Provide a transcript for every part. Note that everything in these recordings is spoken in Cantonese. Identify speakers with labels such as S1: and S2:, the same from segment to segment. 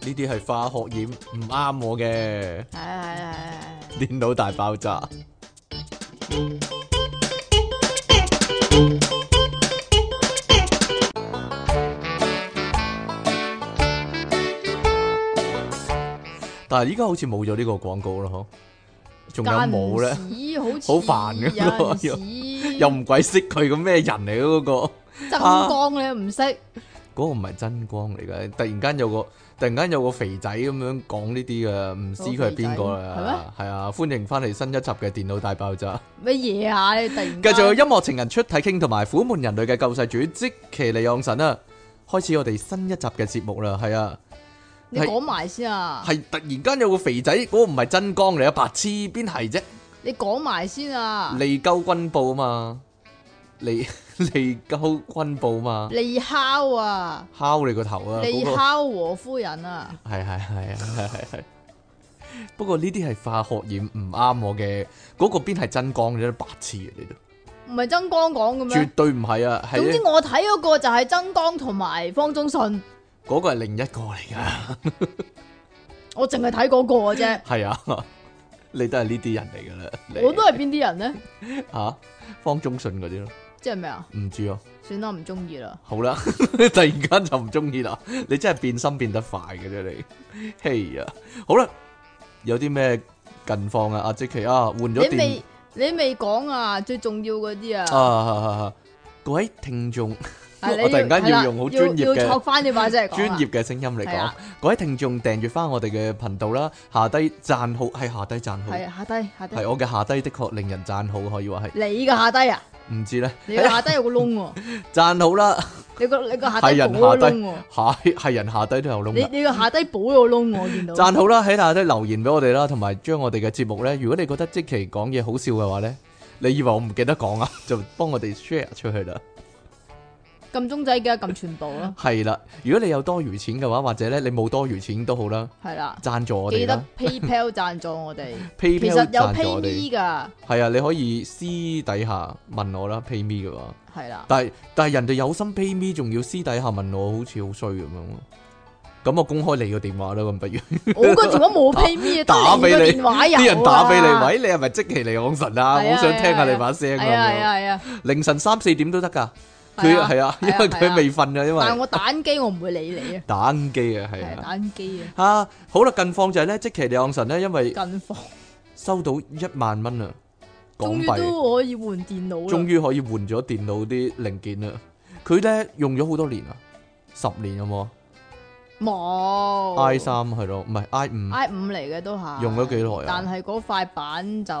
S1: 係化學染唔啱我嘅。
S2: 係啊係啊係啊
S1: 電腦大爆炸。但係依家好似冇咗呢個廣告啦，嗬？仲
S2: 係
S1: 有
S2: 啊，
S1: 冇咧？
S2: 咧？好似
S1: 好煩㗎
S2: 有
S1: 又
S2: 陣時
S1: 又唔鬼識佢咁咩人嚟嘅嗰個？
S2: 增光你都唔識，
S1: 嗰個唔係真光嚟嘅，突然間有個突然間有個肥仔咁樣講呢啲嘅，唔知佢係邊個啦？係啊，歡迎翻嚟新一集嘅電腦大爆炸。
S2: 乜嘢啊？你突然
S1: 繼
S2: 間
S1: 續有音樂情人出體傾同埋苦悶人類嘅救世主即其利昂神啊！開始我哋新一集嘅節目啦，係啊，
S2: 你講埋先啊！
S1: 係突然間有個肥仔，嗰、個唔係真光嚟啊，白痴邊係啫？
S2: 你講埋先啊！
S1: 利鳩軍報啊嘛，利 利鳩軍報啊嘛，
S2: 利烤啊！
S1: 敲你個頭啊！
S2: 利
S1: 嗰、個
S2: 烤和夫人啊！
S1: 係係係係係係。不過呢啲係化學染唔啱我嘅，嗰、個邊係真光啫，白痴嚟你都
S2: 唔係曾光講嘅
S1: 絕
S2: 咩？
S1: 對唔係啊，係
S2: 總
S1: 咧
S2: 之我睇嗰個就係曾光同埋方中信，
S1: 嗰個係另一個嚟㗎。
S2: 我淨係睇嗰個嘅啫。
S1: 系啊，你都系呢啲人嚟噶啦。你
S2: 我都係邊啲人咧？
S1: 吓、方中信嗰啲咯，
S2: 即係咩啊？
S1: 唔知啊。
S2: 算啦，唔中意啦。
S1: 好啦， 突然間就唔中意啦。你真係變心變得快嘅啫，你。嘿呀，好啦，有啲咩近況啊？阿即奇啊，換
S2: 你
S1: 咗電
S2: 未你未講啊？最重要嗰啲
S1: 啊
S2: 啊！
S1: 啊！各位聽眾，
S2: 係啊你
S1: 我突然間
S2: 係啦
S1: 要用好專業
S2: 要
S1: 嘅
S2: 要戳翻你把聲嚟講啊
S1: 專業嘅聲音嚟
S2: 係
S1: 講
S2: 啊，
S1: 各位聽眾訂閱翻我哋嘅頻道啦，下低讚好係下低讚好，
S2: 係啊下低下低
S1: 係啊我嘅下低的確令人讚好，可以話係。
S2: 你個下低啊！
S1: 唔知咧，
S2: 你個下低有個 窿喎，
S1: 讚好啦。
S2: 你個你個下低
S1: 係人
S2: 補個
S1: 下
S2: 窿
S1: 低
S2: 喎，，
S1: 係係人下低都有窿
S2: 你
S1: 㗎。
S2: 你個下低補咗個窿喎我見 到。
S1: 讚好啦，喺下低留言俾我哋啦，同埋將我哋嘅節目呢，如果你覺得即期講嘢好笑嘅話呢，你以為我唔記得講啊， 就幫我哋 share 出去啦。
S2: 撳鐘仔嘅撳全部咯，
S1: 係啦，如果你有多餘錢嘅話，或者呢你冇多餘錢都好啦，
S2: 係啦，
S1: 贊助我
S2: 記
S1: 哋
S2: 得
S1: 啦
S2: PayPal 贊助我哋， 其 實
S1: ，PayPal
S2: 有
S1: 贊助我
S2: PayMe
S1: 哋。
S2: 㗎，
S1: 係啊，你可以私底下問我啦，PayMe 嘅話，
S2: 係 啦，
S1: 但係但係人哋有心 PayMe，仲要私底下問我，好似好衰咁樣喎。咁我公開你個電話啦，咁 不如。
S2: 我個電話冇 PayMe，啊
S1: 打
S2: 得
S1: 俾
S2: 你
S1: 你
S2: 個電話有啊
S1: 啲人打俾你，喂，你係咪即其嚟往神啊？
S2: 係啊
S1: 好想聽下你把聲咁
S2: 係啊係
S1: 樣。
S2: 啊係啊，
S1: 凌晨三四點都得㗎，佢
S2: 係啊
S1: 係啊，因
S2: 係啊
S1: 為
S2: 係
S1: 佢
S2: 啊
S1: 未瞓啊，因
S2: 但係
S1: 為
S2: 我打機我唔會理你啊，
S1: 打緊機啊，係
S2: 係
S1: 啊。
S2: 打機啊，
S1: 啊，好啦，近況就係咧，即其嚟往神咧，因為
S2: 近況
S1: 收到一萬蚊啊，港
S2: 終於
S1: 幣，
S2: 都可以換電腦
S1: 終
S2: 啦，
S1: 於可以換咗電腦啲零件啦。佢咧用咗好多年啊，十年有冇啊
S2: 冇
S1: ？I 三係咯，唔係 I 五
S2: 哦 I 五嚟嘅都係
S1: 嗯用咗幾耐
S2: 但
S1: 啊？
S2: 係嗰塊板就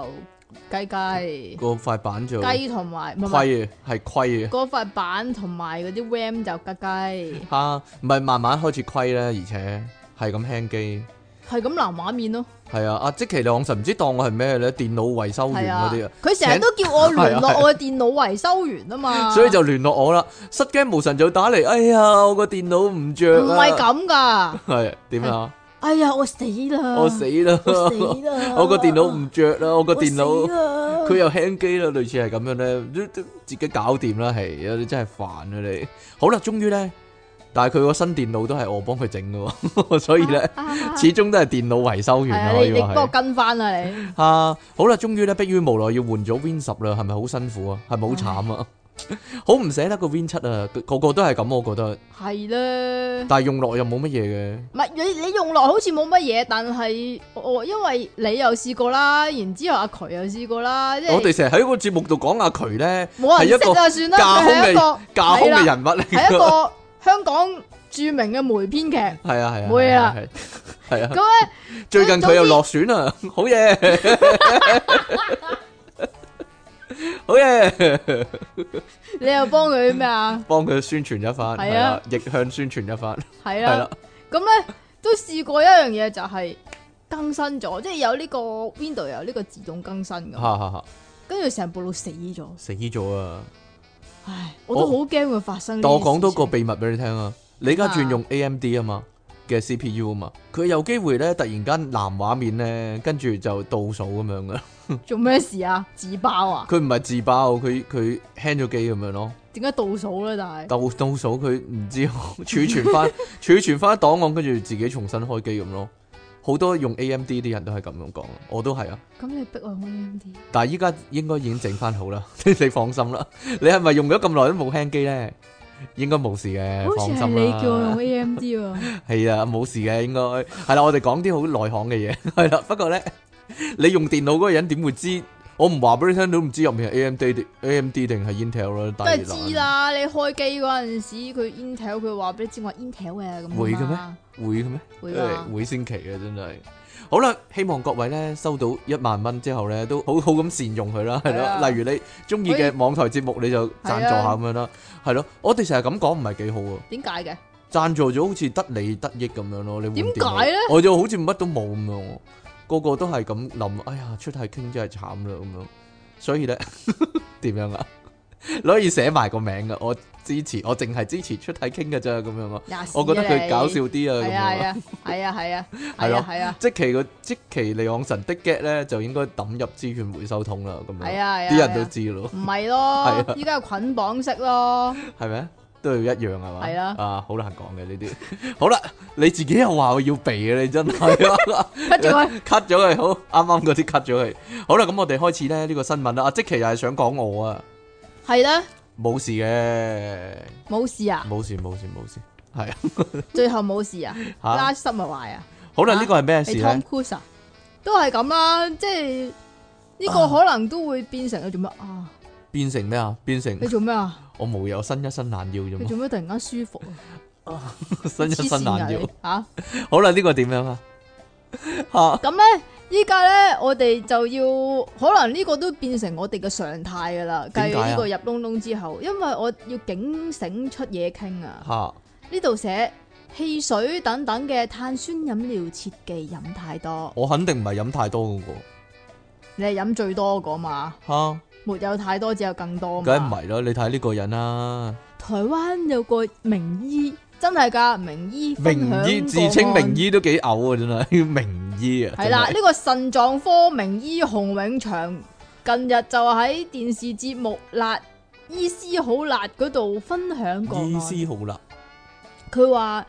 S2: 雞雞
S1: 個塊板就虧
S2: 雞同埋唔係
S1: 嘅，係嗯虧啊嘅。
S2: 嗰塊板同埋嗰啲 RAM 就雞 雞，
S1: 吓，唔係慢慢開始虧咧，而且係咁輕機。
S2: 係咁藍畫面咯，
S1: 係啊，阿即其朗神唔知當我係咩咧，電腦維修員
S2: 係
S1: 嗰
S2: 啊
S1: 啲啊，，啊
S2: 佢成日都叫我 聯絡我嘅電腦維修員啊嘛，
S1: 所以就聯絡我啦。失驚無神就打嚟，哎呀，我個電腦唔着
S2: 唔
S1: 啊，
S2: 係咁噶，
S1: 係點 啊？
S2: 哎呀我死啦，
S1: 我死啦！
S2: 我死啦，
S1: 我個電腦唔着啦，我個電
S2: 我
S1: 腦
S2: 死啦
S1: 佢又輕機啦，類似係咁樣咧，都都自己搞掂啦，係有啲真係煩啊你。好啦，終於咧，但係佢個新電腦都係我幫佢整嘅喎， 所以咧
S2: 啊啊
S1: 始終都係電腦維修
S2: 係
S1: 員
S2: 啊
S1: 啊，可
S2: 你
S1: 以
S2: 你
S1: 話
S2: 幫我
S1: 係。
S2: 跟翻啦你，
S1: 啊，好啦，終於咧，迫於無奈要換咗 Win 十啦，係咪好辛苦啊？係咪好慘啊？ 好唔捨得個 Win 七啊，個個個都係咁，我覺得，
S2: 係咧。
S1: 但係用落又冇乜嘢嘅，
S2: 唔係你你用落好似冇乜嘢，但係我因為你又試過啦，然之後阿渠又試過啦，即
S1: 我哋
S2: 係
S1: 成日喺個節目度講阿渠咧，
S2: 冇
S1: 係一
S2: 人
S1: 個
S2: 識啊，算啦，
S1: 架空
S2: 佢係一
S1: 嘅
S2: 個
S1: 架空嘅人物
S2: 係
S1: 嚟
S2: 一
S1: 噶，
S2: 個香港著名嘅梅編劇，
S1: 係啊係啊，
S2: 會啊
S1: 係，係啊，
S2: 咁咧
S1: 最近
S2: 哎
S1: 佢又落選啊， 好嘢， 好嘢，
S2: 你又幫佢 咩啊？
S1: 幫佢宣傳一番，
S2: 係啊
S1: 係啊，逆向宣傳一番，係
S2: 係啊啦
S1: 啦，，
S2: 咁咧都試過一樣嘢就係更新咗，即係有呢個 window 有呢個自動更新咁，
S1: 哈哈哈，
S2: 跟住成部腦死咗，
S1: 死咗啊！
S2: 唉，我都好驚會發生呢
S1: 但
S2: 啲
S1: 我
S2: 事情。
S1: 講多個秘密俾你聽啊！你而家轉用 AMD 啊嘛，嘅 CPU 啊嘛，佢有機會咧突然間藍畫面咧，跟住就倒數咁樣噶。
S2: 做咩事啊？自爆啊？
S1: 佢唔係自爆，佢佢 hang 咗機咁樣咯。
S2: 點解倒數咧？但係
S1: 倒倒數佢唔知 儲存 翻儲存翻檔案，跟住自己重新開機咁咯。好多用 AMD 啲人都係咁樣講，我都係啊。
S2: 咁你逼我用 AMD，
S1: 但係依家應該已經整翻好啦， 你放心啦。你係咪用咗咁耐都冇 hang 機咧？應該冇事嘅，
S2: 好
S1: 呃放
S2: 似
S1: 心
S2: 係
S1: 啦。
S2: 你叫我用 AMD 喎。
S1: 系啊，冇事嘅，應該係啦。我哋講啲好內行嘅嘢， 係啦。不過咧，你用電腦嗰個人點會知？我唔話俾你聽，都唔知入面係 AMD 定 AMD 定係 Intel 啦。
S2: 都
S1: 當然
S2: 係知。啦，你開機嗰陣時，佢 Intel 佢話俾你知我 Intel 啊咁。
S1: 會嘅咩？會嘅咩？
S2: 會
S1: 誒
S2: 㗎
S1: 會先奇嘅真係。好啦，希望各位咧收到一萬蚊之後咧，都好 好咁善用佢啦，係
S2: 係
S1: 咯。
S2: 啊
S1: 例如你中意嘅網台節目，你就贊助下咁樣啦，係咯。我哋成日咁講唔係幾好啊。
S2: 點解嘅？
S1: 贊助咗好似得你得益咁樣咯，你換
S2: 點解
S1: 電腦
S2: 咧
S1: 我就好似乜都冇咁樣喎，個個都係咁諗，哎呀出太傾真係慘啦咁樣，所 以咧點樣啊？你可以寫埋個名噶，我支持，我淨係支持出太傾嘅咋咁樣啊，
S2: 吔屎
S1: 我覺得
S2: 啊
S1: 佢
S2: 你
S1: 搞笑啲啊咁
S2: 係
S1: 樣啊
S2: 啊係。啊係啊係啊
S1: 係
S2: 係
S1: 咯
S2: 啊係啊
S1: 即其個即其利昂神的 get 咧，就應該抌入資源回收桶啦，咁
S2: 係
S1: 樣
S2: 啊係啊，
S1: 啲人都
S2: 係啊
S1: 知咯，
S2: 唔係
S1: 係啊
S2: 咯，依家有捆綁式 咯，
S1: 係咪？都要一樣係嘛？
S2: 係啊
S1: 啊好難講嘅呢啲。 好啦，你自己又話要避嘅，你真係 啊！
S2: 跟住佢
S1: cut 咗佢，好啱啱嗰啲 cut 咗佢。好啦，咁我哋開始咧呢個新聞啦。阿啊即其又係想講我啊，
S2: 係啦，
S1: 冇事嘅，
S2: 冇事啊，
S1: 冇事冇事冇事，係啊
S2: 最後冇事啊，
S1: 吓。
S2: 拉濕咪壞啊，
S1: 好啦，呢個係咩事
S2: 你
S1: 咧
S2: Tom？Cruise 啊，都係咁啦，即係呢
S1: 啊
S2: 個可能都會變成你做咩啊？
S1: 變成咩啊？變成
S2: 你做咩啊？
S1: 我冇有伸一伸懶腰啫
S2: 你
S1: 嘛，
S2: 做咩突然間舒服啊？
S1: 伸一
S2: 黐
S1: 伸
S2: 線啊
S1: 懶腰
S2: 你。吓！
S1: 好啦，呢個點樣啊？吓
S2: 咁咧，依家咧，我哋就要可能呢個都變成我哋嘅常態噶啦。
S1: 點
S2: 計
S1: 解啊
S2: 呢個入窿窿之後，因為我要警醒出嘢傾啊。
S1: 吓，
S2: 呢度寫汽水等等嘅碳酸飲料切忌飲太多，
S1: 我肯定唔係飲太多嗰個
S2: 你係飲最多嗰嘛？
S1: 吓，
S2: 沒有太多，只有更多嘛。
S1: 梗係唔係啦？你睇呢個人啦，
S2: 台灣有個名醫，真係㗎，名醫分享
S1: 名醫自稱名醫都幾嘔啊！真係 名醫啊，
S2: 個案。係啦，
S1: 真
S2: 呢
S1: 係
S2: 個腎臟科名醫洪永祥近日就喺電視節目辣。醫師好辣嗰度分享個案
S1: 醫師好啦，
S2: 佢話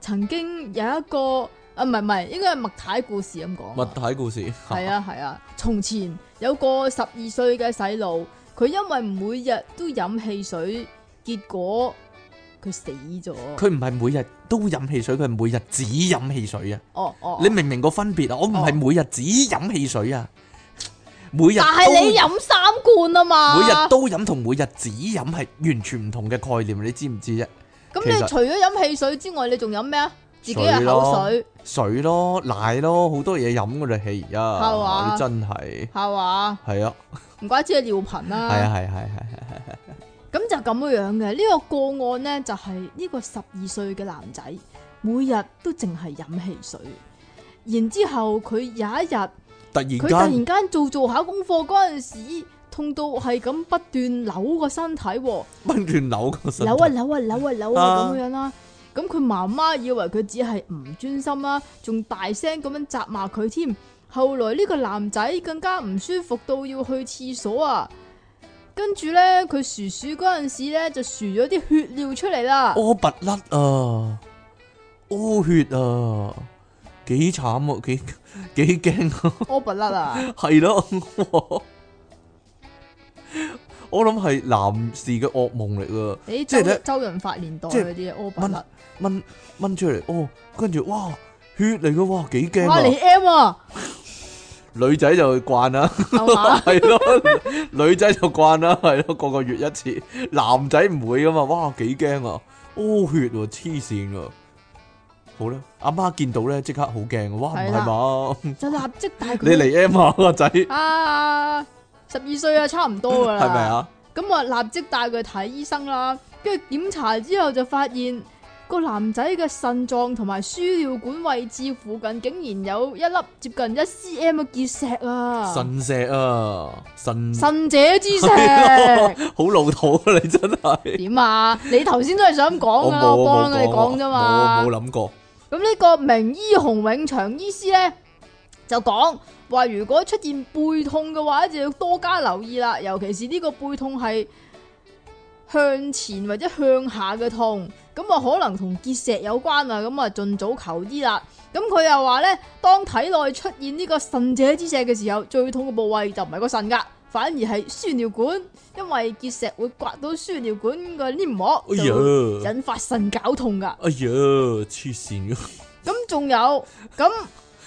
S2: 曾經有一個啊，唔係唔係，應該係麥太故事咁講。
S1: 物體故事
S2: 哦係，啊係啊，從前有個十二歲嘅細路，佢因為每日都飲汽水，結果佢死咗。
S1: 佢唔係每日都飲汽水，佢係每日只飲汽水啊！
S2: 哦哦，
S1: 你明唔明個分別啊？我唔係每日只飲汽水啊，每日
S2: 但係你
S1: 都
S2: 飲三罐啊嘛，
S1: 每日都飲同每日只飲係完全唔同嘅概念，你知唔知啫？
S2: 咁
S1: 其實
S2: 你除咗飲汽水之外，你仲飲咩啊？自己嘅口水
S1: 水咯、奶咯，好多嘢飲噶啦，係
S2: 係
S1: 啊，
S2: 嘛
S1: 你真係
S2: 係嘛？
S1: 係啊，
S2: 唔怪之係尿頻啦。
S1: 係啊，係係係係，
S2: 咁就咁樣嘅呢、個個案呢，就係、呢個十二歲嘅男仔，每日都淨係飲汽水，然之後佢有一日。佢
S1: 突
S2: 突
S1: 然間
S2: 然間做做下功課嗰陣時，痛到係咁不斷扭個身體喎，
S1: 掹斷扭個身
S2: 扭啊
S1: 體，
S2: 扭啊扭啊扭
S1: 啊
S2: 啊咁樣啦。咁佢媽媽以為佢只係唔專心啦，仲大聲咁樣責罵佢添。後來呢個男仔更加唔舒服到要去廁所啊，跟住咧佢薯薯嗰陣時咧就薯咗啲血尿出嚟啦。
S1: 屙拔甩啊，屙血啊，幾慘啊，幾幾驚啊！
S2: 屙不甩啊！
S1: 系咯，我谂系男士嘅噩梦嚟噶，
S2: 你
S1: 即
S2: 周
S1: 係咧
S2: 周潤發年代
S1: 即係啊
S2: 嗰啲屙不甩，
S1: 掹掹出嚟，哦，跟住哇，血嚟噶，哇，几惊啊
S2: 哇！你 M 啊，
S1: 女仔就慣啊啦，
S2: 係嘛？
S1: 係咯，女仔就慣啦，係咯，個個月一次，男仔唔會噶嘛，哇，幾驚啊，屙血喎，黐線噶，好啦，阿媽見到咧，即刻好驚，啊哇，
S2: 係
S1: 唔係嘛，
S2: 就立即帶佢
S1: 你嚟 M 啊，個仔，係
S2: 啊，十二歲啊，差唔多噶啦，
S1: 咪？啊？
S2: 咁啊，立即帶佢去睇醫生啦，跟住檢查之後就發現個男仔嘅腎臟同埋輸尿管位置附近竟然有一粒接近一 cm 嘅結石啊！
S1: 腎石啊，腎
S2: 腎者之石
S1: 係咯 好老土啊！你真係，
S2: 點啊？你頭先都係想咁講
S1: 我
S2: 噶啦，
S1: 冇
S2: 我
S1: 我
S2: 幫
S1: 冇
S2: 你講啫嘛
S1: 冇。冇諗過，
S2: 咁呢個名醫洪永祥醫師咧就講話，如果出現背痛嘅話，就要多加留意啦。尤其是呢個背痛係向前或者向下嘅痛，咁啊可能同結石有關啊，咁啊盡早求醫啦。咁佢又話咧，當體內出現呢個腎者之石嘅時候，最痛嘅部位就唔係個腎噶，反而係輸尿管，因為結石會刮到輸尿管嘅黏膜，
S1: 哎
S2: 就會
S1: 呀，
S2: 引發腎絞痛噶。
S1: 哎呀，黐线嘅，
S2: 咁仲有咁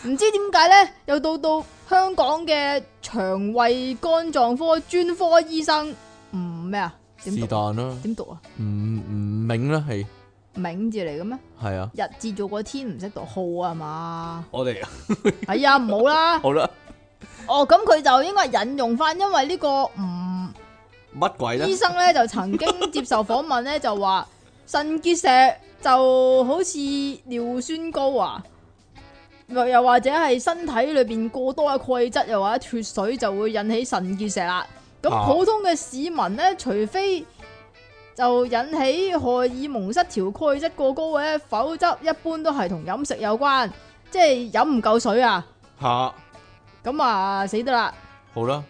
S2: 唔知點解咧，又到到香港嘅腸胃肝臟科專科醫生，唔咩啊？
S1: 是
S2: 點讀啊？
S1: 但啦，
S2: 點讀啊？
S1: 唔唔明啦，系
S2: 名字嚟嘅咩？
S1: 系啊，
S2: 日字做個天唔識讀號啊嘛？
S1: 我哋。
S2: 哎呀，唔好 啦
S1: 好啦，
S2: 哦，咁佢就應該係引用翻，因為呢個吳
S1: 乜鬼咧
S2: 醫？生咧就曾經接受訪問咧就話腎結石就好似尿酸高啊，又又或者係身體裏邊過多嘅鈣質，又或者脱水就會引起腎結石啦。咁
S1: 啊
S2: 普通嘅市民咧，除非就引起荷爾蒙失調、鈣質過高嘅，否則一般都係同飲食有關，即係飲唔夠水啊，
S1: 吓，
S2: 咁啊死得啦！
S1: 好啦，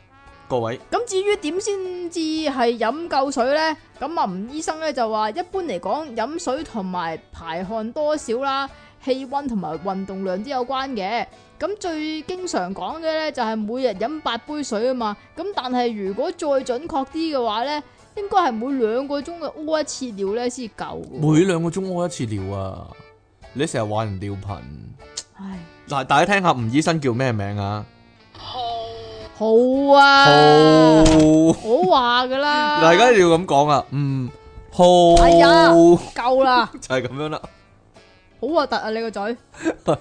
S1: 各位，
S2: 咁至於點先至係飲夠水呢？咁啊吳醫生咧就話，一般嚟講飲水同埋排汗多少啦、氣温同埋運動量都有關嘅。咁最經常講嘅呢，就係每日飲八杯水啊嘛。咁但係如果再準確啲嘅話呢，應該係每兩個鐘嘅屙一次尿呢先夠嘅喎。
S1: 每兩個鐘屙一次尿啊，你成日話人尿頻，
S2: 唉，
S1: 嗱，大家聽下吳醫生叫咩名啊？
S2: 好啊，
S1: 好。
S2: 我話噶啦，
S1: 大家要咁講啊，嗯，好，
S2: 哎呀夠啦，
S1: 就係咁樣啦，
S2: 好核突啊你個嘴，
S1: 係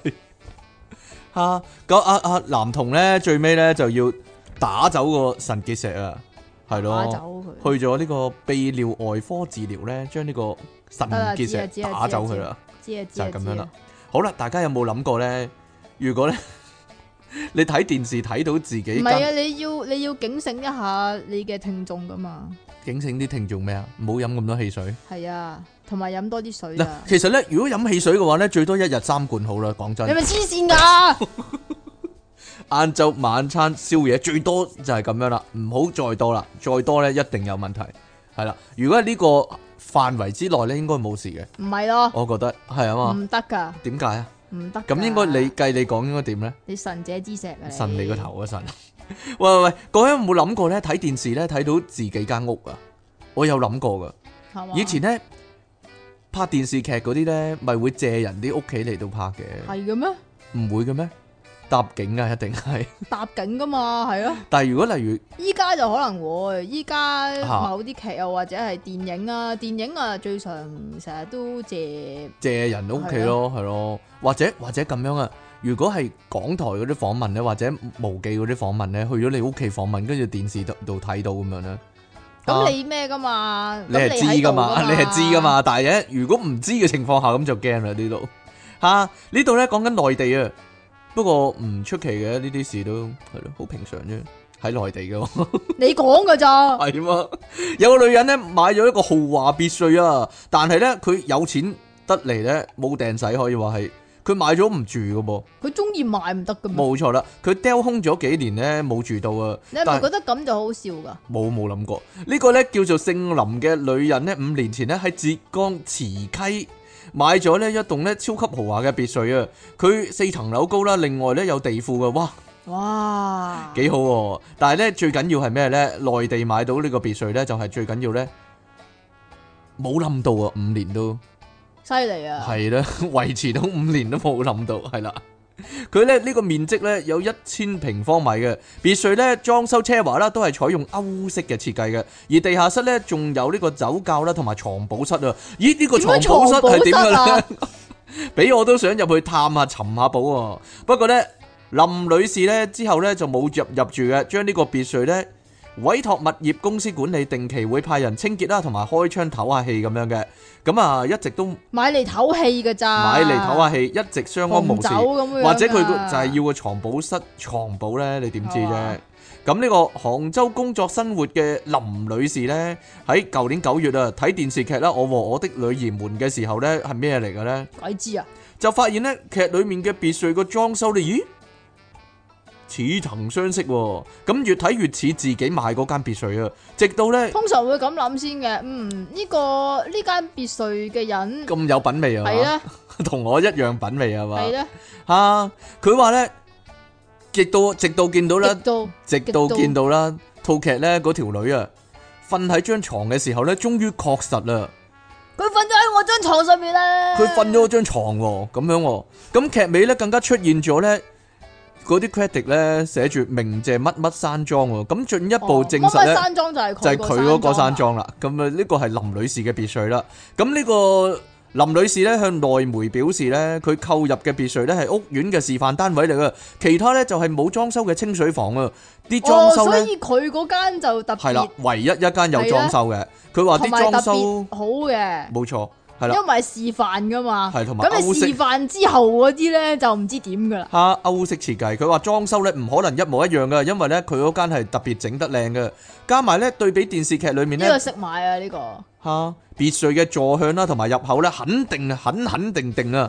S1: 吓咁啊啊男童咧最尾咧就要打走個腎結石啊，係
S2: 打
S1: 咯，
S2: 走佢。
S1: 去咗呢個泌尿外科治療咧，將呢個腎
S2: 得啦知啊
S1: 結石
S2: 知啊
S1: 打走佢
S2: 知啊知
S1: 啦，
S2: 知啊知
S1: 就
S2: 啊
S1: 係咁樣
S2: 知
S1: 啦
S2: 啊，。
S1: 好啦，大家有冇諗過咧？如果咧 你睇電視睇到自己
S2: 唔係啊，
S1: 間
S2: 你要你要警醒一下你嘅聽眾噶嘛，
S1: 警醒啲聽眾咩啊？唔好飲咁多汽水。
S2: 係啊，同埋飲多啲水
S1: 嗱
S2: 啊，，
S1: 其實咧，如果飲汽水嘅話咧，最多一日三罐好啦。講真
S2: 你。咪黐線㗎，
S1: 晏晝晚餐宵夜最多就係咁樣啦，唔好再多啦，再多呢一定有問題，係啦。如果喺呢個範圍之內呢，應該冇事嘅，
S2: 唔係咯，
S1: 我覺得係啊嘛。
S2: 唔得㗎，
S1: 點解啊？
S2: 唔得㗎。
S1: 咁應該你計你講應該點呢？
S2: 你神者之石啊，
S1: 神你個頭啊 神！喂喂喂，各位有冇諗過呢？睇電視呢，睇到自己間屋啊，我有諗過噶。
S2: 係嘛，
S1: 以前呢，拍電視劇嗰啲呢，咪會借人啲屋企嚟到拍嘅，
S2: 係嘅咩？
S1: 唔會嘅咩？搭景啊，一定係。
S2: 搭景㗎嘛，係啊，
S1: 但係如果例如
S2: 依家就可能會，依家
S1: 嚇
S2: 某啲劇又或者係電影啊，電影啊最常成日都借，
S1: 借人屋
S2: 啊
S1: 企咯，係咯，或者或者咁樣啊。如果係港台嗰啲訪問咧，或者無記嗰啲訪問咧，去咗你屋企訪問，跟住電視度度睇到咁樣咧，
S2: 咁
S1: 啊
S2: 你咩㗎嘛？
S1: 你係知
S2: 㗎
S1: 噶嘛？你係知噶？嘛？但係咧，如果唔知嘅情況下，咁就驚啦呢度 嚇。呢度咧講緊內地啊，不過唔出奇嘅呢啲事都係咯，好平常啫。喺內地 嘅喎
S2: 你講㗎咋？
S1: 係嘛？有個女人咧買咗一個豪華別墅啊，但係咧佢有錢得嚟咧冇掟使，可以話係佢買咗唔住嘅噃。
S2: 佢中意買唔得㗎嘛？
S1: 冇錯啦，佢雕空咗幾年咧，冇住到啊！
S2: 你係
S1: 但係
S2: 咪覺得咁就好笑噶？
S1: 冇冇諗過呢個咧叫做姓林嘅女人咧，五年前咧喺浙江慈溪買咗呢一棟咧超級豪華嘅別墅啊！佢四層樓高啦，另外咧有地庫嘅，哇，
S2: 哇！
S1: 幾好喎！但係咧最緊要係咩咧？內地買到呢個別墅咧，就係最緊要咧冇冧到啊！五年都。
S2: 犀利啊！
S1: 系 啦，維持到五年都冇諗到，係啦。佢咧呢個面積咧有一千平方米嘅別墅咧，裝修奢華啦，都係採用歐式嘅設計嘅。而地下室咧仲有呢個酒窖啦，同埋藏寶室啊。咦？呢、個
S2: 點樣
S1: 藏寶室
S2: 啊
S1: 係點
S2: 藏寶
S1: 嘅
S2: 室
S1: 咧？俾我都想入去探下、尋下寶喎。不過咧，林女士咧之後咧就冇入入住嘅，將呢個別墅咧委託物業公司管理，定期會派人清潔啦，同埋開窗唞下氣咁樣嘅。咁啊，一直都。
S2: 買嚟唞氣噶咋？
S1: 買嚟唞啊下氣，一直相安無
S2: 紅
S1: 事
S2: 酒。咁樣啊，
S1: 或者佢個就係要個藏寶室藏寶咧，你點知
S2: 係
S1: 啫
S2: 嘛？
S1: 咁呢個杭州工作生活嘅林女士呢，喺舊年九月啊睇電視劇啦，《我和我的女兒們》嘅時候呢，係咩嚟嘅呢？
S2: 鬼知啊！
S1: 就發現咧劇裡面嘅別墅個裝修咧，咦，似曾相識喎。咁越睇越似自己買嗰間別墅啊！直到 咧
S2: 通常會咁諗先嘅，嗯，呢、個呢間別墅嘅人
S1: 咁有品味啊，
S2: 係咧
S1: 同我一樣品味係嘛
S2: 係？咧，
S1: 啊，佢話咧，直到直到見到咧
S2: 直。到
S1: 直到見到啦，套劇咧嗰條女啊，瞓喺張床嘅時候咧，終於確實啦，
S2: 佢瞓咗喺我張床上面啦。
S1: 佢瞓咗我張床喎，咁樣喎，咁劇尾咧更加出現咗咧嗰啲 credit 咧寫住名謝乜乜山莊喎，咁進一步
S2: 哦
S1: 證實
S2: 乜乜
S1: 咧
S2: 山莊就係
S1: 就係佢嗰個山莊
S2: 莊啊。
S1: 啦，咁啊呢個係林女士嘅別墅啦，咁呢個。林女士咧向內媒表示咧，佢購入嘅別墅咧係屋苑嘅示範單位嚟嘅，其他咧就係冇裝修嘅清水房啊，啲裝
S2: 哦，
S1: 修
S2: 所
S1: 咧。
S2: 以佢嗰間就特
S1: 系啦
S2: 別，
S1: 唯一一間有裝修嘅，佢話
S2: 同埋
S1: 啲
S2: 特
S1: 裝修
S2: 別好嘅，
S1: 冇錯，係啦，
S2: 因為示範噶嘛。
S1: 係同埋
S2: 咁你
S1: 歐式
S2: 示範之後嗰啲咧就唔知點噶啦。
S1: 哈歐式設計，佢話裝修咧唔可能一模一樣嘅，因為咧佢嗰間係特別整得靚嘅，加埋咧對比電視劇裏面
S2: 呢個
S1: 咧
S2: 識買啊，呢個
S1: 哈別墅嘅坐向啦，同埋入口咧，肯定肯肯定定啊，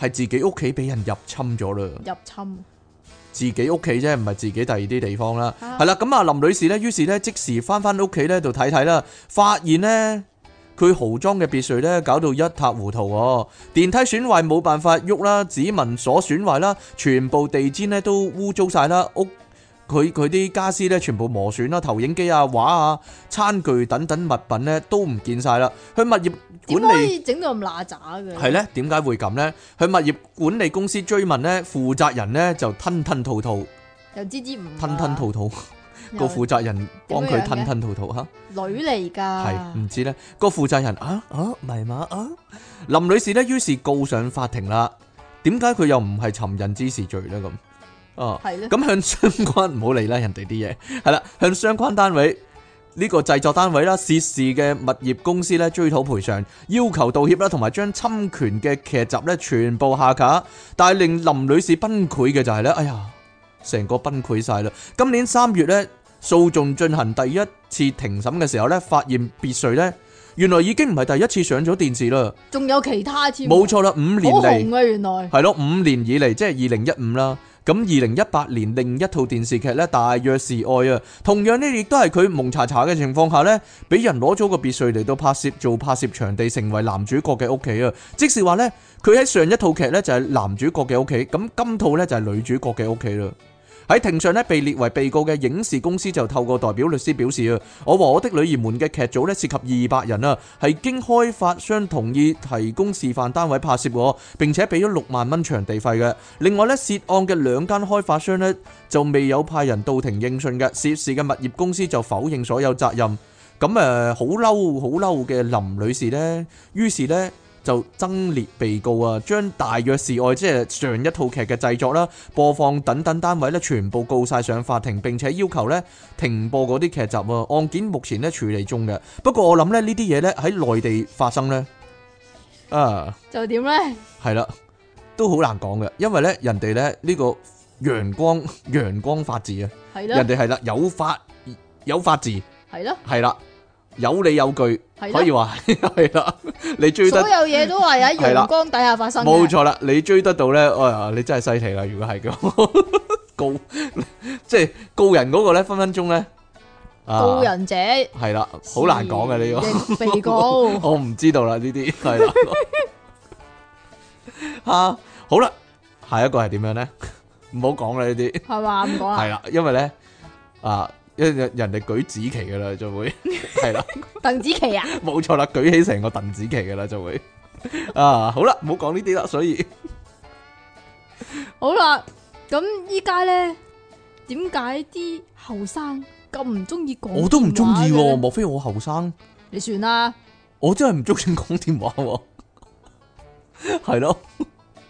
S1: 係自己屋企俾人入侵咗啦。
S2: 入侵。
S1: 自己屋企啫，唔係自己第二啲地方啦。
S2: 啊
S1: 係啦、咁啊林女士呢，於是呢，即時翻翻屋企呢度睇睇啦，發現呢，佢豪裝嘅別墅呢，搞到一塌糊塗喎，電梯損壞冇辦法喐啦，指紋鎖損壞啦，全部地氈呢都污糟晒啦，屋佢佢啲家私呢，全部磨損啦，投影機啊、畫啊、餐具等等物品呢，都唔見晒啦，去物業
S2: 點
S1: 管
S2: 可
S1: 理。
S2: 以整到咁乸渣嘅？
S1: 係咧，點解會咁呢？去物業管理公司追問呢，負責人呢就吞吞吐吐，
S2: 又支支唔
S1: 吞吞吐吐。
S2: 又
S1: 個負責人幫
S2: 點
S1: 佢
S2: 啊樣嘅啊
S1: 吞吞吐吐吓，
S2: 女嚟㗎。
S1: 係唔知呢個負責人啊啊，唔係嘛啊？林女士呢，於是告上法庭啦。點解佢又唔係尋人滋事罪呢？咁啊？
S2: 係咧。
S1: 咁向相關唔好理啦，人哋啲嘢係啦，向相關單位呢、個製作單位啦、涉事嘅物業公司咧追討賠償，要求道歉啦，同埋將侵權嘅劇集咧全部下架。但係令林女士崩潰嘅就係、呢：咧，哎呀，成個崩潰晒啦！今年三月咧，訴訟進行第一次庭審嘅時候咧，發現別墅咧原來已經唔係第一次上咗電視啦，
S2: 仲有其他添。
S1: 冇，錯啦，五年
S2: 啊好
S1: 嚟
S2: 紅。啊，原來。
S1: 係咯，五年以嚟，即係二零一五啦。咁二零一八年另一套電視劇呢，《大約是愛》啊，同樣呢，亦都係佢蒙查查嘅情況下呢，俾人攞咗個別墅嚟到拍攝，做拍攝場地，成為男主角嘅屋企啊。即是話呢，佢喺上一套劇呢就係男主角嘅屋企，咁今套呢就係女主角嘅屋企啦。喺庭上呢，被列為被告嘅影視公司就透過代表律師表示啊，我和我的女兒們嘅劇組呢，涉及二百人啊，係經開發商同意提供示範單位拍攝喎，並且俾咗六萬蚊場地費嘅。另外呢，涉案嘅兩間開發商呢，就未有派人到庭應訊嘅，涉事嘅物業公司就否認所有責任。咁誒好嬲好嬲嘅林女士呢，於是呢。就爭列被告啊，將大約是愛即係上一套劇嘅製作啦、播放等等單位咧，全部告晒上法庭，並且要求咧停播嗰啲劇集啊。案件目前咧處理中嘅，不過我諗咧呢啲嘢咧喺內地發生咧，啊
S2: 就點咧？
S1: 係啦，都好難講嘅，因為咧人哋咧呢個陽光 陽光法治啊，
S2: 係
S1: 人
S2: 啦，
S1: 哋係啦有法有法治
S2: 係啦，
S1: 係啦，有理有據，
S2: 係
S1: 可以
S2: 啦。
S1: 話 係啦，你追得
S2: 所。有嘢都係喺
S1: 係啦
S2: 陽光底下發生嘅。
S1: 冇錯啦，你追得到咧，哎呀，你真係犀利啦！如果係咁 告，即係告人嗰個咧，分分鐘咧，啊
S2: 告人者
S1: 係啦，好難講嘅呢
S2: 個被 告
S1: 個，我唔知道啦呢 啲係啦，啊好啦，下一個係點樣咧？唔好講啦呢啲，
S2: 係嘛？唔講
S1: 係
S2: 啦，
S1: 啦，因為咧啊，因為人哋舉紫旗嘅啦，就 會係啦。
S2: 鄧紫棋啊，
S1: 冇錯啦，舉起成個鄧紫棋嘅啦，就會啊，好啦，唔好講呢啲啦，所以
S2: 哦好啦，咁依家咧，點解啲後生咁唔中意講？
S1: 我都唔中意喎，
S2: 喎，
S1: 莫非我後生？
S2: 你算啦，
S1: 我真係唔中意講電話喎，係咯，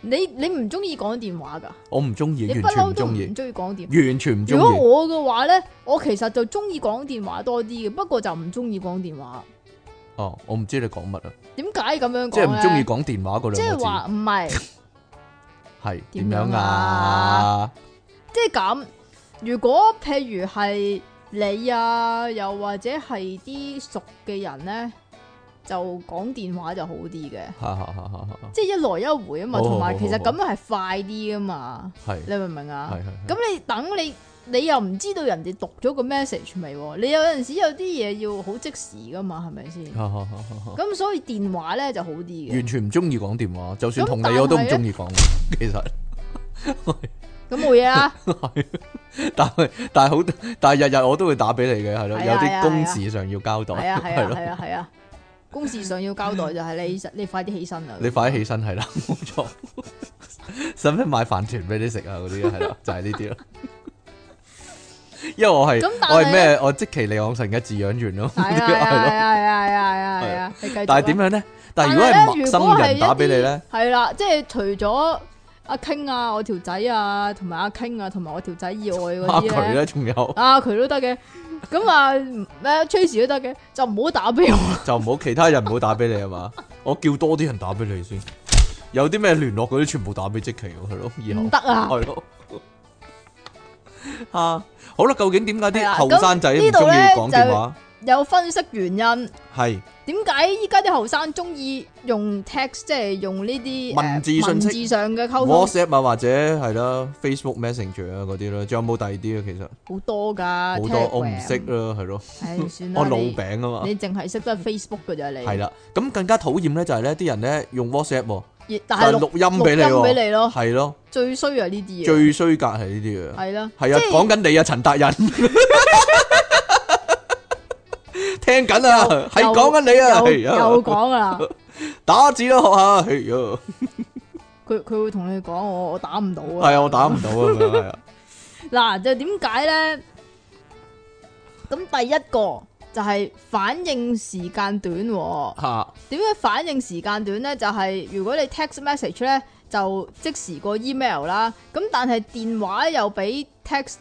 S2: 你你唔中意講電話㗎，
S1: 我唔中意，
S2: 你
S1: 完
S2: 不
S1: 全
S2: 嬲
S1: 唔
S2: 都
S1: 中
S2: 唔
S1: 意，
S2: 中意講電話。
S1: 完全唔
S2: 如
S1: 中
S2: 果
S1: 意。
S2: 我嘅話咧，我其實就中意講電話多啲嘅，不過就唔中意講電話。
S1: 哦，我唔知你講乜啊，
S2: 點解咁樣
S1: 即係唔
S2: 講
S1: 中意
S2: 咧？
S1: 講電話嗰
S2: 即
S1: 兩
S2: 係話
S1: 個
S2: 唔係。
S1: 字，係點
S2: 點
S1: 樣
S2: 樣
S1: 啊
S2: 啊？即係咁，如果譬如係你啊，又或者係啲熟嘅人咧，就講電話就好啲嘅，
S1: 哈哈哈哈哈哈，
S2: 即係一來一回啊嘛，
S1: 好好
S2: 同埋
S1: 哦好
S2: 其實
S1: 好
S2: 咁樣係快啲噶嘛，
S1: 係
S2: 你明唔明啊？
S1: 係係
S2: 咁你等你你又唔知道人哋讀咗個 message 未喎？你有陣時有啲嘢要好即時噶嘛，係咪先？
S1: 哈哈哈哈哈
S2: 咁所以電話咧就好啲嘅。
S1: 完全唔中意講電話，就算
S2: 咁
S1: 同
S2: 但
S1: 你
S2: 係
S1: 我都唔
S2: 咧
S1: 中意講。其實
S2: 咁冇嘢啊啦，
S1: 但係但係好，但係日日我都會打俾你嘅，係咯，
S2: 係啊
S1: 有
S2: 係
S1: 啲
S2: 啊
S1: 公事上要交代，
S2: 係啊係
S1: 係
S2: 啊
S1: 咯，
S2: 係啊係啊，公事上要交代就係你你快啲起身啦。
S1: 你快啲起身係啦， 冇錯。使唔使買飯團俾你食啊？嗰啲係啦， 就係呢啲啦。因為我係
S2: 咁但係
S1: 我係咩？我即其利昂神嘅飼養員咯，
S2: 係 啊係啊係啊係啊係啊係啊，你繼續啦。
S1: 但係點樣咧？但係
S2: 係
S1: 如果係陌
S2: 咧
S1: 生人打俾你咧，，
S2: 如果係一啲係啦，即係除咗阿傾啊，我條仔啊，同埋阿傾啊，同埋我條仔以外
S1: 啊
S2: 嗰
S1: 佢
S2: 啲咧，
S1: 咧仲有。
S2: 啊佢都得嘅，咁啊 咩 Trace 都得嘅，就唔好打俾我。
S1: 就唔好其他人唔好打俾你啊嘛，我叫多啲人打俾你先。有啲咩聯絡嗰啲，全部打俾即奇喎，係咯，以後
S2: 唔得啊
S1: 係咯。 啊，好啦，究竟點解
S2: 係
S1: 啲
S2: 啊
S1: 後生仔唔
S2: 咁呢度
S1: 中意
S2: 呢
S1: 講電話？
S2: 有分析原因，
S1: 係
S2: 點解依家啲後生中意用 text，即係用呢啲呃
S1: 文字信息
S2: 文字上嘅溝通
S1: WhatsApp 啊，或者係啦 Facebook Messenger 啊嗰啲啦，仲有冇第二啲啊？其實
S2: 好多噶，
S1: 好多我唔識啦，係咯，
S2: Telegram。唉，算啦，
S1: 我老
S2: 你
S1: 餅啊嘛，
S2: 你淨係識得 Facebook 㗎咋你？
S1: 係，啦。咁更加討厭咧就係咧啲人咧用 WhatsApp 喎，
S2: 但
S1: 但
S2: 係
S1: 係
S2: 錄
S1: 錄音俾你
S2: 錄音俾
S1: 喎，
S2: 你咯，
S1: 係咯，
S2: 最衰啊呢啲嘢。
S1: 最衰格係呢啲啊。
S2: 系啦，
S1: 系啊
S2: 即，係
S1: 講緊你啊，陳達 人，聽緊啊，
S2: 又
S1: 係講緊你啊，
S2: 又
S1: 係
S2: 又
S1: 啊，
S2: 讲啦，
S1: 打字啦，學下，係啊，
S2: 佢佢会同你講我我打唔到啊，
S1: 係啊，我打唔到啊，係啊，
S2: 嗱就點解咧？咁第一個就係反應時間短喎，
S1: 吓
S2: 點解反應時間短咧？就係如果你 text message 咧就即時過 email 啦，咁但係電話又比 text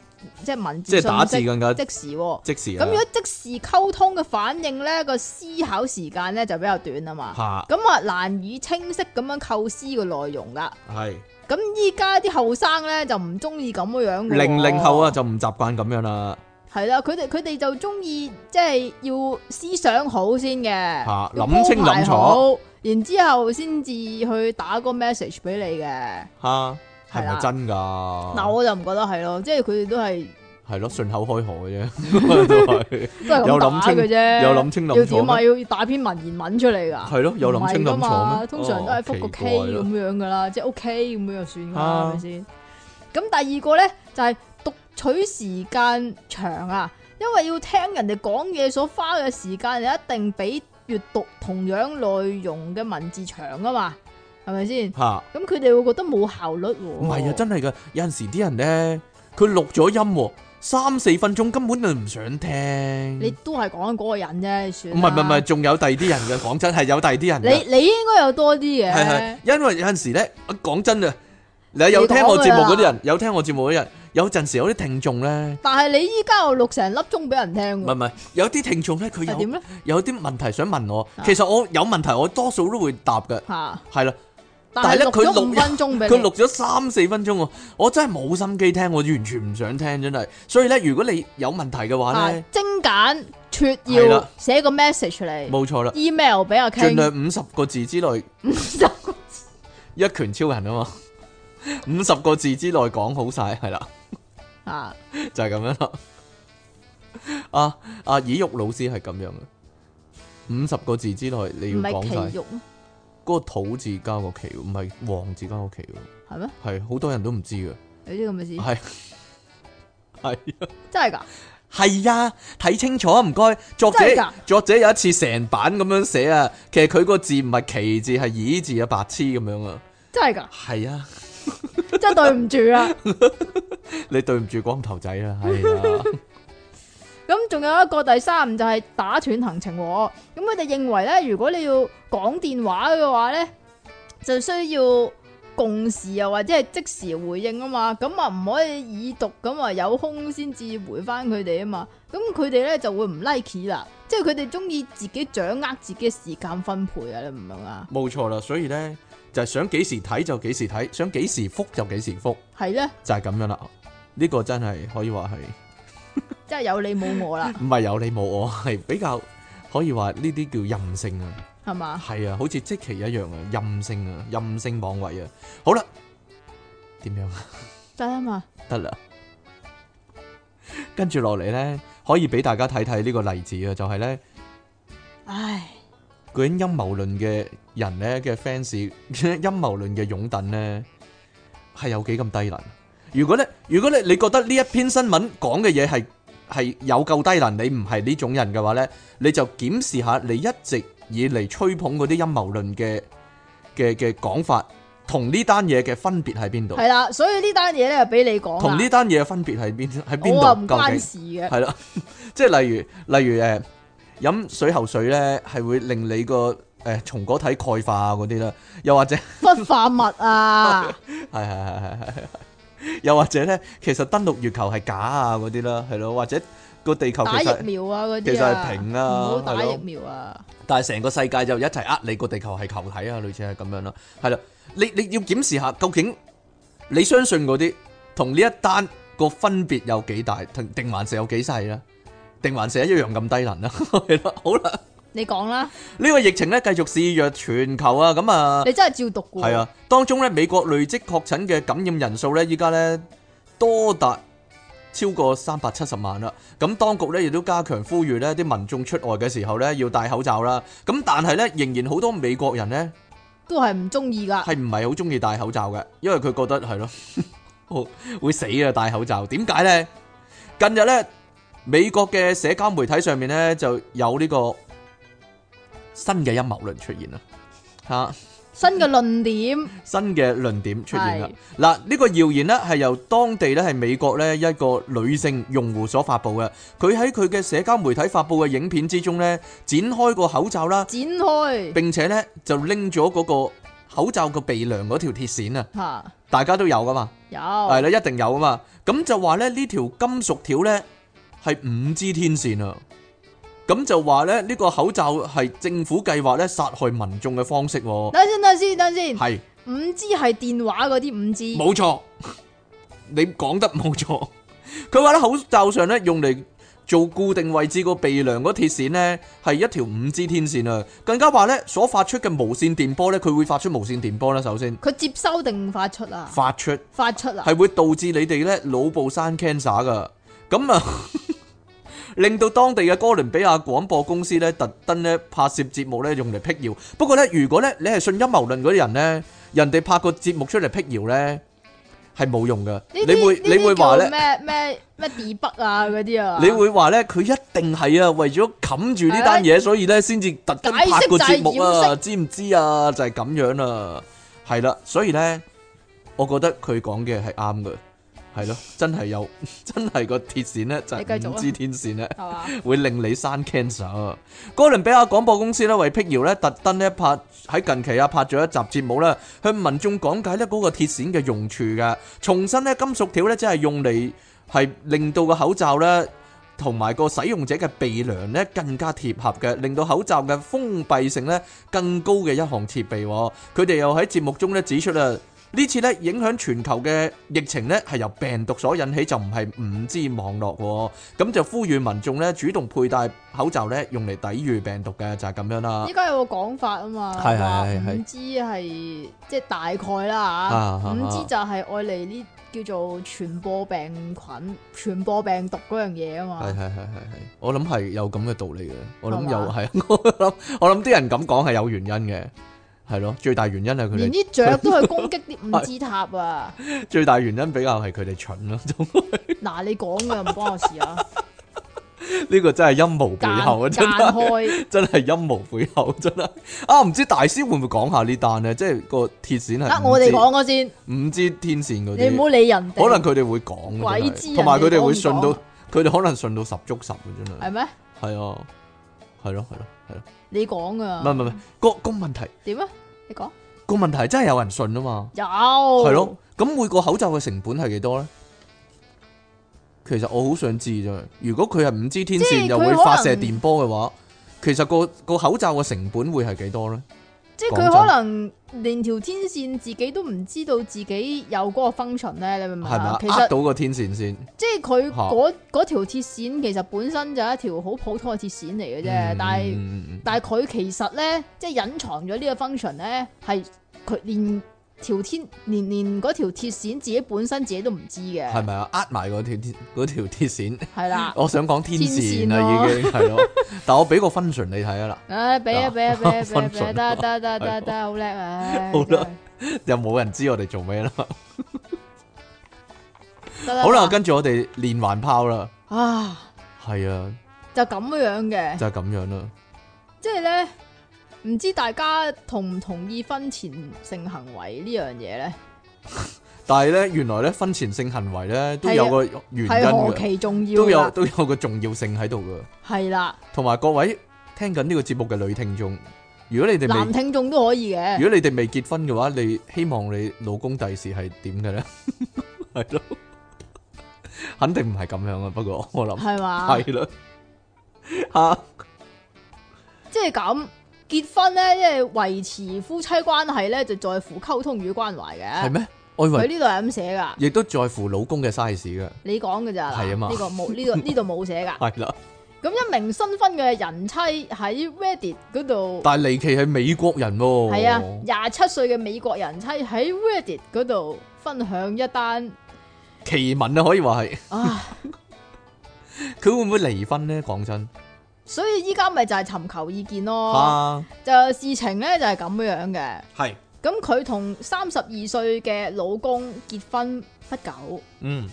S2: 即係文字
S1: 即係打字
S2: 信息
S1: 更加
S2: 即時喎。
S1: 即時
S2: 咁
S1: 啊
S2: 如，果即時溝通嘅反應咧，個思考時間咧就比較短啊嘛。
S1: 吓
S2: 咁啊難以清晰咁樣構思個內容噶。
S1: 係
S2: 咁依家啲後生咧就唔中意咁樣嘅喎
S1: 零零後啊，就唔習慣咁樣啦，
S2: 係啦，佢哋佢哋就中意即係要思想好先嘅，
S1: 嚇
S2: 要
S1: 諗清
S2: 鋪排
S1: 諗楚
S2: 好，然之後先至去打個 message 俾你嘅。
S1: 吓係
S2: 係
S1: 咪
S2: 啦
S1: 真
S2: 嗱，
S1: 㗎？
S2: 我就唔覺得係咯，即係佢哋都係
S1: 係咯，順口開河嘅啫，都係
S2: 都係
S1: 有
S2: 咁
S1: 諗
S2: 打
S1: 清
S2: 嘅啫，
S1: 有諗清諗楚
S2: 要點啊？
S1: 咩
S2: 要要打篇文言文出嚟㗎。
S1: 係咯，有諗清諗
S2: 唔係㗎
S1: 楚
S2: 嘛
S1: 咩？
S2: 通常都係覆個
S1: 哦
S2: K
S1: 奇怪
S2: 咁
S1: 啦
S2: 樣噶啦，即係 OK 咁樣就算噶
S1: 啊
S2: 啦，係咪先？咁第二個咧就係、讀取時間長啊，因為要聽人哋講嘢所花嘅時間，你一定比閱讀同樣內容嘅文字長啊嘛，係咪先？
S1: 嚇。
S2: 咁佢哋會覺得冇效率喎。
S1: 唔係啊，真係噶，有陣時啲人咧，佢錄咗音喎，三四分鐘根本就唔想聽。
S2: 你都係講緊嗰個人啫，算
S1: 唔係唔係唔係，
S2: 係，
S1: 仲有第二啲人嘅，講真係有第二啲人嘅，
S2: 你你應該有多啲
S1: 係係
S2: 嘅，，
S1: 因為有陣時咧，講真啊，你有聽我節目嗰啲人，有聽我節目嗰啲人，有陣時有啲聽眾咧，
S2: 但係你依家又錄成粒鐘俾人聽
S1: 唔係
S2: 喎，
S1: 唔係，有啲聽眾咧，佢
S2: 係點
S1: 有
S2: 咧？
S1: 有啲問題想問我
S2: 啊，
S1: 其實我有問題我多數都會答嘅，
S2: 嚇！
S1: 係啦，
S2: 但
S1: 但係
S2: 係
S1: 咧
S2: 錄
S1: 佢
S2: 咗
S1: 錄
S2: 五分鐘俾
S1: 佢
S2: 你。
S1: 錄咗三四分鐘喎，我真係冇心機聽，我完全唔想聽，真係。所以咧，如果你有問題嘅話
S2: 啊
S1: 咧，，
S2: 精簡撮
S1: 係
S2: 要
S1: 啦
S2: 寫個 message 嚟
S1: 冇錯啦。
S2: ，email 俾阿
S1: 盡量
S2: King，
S1: 五十個字之內，一拳超人啊嘛， 五十個字之內講好晒，係啦，
S2: 啊，
S1: 就係、咁樣啦。 啊啊，以玉老師係咁樣嘅，五十個字之內你
S2: 唔
S1: 要
S2: 係
S1: 講晒
S2: 奇，肉
S1: 嗰個土字加個奇，唔係黃字加個奇喎，
S2: 係咩？
S1: 係好多人都唔知 嘅，
S2: 有啲咁嘅事，
S1: 係係啊。
S2: 真係㗎？
S1: 係啊，睇清楚啊，唔該。作者
S2: 真係㗎
S1: 作者有一次成版咁樣寫啊，其實佢個字唔係奇字，係以字啊，白痴咁樣啊。
S2: 真係㗎？
S1: 係啊。
S2: 真係對唔住啊！
S1: 你對唔住光頭仔啦，係啊，
S2: 咁仲有一個第三就係打斷行程喎。咁佢哋認為咧，如果你要講電話嘅話咧，就需要共時又或者係即時回應啊嘛。咁啊唔可以已讀咁啊，有空先至回翻佢哋啊嘛。咁佢哋咧就會唔 like 啦，即係佢哋中意自己掌握自己嘅時間分配啊，你明唔明啊？
S1: 冇錯啦。所以咧就係、想幾時睇就幾時睇，想幾時復就幾時復，
S2: 係咧，
S1: 就係、咁樣啦。呢、個真係可以話係
S2: 即係有你冇我啦，
S1: 唔係有你冇我，係比較可以話呢啲叫任性啊，
S2: 系嘛？
S1: 係啊，好似即期一樣啊，任性啊，任性妄為啊。好啦，點樣啊？
S2: 得啦嘛，
S1: 得啦，跟住落嚟呢，可以俾大家睇睇呢個例子啊，就係、呢。
S2: 唉，
S1: 究竟陰謀論嘅人咧嘅 fans，陰 謀論嘅擁趸咧係有幾咁低能？如果咧，如果咧，你覺得呢一篇新聞講嘅嘢係係有夠低能，你唔係呢種人嘅話咧，你就檢視下你一直以嚟吹捧嗰啲陰謀論嘅嘅嘅講法，同呢單嘢嘅分別喺邊度
S2: 系？啦，所以呢單嘢咧就俾你講
S1: 同
S2: 啦
S1: 呢，單嘢嘅分別喺邊喺
S2: 我啊
S1: 邊
S2: 唔
S1: 度？究
S2: 關
S1: 竟？
S2: 事嘅，
S1: 係啦， 即係例如例如誒飲水喉水咧，係會令你個誒、呃、松果體鈣化啊嗰啲啦，又或者
S2: 氟化物啊，
S1: 係係係係係，係又或者咧，其實登陸月球係假啊嗰啲啦，係咯，或者個地哦球其
S2: 打疫
S1: 實，
S2: 苗啊嗰啲啊，
S1: 其實係平啊
S2: 唔好打
S1: 係咯
S2: 疫苗啊，
S1: 但係成個世界就一齊呃你個地球係球體啊，類似係咁樣啦，係啦，你你要檢視下究竟你相信嗰啲同呢一單個分別有幾大，定定還是有幾細啦？定還是一樣咁低能啦？ 係啦，好啦。
S2: 你講啦，
S1: 呢個疫情咧繼續肆虐全球啊，咁啊
S2: 你真係照讀嘅，
S1: 係，啊，當中咧美國累積確診嘅感染人數咧，依家咧多達超過三百七十萬啦。咁當局咧亦都加強呼籲咧啲民眾出外嘅時候咧要戴口罩啦。咁但係咧仍然好多美國人咧
S2: 都係唔中 意噶，
S1: 係唔係好中意戴口罩嘅，因為佢覺得係咯，好會死啊戴口罩。點解咧？近日咧美國嘅社交媒體上面咧就有呢個新嘅陰謀論出現啦，嚇、
S2: 新嘅論點
S1: 新嘅論點出現啦
S2: 係。
S1: 嗱，呢個謠言呢係由當地咧係美國呢一個女性用戶所發布嘅。佢喺佢嘅社交媒體發布嘅影片之中呢，展開個口罩啦，
S2: 展開
S1: 並且呢就拎咗嗰個口罩個鼻梁嗰條鐵線啊，
S2: 吓，
S1: 大家都有噶嘛，
S2: 有
S1: 係啦，一定有噶嘛。咁就話咧呢條金屬條呢係五支天線啊。咁就話咧，呢個口罩係政府計劃咧殺害民眾嘅方式喎，
S2: 等先等先等先，
S1: 係。
S2: 五 G 係電話嗰啲五 G，
S1: 冇錯， 你講得冇錯。佢話咧口罩上咧用嚟做固定位置個鼻梁嗰鐵線呢，係一條五支天線啊，更加話咧所發出嘅無線電波咧，佢會發出無線電波啦。首先
S2: 佢接收定發出啊？
S1: 發出
S2: 發出啊？
S1: 係會導致你哋咧腦部生 cancer 噶，咁啊 令到當地嘅哥倫比亞廣播公司咧特登咧拍攝節目咧用嚟辟謠。不過咧，如果咧你係信陰謀論嗰啲人咧，人哋拍個節目出嚟辟謠咧係冇用噶，
S2: 呢
S1: 你
S2: 啲
S1: 會
S2: 呢
S1: 你
S2: 啲
S1: 會話咧
S2: 叫。咩咩咩 debug 啊嗰啲啊？
S1: 你會話咧，佢一定係啊，為咗冚住呢單嘢，所以咧先至特登拍個節目
S2: 解釋就係
S1: 啊，
S2: 掩
S1: 知唔知啊？就係、咁樣啊，係啦，所以咧，我覺得佢講嘅係啱嘅，係咯，真係有， 真係個鐵線咧就
S2: 你繼
S1: 係
S2: 續
S1: 五
S2: 啊
S1: 支天線咧。
S2: 係嘛？
S1: 會令你生 cancer 啊。哥倫比亞廣播公司咧為辟謠咧，特登咧拍喺近期啊拍咗一集節目啦，向民眾講解咧嗰個鐵線嘅用處噶，重申咧金屬條咧即係用嚟係令到個口罩咧。同埋個使用者嘅鼻梁咧更加貼合嘅，令到口罩嘅封閉性咧更高嘅一項設備喎。佢哋又喺節目中咧指出啊，呢次咧影響全球嘅疫情咧係由病毒所引起，就唔係五 G 網絡喎。咁就呼籲民眾咧主動佩戴口罩咧，用嚟抵禦病毒嘅就係、咁樣啦
S2: 依。家有個講法啊嘛，
S1: 係係
S2: 話
S1: 係係
S2: 五 G 係即係大概啦
S1: 啊啊
S2: 嚇，
S1: 啊
S2: 五 G 就係愛嚟呢叫做傳播病菌、傳播病毒嗰樣嘢啊
S1: 係
S2: 嘛。
S1: 係係係係，我諗係有咁嘅道理嘅。我諗有
S2: 係嘛
S1: 係，啊 我諗我諗啲人咁講係有原因嘅，係咯。最大原因係佢
S2: 連
S1: 哋，
S2: 啲雀都去攻擊啲五 G 塔啊！
S1: 最大原因比較係佢哋蠢咯。
S2: 嗱，你講嘅唔關我事啊，
S1: 呢個真係陰謀背
S2: 間
S1: 後啊，真
S2: 間
S1: 係。
S2: 開
S1: 真係陰謀背後，真係啊！唔知大師會唔會講下呢單呢？即係個鐵線係
S2: 得
S1: 五
S2: 啊我哋
S1: 支
S2: 講咗先，
S1: 五支天線嗰
S2: 你唔好
S1: 啲，
S2: 理人
S1: 可
S2: 哋
S1: 能。佢哋會講嘅，
S2: 鬼
S1: 真係
S2: 知人哋啊
S1: 同埋佢哋會信
S2: 講唔
S1: 到
S2: 講，
S1: 佢哋可能信到十足十嘅真係，
S2: 係咩？
S1: 係啊，係咯係咯係咯，
S2: 你講
S1: 唔係
S2: 啊？
S1: 唔係唔係個個問題
S2: 點啊？你講
S1: 個問題真係有人信啊嘛，
S2: 有
S1: 係
S2: 係
S1: 咯，，咁每個口罩嘅成本係幾多呢？其實我好想知啫，如果佢係五支天
S2: 即係
S1: 線
S2: 佢
S1: 又會發射
S2: 可能
S1: 電波嘅話，其實個個口罩嘅成本會係幾多呢？
S2: 即係佢可能連條天線自己都唔知道自己有嗰個 function 咧，你明唔明
S1: 係咪
S2: 啊
S1: 啊？
S2: 其？
S1: 呃
S2: 實
S1: 到個天線先，
S2: 即係佢
S1: 嚇
S2: 嗰嗰條鐵線其實本身就係一條好普通嘅鐵線嚟嘅啫，
S1: 嗯
S2: 但係
S1: 嗯嗯嗯
S2: 但係佢其實咧，即係隱藏咗呢個 function 咧，係佢連條天連連嗰條鐵線自己本身自己都唔知嘅，
S1: 係咪啊？呃埋嗰條天嗰條鐵 線，
S2: 係 啦。
S1: 我想講天線
S2: 天線咯
S1: 啦，已經係 咯。但我俾個 function 你睇啊啦，
S2: 唉，俾啊俾啊俾啊俾 啊
S1: 分
S2: 俾啊，
S1: 寸
S2: 得得得得得，好叻啊！
S1: 好啦
S2: 真係，
S1: 又冇人知我哋做咩啦。
S2: 得啦
S1: 好啦，跟住我哋連環炮啦，
S2: 啊，
S1: 係啊，
S2: 就咁樣嘅，
S1: 就係咁樣啦。
S2: 即係咧，唔知大家同唔同意婚前性行為呢樣嘢咧，
S1: 但係咧，原來咧婚前性行為咧都有個原因
S2: 係何
S1: 嘅，
S2: 其重要
S1: 都有
S2: 啦，
S1: 都有個重要性喺度嘅。
S2: 係啦，
S1: 同埋各位聽緊呢個節目嘅女聽眾，如果你哋
S2: 男
S1: 未
S2: 聽眾都可以嘅，
S1: 如果你哋未結婚嘅話，你希望你老公第時係點嘅咧？ 係咯，肯定唔係咁樣啊。不過我諗
S2: 係嘛？
S1: 係啦，吓
S2: 即係咁，結婚咧，即係維持夫妻關係咧，就在乎溝通與關懷
S1: 係
S2: 嘅。
S1: 咩？我以
S2: 佢
S1: 為
S2: 呢度係咁寫㗎，
S1: 亦都在乎老公嘅 size 嘅，
S2: 你講㗎咋？
S1: 係啊嘛
S2: 呢個冇呢度 呢度冇寫㗎。
S1: 係啦。
S2: 咁一名新婚嘅人妻喺 Reddit 嗰度，
S1: 但係離奇係美國人喎，
S2: 係啊，廿七歲嘅美國人妻喺 Reddit 嗰度分享一單
S1: 奇聞啊，可以話係。
S2: 啊，
S1: 佢會唔會離婚咧？講真，
S2: 所以依家咪就係尋求意見咯。
S1: 啊，
S2: 就事情咧就係咁樣嘅。
S1: 係，
S2: 咁佢同三十二歲嘅老公結婚不久。
S1: 嗯，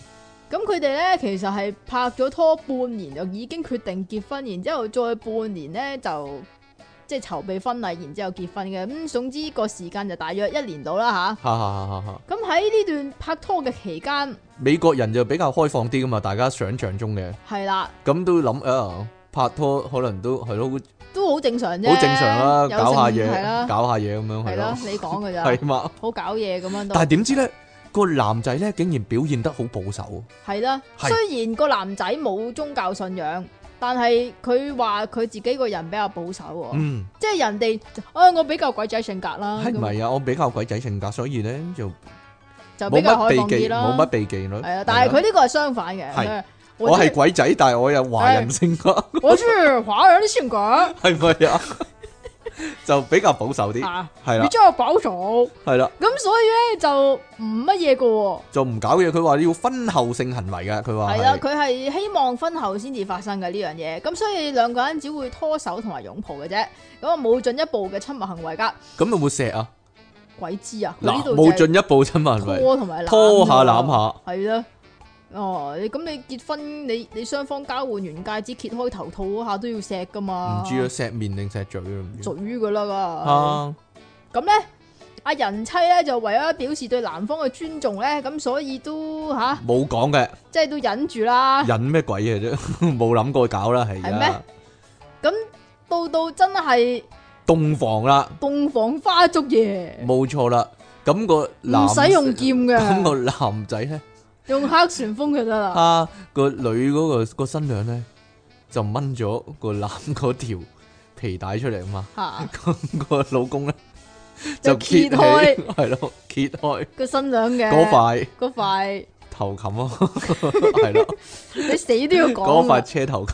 S2: 咁佢哋咧，其實係拍咗拖半年就已經決定結婚，然之後再半年咧就即係籌備婚禮，然之後結婚嘅。咁、總之個時間就大約一年到啦
S1: 哈哈哈哈哈！
S2: 吓。咁喺呢段拍拖嘅期間，
S1: 美國人就比較開放啲噶嘛，大家想象中嘅，
S2: 係啦，
S1: 咁都諗啊，拍拖可能都係咯，好
S2: 都好正常啫，
S1: 正常啦，
S2: 有
S1: 搞下
S2: 性係
S1: 嘢，
S2: 啦，
S1: 搞下嘢咁樣
S2: 係
S1: 係
S2: 啦
S1: 咯，，
S2: 你講噶咋，
S1: 係嘛？
S2: 好搞嘢咁樣都
S1: 但係點知咧，個男仔咧竟然表現得好保守，
S2: 係啦。
S1: 係
S2: 雖然個男仔冇宗教信仰，但係佢話佢自己個人比較保守喎，
S1: 嗯，
S2: 即係人哋啊我比較鬼仔性格啦，
S1: 係
S2: 咁
S1: 咪啊？我比較鬼仔性格，所以咧就
S2: 就
S1: 冇
S2: 比
S1: 乜
S2: 較開放
S1: 避
S2: 啲
S1: 忌，
S2: 啦。
S1: 冇乜避忌咯。
S2: 系啊，但系佢呢個係相反嘅。
S1: 係
S2: 佢
S1: 我係
S2: 中
S1: 鬼仔，但係我有華人性格，
S2: 意我是华人的性格
S1: 係咪啊？就比較保守啲，
S2: 啊，
S1: 係啦
S2: 比，較保守，
S1: 係啦。
S2: 咁所以咧就唔乜嘢噶喎。
S1: 就唔搞嘢。佢話要婚後性行為嘅，佢話
S2: 係啦，
S1: 係
S2: 佢係希望婚後先至發生嘅呢樣嘢，咁所以兩個人只會拖手同埋擁抱嘅啫，咁啊冇進一步嘅親密行為噶，
S1: 咁有冇錫啊？
S2: 鬼知啊！佢呢
S1: 嗱，
S2: 度
S1: 冇
S2: 就係
S1: 進一步親密行為，
S2: 拖同埋攬
S1: 拖下
S2: 喎
S1: 攬，下，
S2: 係啦。哦，你咁你結婚，你你雙方交換完戒指揭開頭套嗰下都要錫噶嘛？
S1: 唔知啊，錫面定錫嘴都唔知
S2: 嘴噶啦㗎。
S1: 啊，
S2: 咁咧，阿人妻咧就為咗表示對男方嘅尊重咧，咁所以都吓、
S1: 冇講嘅，
S2: 即係都忍住啦。
S1: 忍咩鬼嘢啫？ 冇諗過搞啦，係
S2: 係
S1: 啊
S2: 咩，到到真係
S1: 洞房啦，
S2: 洞房花燭夜，
S1: 冇錯啦。咁個
S2: 唔
S1: 男
S2: 使用劍
S1: 咁
S2: 嘅，
S1: 個 男仔咧，
S2: 用黑旋風就得啦。
S1: 啊個女嗰個個新娘咧就掹咗個男嗰條皮帶出嚟 啊嘛，
S2: 吓，
S1: 咁個老公咧
S2: 就
S1: 就揭
S2: 揭
S1: 起，
S2: 開
S1: 係咯，揭開
S2: 個新娘嘅
S1: 嗰塊。
S2: 嗰塊，
S1: 头 冚咯，系咯，
S2: 你死都 要
S1: 嗰
S2: 講
S1: 塊
S2: 啊！
S1: 車頭冚，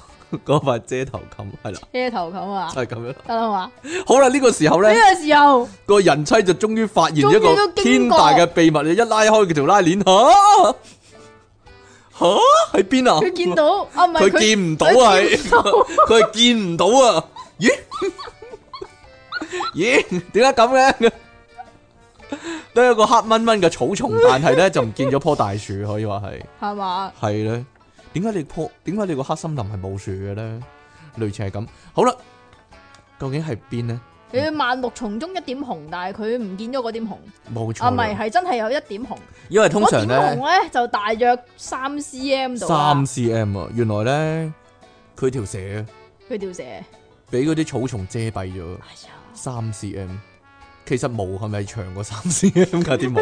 S1: 嗰塊遮頭冚，係啦，
S2: 車頭咁啊
S1: 就，係咁樣。
S2: 得啦嘛。
S1: 好啦，呢個時候
S2: 呢
S1: 咧，
S2: 個時候，
S1: 個人妻就終於發現
S2: 終
S1: 一
S2: 於都
S1: 個
S2: 經
S1: 天
S2: 過
S1: 大嘅秘密，你一拉開佢條拉鏈，吓吓喺邊啊？
S2: 佢見到啊，唔係
S1: 佢見唔到啊，係
S2: 佢見唔 到
S1: 佢係見唔到啊？咦咦，點解咁嘅？都有個黑蚊蚊嘅草叢，但係咧就唔見咗棵大樹，可以話係。
S2: 係嘛？
S1: 系咧，點解你棵點解你個黑森林係冇樹嘅咧？類似係咁。好啦，究竟係邊咧？
S2: 佢萬綠叢中一點紅，但係佢唔見咗嗰點紅。
S1: 冇錯
S2: 啊，唔
S1: 啦，
S2: 係，係真係有一點紅。
S1: 因為通
S2: 嗰
S1: 常
S2: 點
S1: 咧
S2: 紅咧就大約三 cm 度啦
S1: 三 cm 啊，原來咧佢條蛇
S2: 佢條蛇，哎
S1: 俾嗰啲草叢遮蔽咗
S2: 呀，
S1: 三 cm。其實毛係咪長過三 cm 㗎啲毛？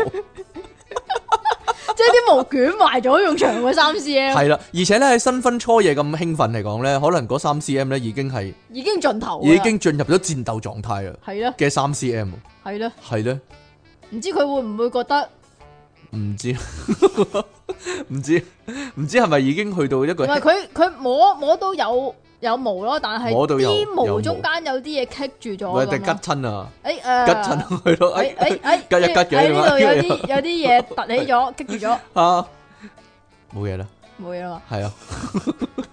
S2: 即係啲毛捲埋咗用長嗰三 cm，
S1: 系啦，而且咧喺新婚初夜咁興奮嚟講咧，可能嗰三 cm 咧已經係
S2: 已經盡頭㗎
S1: 已
S2: 啦，
S1: 經進入咗戰鬥狀態啦啊
S2: 係啦
S1: 嘅三 cm，
S2: 係啦，
S1: 係咧，
S2: 唔知佢會唔會覺得
S1: 唔知 唔知唔知係咪已經去到一
S2: 唔
S1: 個
S2: 係佢佢摸摸到有有毛咯，但係
S1: 摸到有
S2: 啲
S1: 有毛
S2: 毛中間有啲嘢棘住
S1: 喂
S2: 咗
S1: 定吉親
S2: 咁啊！
S1: 啊，
S2: 誒
S1: 吉
S2: 誒，
S1: 親去哎咯，
S2: 誒誒誒，
S1: 吉一吉嘅
S2: 喺哎呢度有
S1: 咁樣
S2: 啲有啲嘢突起咗，棘住咗，
S1: 啊，冇嘢啦。
S2: 冇嘢啦嘛。
S1: 系啊，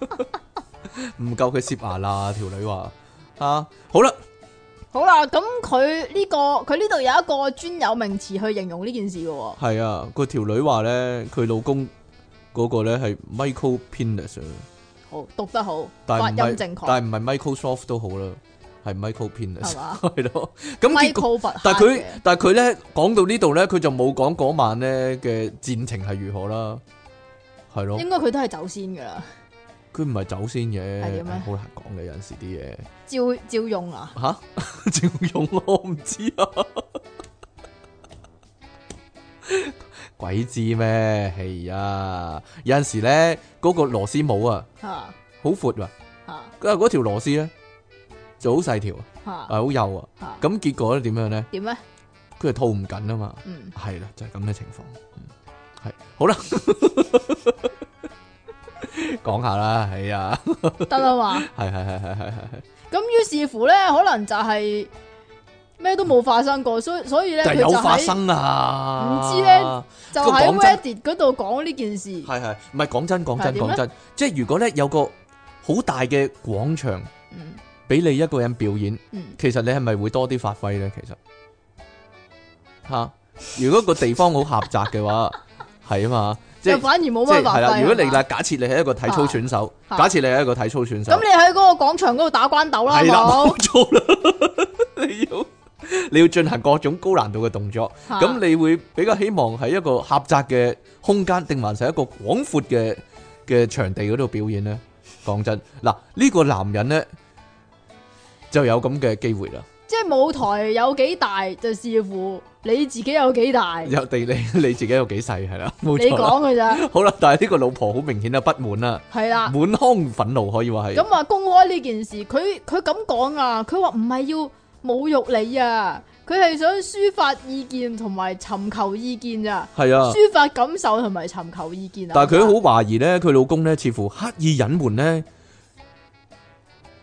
S1: 唔夠佢攝牙啦，條女話啊，好啦，
S2: 好啦，咁佢呢個佢呢度有一個專有名詞去形容呢件事嘅喎，
S1: 係啊，個條女話咧，佢老公嗰個咧係 Michael Penis，啊
S2: 好讀得好，
S1: 但
S2: 發
S1: 係唔
S2: 音
S1: 係
S2: 正，確
S1: 但係唔係 Microsoft 都好啦，係 Michael
S2: 係
S1: Penis，
S2: 嘛
S1: 係咯，咁結果，
S2: ？Michael
S1: 但係佢
S2: 佢
S1: 但係佢咧講到呢度咧，佢就冇講嗰晚咧嘅戰情係如何啦，係咯。
S2: 應該佢都係走先㗎啦，
S1: 佢唔係走先嘅，
S2: 係點咧
S1: 唉好難講嘅，有陣時啲嘢。
S2: 照照用啊！
S1: 吓？ 趙勇我唔知啊，鬼知咩？係啊，有阵时咧嗰、個螺絲帽啊，
S2: 嚇
S1: 好闊啊，
S2: 嚇
S1: 佢嗰條螺絲咧就好細條啊，
S2: 嚇
S1: 係好幼啊，
S2: 嚇
S1: 咁結果咧點樣咧？
S2: 點咧？
S1: 佢係套唔緊啊嘛，
S2: 嗯，
S1: 係啦，就係咁嘅情況，嗯係好 啦，講下啦，係啊，
S2: 得啦嘛。
S1: 係係係係係係，
S2: 咁於是乎咧，可能就係咩都冇發生過，所以所以咧
S1: 但
S2: 佢
S1: 係
S2: 就
S1: 有發
S2: 喺
S1: 生啊，
S2: 唔知呢就喺
S1: 講真
S2: Reddit 嗰度講呢件事，
S1: 係係，唔係講真講真
S2: 係點
S1: 講
S2: 咧
S1: 真，即係如果咧有個好大嘅廣場
S2: 嗯
S1: 俾你一個人表演，
S2: 嗯，
S1: 其實你係咪會多啲發揮咧？其實吓、如果個地方好狹窄嘅話， 係啊嘛，即
S2: 就
S1: 係
S2: 反而冇
S1: 即
S2: 乜
S1: 係
S2: 辦法
S1: 係啦。如果你
S2: 係嘛
S1: 啦，假設你係一個體操選手，
S2: 啊
S1: 假設你係一個體操選手
S2: 咁，你喺嗰個廣場嗰度打關鬥啦，
S1: 係啦，
S2: 好
S1: 冇
S2: 冇？
S1: 錯啦，你要你要進行各種高難度嘅動作。
S2: 嚇
S1: 咁你會比較希望喺一個狹窄嘅空間，定還是一個廣闊嘅嘅場地嗰度表演呢？講真，嗱呢、個男人呢，就有咁嘅機會啦，
S2: 即係舞台有幾大就視乎你自己有幾大，你
S1: 有地理你自己有幾細 係啦，冇錯啦。
S2: 講嘅咋，
S1: 好啦，但係呢個老婆好明顯啊不滿啦，
S2: 係啦。
S1: 滿腔憤怒可以話係
S2: 咁啊，公開呢件事，佢佢咁講啊，佢話唔係要侮辱你啊，佢係想抒發意見同埋尋求意見咋。
S1: 係啊。
S2: 抒發感受同埋尋求意見啊！
S1: 但係佢好懷疑呢，佢老公呢，似乎刻意隱瞞呢，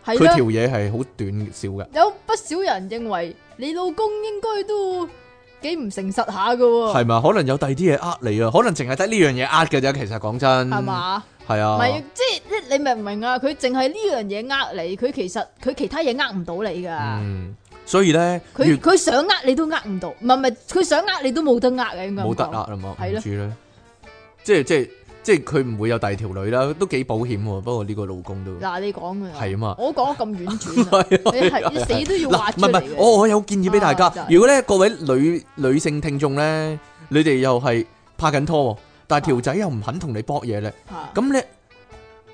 S2: 好
S1: 佢
S2: 係啦
S1: 條，嘢係好短小嘅。
S2: 有不少人認為你老公應該都幾唔誠實下嘅喎，
S1: 係咪啊？可能有第二啲嘢呃你啊，可能淨係得呢樣嘢呃嘅啫。其實講真，
S2: 係？嘛？
S1: 係
S2: 唔
S1: 啊，
S2: 係即係你你明唔明啊？佢淨係呢樣嘢呃你，佢其實佢其他嘢呃唔到你㗎。
S1: 嗯，所以咧，越
S2: 啊佢佢想呃你都呃唔到，唔係唔係，佢想呃你都冇得呃嘅，應該咁
S1: 冇得呃
S2: 講
S1: 啦嘛，
S2: 係
S1: 唔
S2: 咯
S1: 知咧，即係即係即係佢唔會有第二條女啦，都幾保險喎。不過呢個老公都
S2: 嗱，你講㗎
S1: 係啊嘛
S2: 我講得咁婉轉啊，你
S1: 係
S2: 係你死都要挖
S1: 嗱，唔
S2: 出
S1: 係唔
S2: 嚟
S1: 係，
S2: 嘅。
S1: 我我有建議俾大家
S2: 啊就，係
S1: 如果咧各位女女性聽眾咧，你哋又係拍緊拖喎，但
S2: 啊
S1: 係條仔又唔肯同你搏嘢咧，
S2: 嚇
S1: 咁咧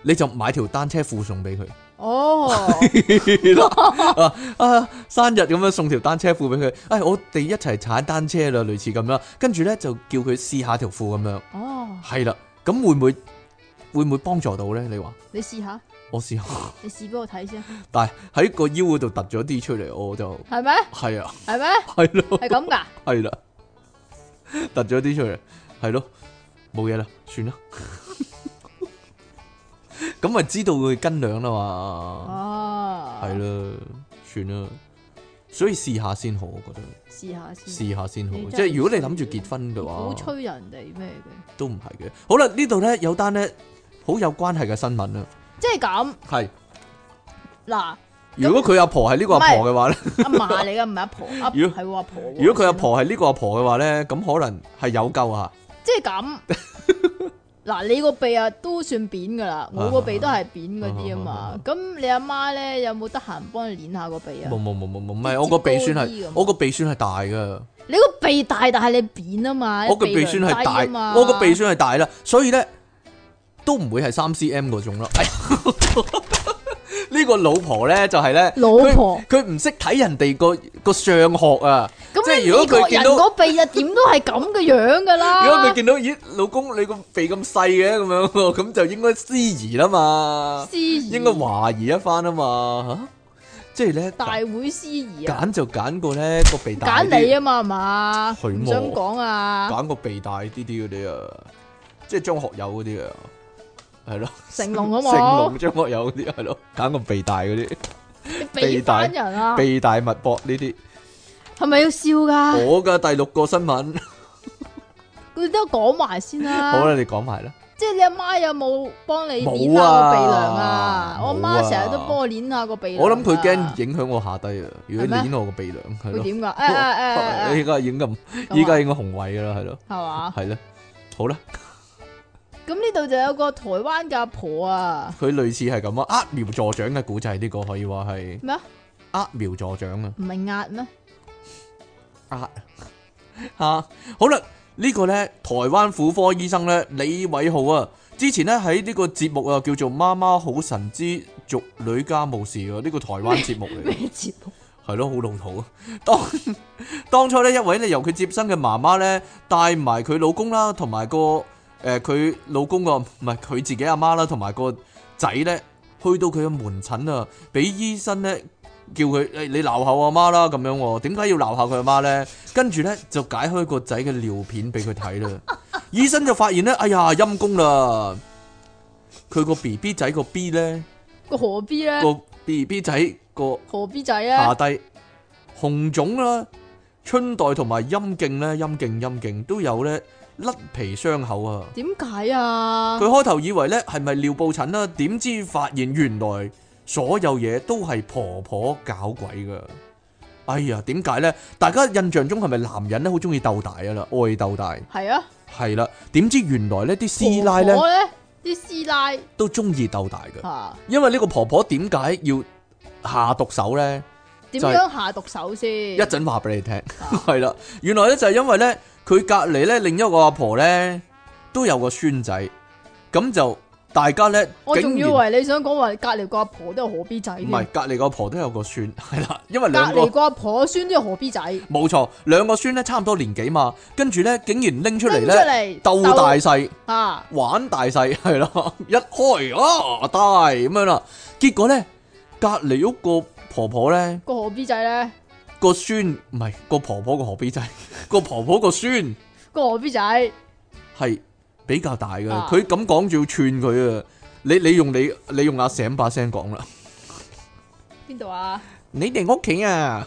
S1: 你就買條單車褲送俾佢。
S2: 哦，
S1: 啊啊！生日咁樣送條單車褲俾佢，哎，我哋一齊踩單車啦，類似咁啦。跟住咧就叫佢試下條褲咁樣，
S2: 哦，
S1: 係啦。咁會唔會會唔會幫助到咧？你話
S2: 你試下，
S1: 我試下，
S2: 你試俾我睇先，
S1: 但係喺個腰嗰度突咗啲出嚟，我就
S2: 係咪？
S1: 係啊，
S2: 係咪？
S1: 係咯，
S2: 係咁㗎？
S1: 係啦，突咗啲出嚟，係咯，冇嘢啦，算啦。 咁咪知道佢斤兩啦嘛，
S2: 哦，
S1: 係啦，算啦。所以試下先好，我覺得。
S2: 試下先。
S1: 試下先好，
S2: 你
S1: 即
S2: 嗯真係
S1: 係如果你諗住結婚嘅
S2: 好
S1: 話，
S2: 催人哋咩嘅？
S1: 都唔係嘅。好啦，呢度咧有單咧好有關係嘅新聞啊啦，
S2: 即係咁
S1: 係
S2: 嗱，
S1: 如果佢阿婆係呢個阿婆嘅話咧，
S2: 阿嫲嚟嘅唔係阿婆，阿
S1: 如果
S2: 係喎阿婆喎。
S1: 如果佢阿婆係呢個阿婆嘅話咧，咁可能係有救啊！
S2: 即係咁 嗱，你個鼻啊都算扁噶啦，我個鼻都係扁嗰啲啊
S1: 啊
S2: 嘛。咁你阿媽咧有冇得閒幫你捏下個鼻啊
S1: 冇？冇冇冇冇，唔
S2: 接
S1: 係我個鼻酸
S2: 高啲
S1: 係
S2: 咁
S1: 我個鼻酸係大嘅，
S2: 你個鼻大，但係你扁啊嘛。
S1: 我個鼻
S2: 酸
S1: 酸係
S2: 啊
S1: 大，我個鼻酸係大啦，所以咧都唔會係三 cm 嗰種咯。哎呀呢個老婆咧就係咧，
S2: 老婆
S1: 佢佢唔識睇人哋個個相學啊！即
S2: 咁
S1: 係
S2: 你
S1: 如果
S2: 美國
S1: 佢
S2: 人
S1: 見到
S2: 嗰鼻啊，點都係咁嘅樣噶 啦。
S1: 如果佢見到咦老公你個鼻咁細嘅咁樣， 咁就應該思疑啦嘛，
S2: 司儀
S1: 應該懷疑一番啊嘛嚇即係咧
S2: 大會司儀啊，
S1: 揀就揀個咧個鼻大
S2: 揀
S1: 啲
S2: 你啊嘛，係嘛？
S1: 佢
S2: 唔
S1: 冇
S2: 想講啊，
S1: 揀個鼻大啲啲嗰啲啊，即係張學友嗰啲啊，係咯，
S2: 成龍好冇
S1: 成龍張學友嗰啲係咯，揀個鼻大嗰啲，
S2: 你俾翻人啊，
S1: 鼻大脈搏呢啲，
S2: 係咪要笑噶？
S1: 我嘅第六個新聞，
S2: 佢都講埋先
S1: 好
S2: 啦。
S1: 啦，你講埋啦，
S2: 即係你阿媽有冇幫你捏
S1: 冇
S2: 下
S1: 啊
S2: 個鼻梁啊？我阿
S1: 冇啊
S2: 媽成日都幫我捏下個鼻梁啊。
S1: 我諗佢驚影響我下低啊，如果
S2: 係咩
S1: 捏我個鼻梁係
S2: 會
S1: 咯，
S2: 點㗎？誒誒誒
S1: 依
S2: 誒，
S1: 家影咁，
S2: 啊
S1: 依家應該紅位噶啦，係咯，
S2: 係嘛？
S1: 係咯，好啦，
S2: 咁呢度就有個台灣嘅阿婆啊，
S1: 佢類似係咁啊，揠苗助長嘅古仔呢個可以話係
S2: 咩啊？
S1: 揠苗助長啊。
S2: 唔係壓 咩？
S1: 啊啊，好啦，呢、個呢，台灣婦科醫生呢，李偉浩啊，之前呢喺呢個節目啊叫做《媽媽好神之族女家務事》啊，呢、個台灣節目嚟
S2: 咩
S1: 嘅，
S2: 節目？
S1: 係咯，好老土啊。 當當初呢，一位呢由佢接生嘅媽媽呢，帶埋佢老公啦，同埋個誒佢、老公啊個唔係佢自己阿媽啦，同埋個仔呢，去到佢嘅門診啊，俾醫生呢。叫佢誒你鬧下我阿媽啦咁樣喎，點解要鬧下佢阿媽呢？跟住呢，就解開個仔嘅尿片俾佢睇啦，醫生就發現呢，哎呀陰公啦，佢個 B B 仔個 B 呢，
S2: 個何必咧？
S1: 個啊 B B 仔個
S2: 何必仔啊咧？
S1: 下低紅腫啦，春代同埋陰莖呢，陰莖陰莖都有呢甩皮傷口啊！
S2: 點解啊
S1: 佢？開頭以為呢係咪尿布疹啦，點知發現原來所有嘢都係婆婆搞鬼噶。哎呀，點解呢？大家印象中係咪男人呢好中意鬥大啊啦，愛鬥大
S2: 係啊，
S1: 係啦。點知原來呢啲師奶呢
S2: 我咧啲師奶啊
S1: 都中意鬥大噶，
S2: 吓，
S1: 因為呢個婆婆點解要下毒手呢？
S2: 點
S1: 就係
S2: 樣下毒手先？啊
S1: 一陣話俾你聽，係啦。原來呢就係因為呢，佢隔離呢另一個阿婆呢都有個孫仔，咁就大家呢，
S2: 我仲
S1: 竟
S2: 以
S1: 然
S2: 為你想講話隔離個阿婆都有何必仔
S1: 唔
S2: 添，
S1: 係
S2: 隔
S1: 隔離個阿婆都有個孫，係啦， 因為兩個
S2: 離個阿婆孫都有何必仔，
S1: 冇錯，兩個孫咧差唔多年紀嘛，跟住咧竟然拎出嚟
S2: 拎出
S1: 咧
S2: 嚟
S1: 鬥大細，
S2: 啊！
S1: 玩大細係咯， 一開啊大咁樣啦，結果咧隔離屋個婆婆咧
S2: 個何必仔咧，
S1: 個孫唔係個婆婆個何必仔， 個婆婆個孫
S2: 個何必仔
S1: 係比較大嘅，
S2: 啊
S1: 佢咁講就要串佢啊！你你用你你用阿醒把聲講啦，
S2: 邊度啊？
S1: 你哋屋企啊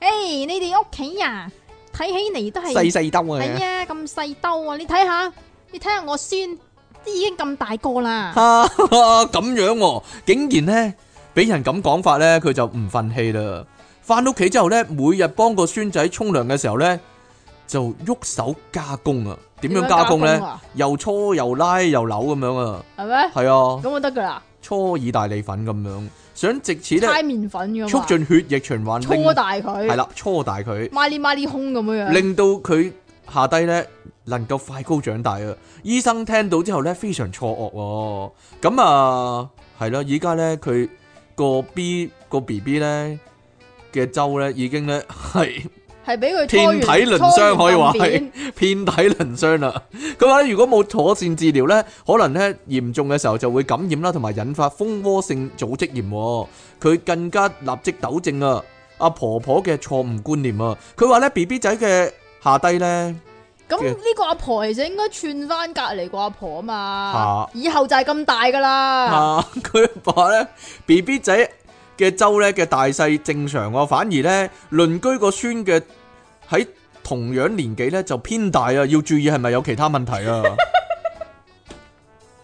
S2: 誒，你哋屋企啊，睇起嚟都
S1: 細
S2: 係
S1: 細兜啊！
S2: 係啊，咁細兜啊！你睇下，你睇下我孫都已經咁大個啦，
S1: 哈哈啊咁樣喎、竟然呢，俾人咁講法呢，佢就唔憤氣啦。翻屋企之後呢，每日幫個孫仔沖涼嘅時候呢，就喐手加工啊。點樣加工
S2: 點樣
S1: 呢？
S2: 加啊？
S1: 又搓又拉又扭咁樣啊，
S2: 係咩？
S1: 係啊，
S2: 咁就得噶啦，
S1: 搓意大利粉咁樣，想藉此呢
S2: 猜麵粉咁
S1: 促
S2: 啊，
S1: 進血液循環，令
S2: 搓大佢，
S1: 係啦，搓大佢。
S2: 孖呢孖呢胸咁樣樣。
S1: 令到佢下低呢能夠快高長大啊！醫生聽到之後呢，非常錯愕喎。咁啊，係啦，而家呢，佢個 B 個 B B 呢嘅周呢已經呢係
S2: 系俾佢
S1: 遍體鱗傷可以話
S2: 话
S1: 係遍體鱗傷啦。佢話呢，如果冇妥善治療呢，可能呢嚴重嘅時候就會感染啦，同埋引發蜂窩性組織炎喎。佢更加立即糾正啊阿婆婆嘅錯誤觀念啊！佢話呢 B B 仔嘅下低呢。
S2: 咁呢個阿婆其實應該串翻隔離個阿婆啊嘛
S1: 啊，
S2: 以後就係咁大噶啦，
S1: 啊， 佢話咧 B B 仔嘅周咧嘅大細正常喎，反而咧鄰居個孫嘅喺同樣年紀咧就偏大啊，要注意係咪有其他問題 啊？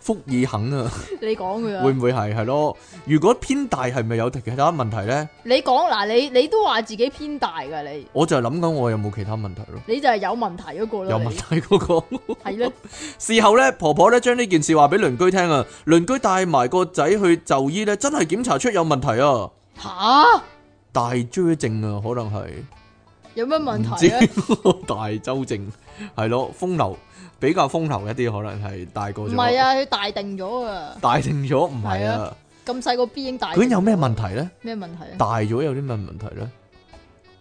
S1: 福爾肯啊，
S2: 你講佢
S1: 會
S2: 啊，
S1: 唔會係係咯？如果偏大係咪有其他問題咧？
S2: 你講嗱，你你都話自己偏大噶，你
S1: 我就係諗緊我有冇其他問題咯，
S2: 你就係有問題嗰個
S1: 有
S2: 咯，
S1: 問
S2: 你
S1: 題嗰、個。
S2: 係咧，
S1: 事後咧，婆婆咧將呢件事話俾鄰居聽啊，鄰居帶埋個仔去就醫咧，真係檢查出有問題啊！
S2: 吓
S1: 大疽症啊，可能係
S2: 有咩問
S1: 唔
S2: 題
S1: 知
S2: 啊？
S1: 大周症係咯，風流比較風流一啲，可能係大個
S2: 唔
S1: 咗，
S2: 係啊，佢大定咗啊，
S1: 大定咗唔係
S2: 係
S1: 啊，
S2: 咁細個 B 已經大咗。
S1: 究竟有咩問題咧？
S2: 咩問題啊咧？
S1: 大咗有啲咩問題咧？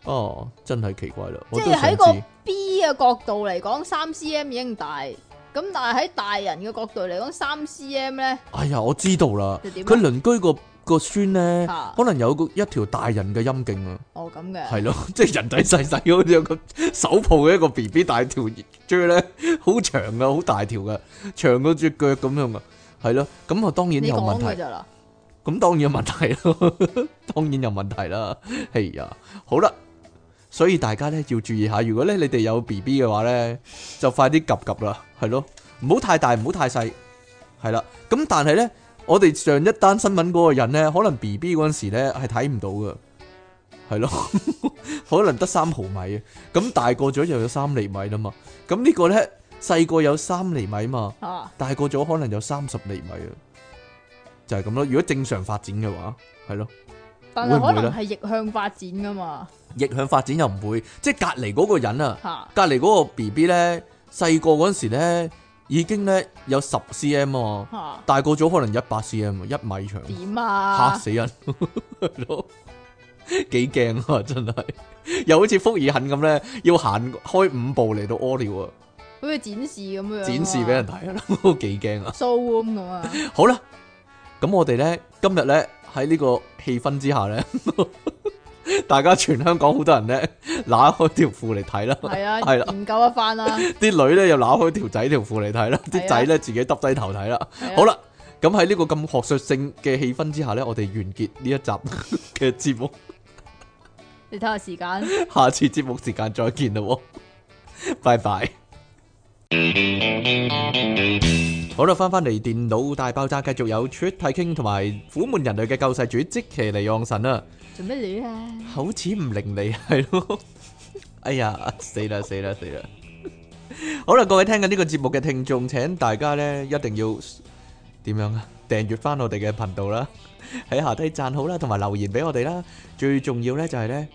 S1: 哦，真係奇怪啦，我
S2: 即
S1: 都
S2: 係
S1: 想
S2: 喺個
S1: 知。
S2: B 嘅角度嚟講，三 cm 已經大，咁但係喺大人嘅角度嚟講，三 cm 咧
S1: 哎呀，我知道啦，
S2: 就點啊
S1: 佢鄰居個個孫咧
S2: 啊，
S1: 可能有個一條大人嘅陰莖啊。
S2: 哦咁嘅，
S1: 系咯， 即系人仔細細好似有個手抱嘅一個 B B 大條追咧，好長噶，好大條噶，長過只腳咁樣噶，係咯，咁啊當然
S2: 你
S1: 有問
S2: 講嘅
S1: 題，
S2: 咋啦？
S1: 咁 當然有問題咯，當然有問題啦，係啊，好啦，所以大家咧要注意下，如果咧你哋有 B B 嘅話咧，就快啲及及啦，係咯，唔好太大，唔好太細，係啦，咁但係咧，我哋上一單新聞嗰個人咧，可能 B B 嗰陣時咧係睇唔到噶。係咯， 可能得三毫米啊，咁大個咗就有三厘米啦嘛，咁呢個咧細個有三厘米嘛，
S2: 啊，
S1: 大個咗可能有三十厘米啊，就係咁咯。如果正常發展嘅話，係咯，
S2: 但係
S1: 會唔會
S2: 可
S1: 呢
S2: 能係逆向發展噶嘛，
S1: 逆向發展又唔會，即係隔離嗰個人啊，
S2: 吓
S1: 隔離嗰個 B B 咧細個嗰陣時咧已經咧有十 C M 啊，
S2: 吓
S1: 大個咗可能一百 C M 啊，一米長。
S2: 點
S1: 吓
S2: 啊？
S1: 死人，係咯，幾驚啊！真係，又好似福爾肯咁咧，要行開五步嚟到屙尿啊，
S2: 好似展示咁樣啊，
S1: 展示俾人睇啊，都幾驚啊！
S2: show room 咁啊，
S1: 好啦，咁我哋咧今日咧喺呢個氣氛之下咧， 大家全香港好多人咧揦開條褲嚟睇啦，
S2: 係啊，
S1: 係啦，
S2: 研究一 番啦，
S1: 啲女咧又揦開條仔條褲嚟睇啦，
S2: 係
S1: 啲
S2: 啊
S1: 仔咧自己耷低頭睇啦。
S2: 係啊
S1: 好，啦，咁喺呢個咁學術性嘅氣氛之下咧，我哋完結呢一集嘅節目。
S2: 你睇下時間。
S1: 下次節目時間再見 啦喎，拜拜。好啦，翻翻嚟電腦大爆炸，繼續有出體傾同埋苦悶人類嘅救世主即其尼昂神啊，
S2: 做咩你啊？
S1: 口齒唔伶俐係咯，哎呀死啦死啦死啦！好啦，各位聽緊呢個節目嘅聽眾，請大家呢一定要點樣啊？訂閱翻我哋嘅頻道啦，喺下低讚好啦，同埋留言俾我哋啦。最重要呢就係呢。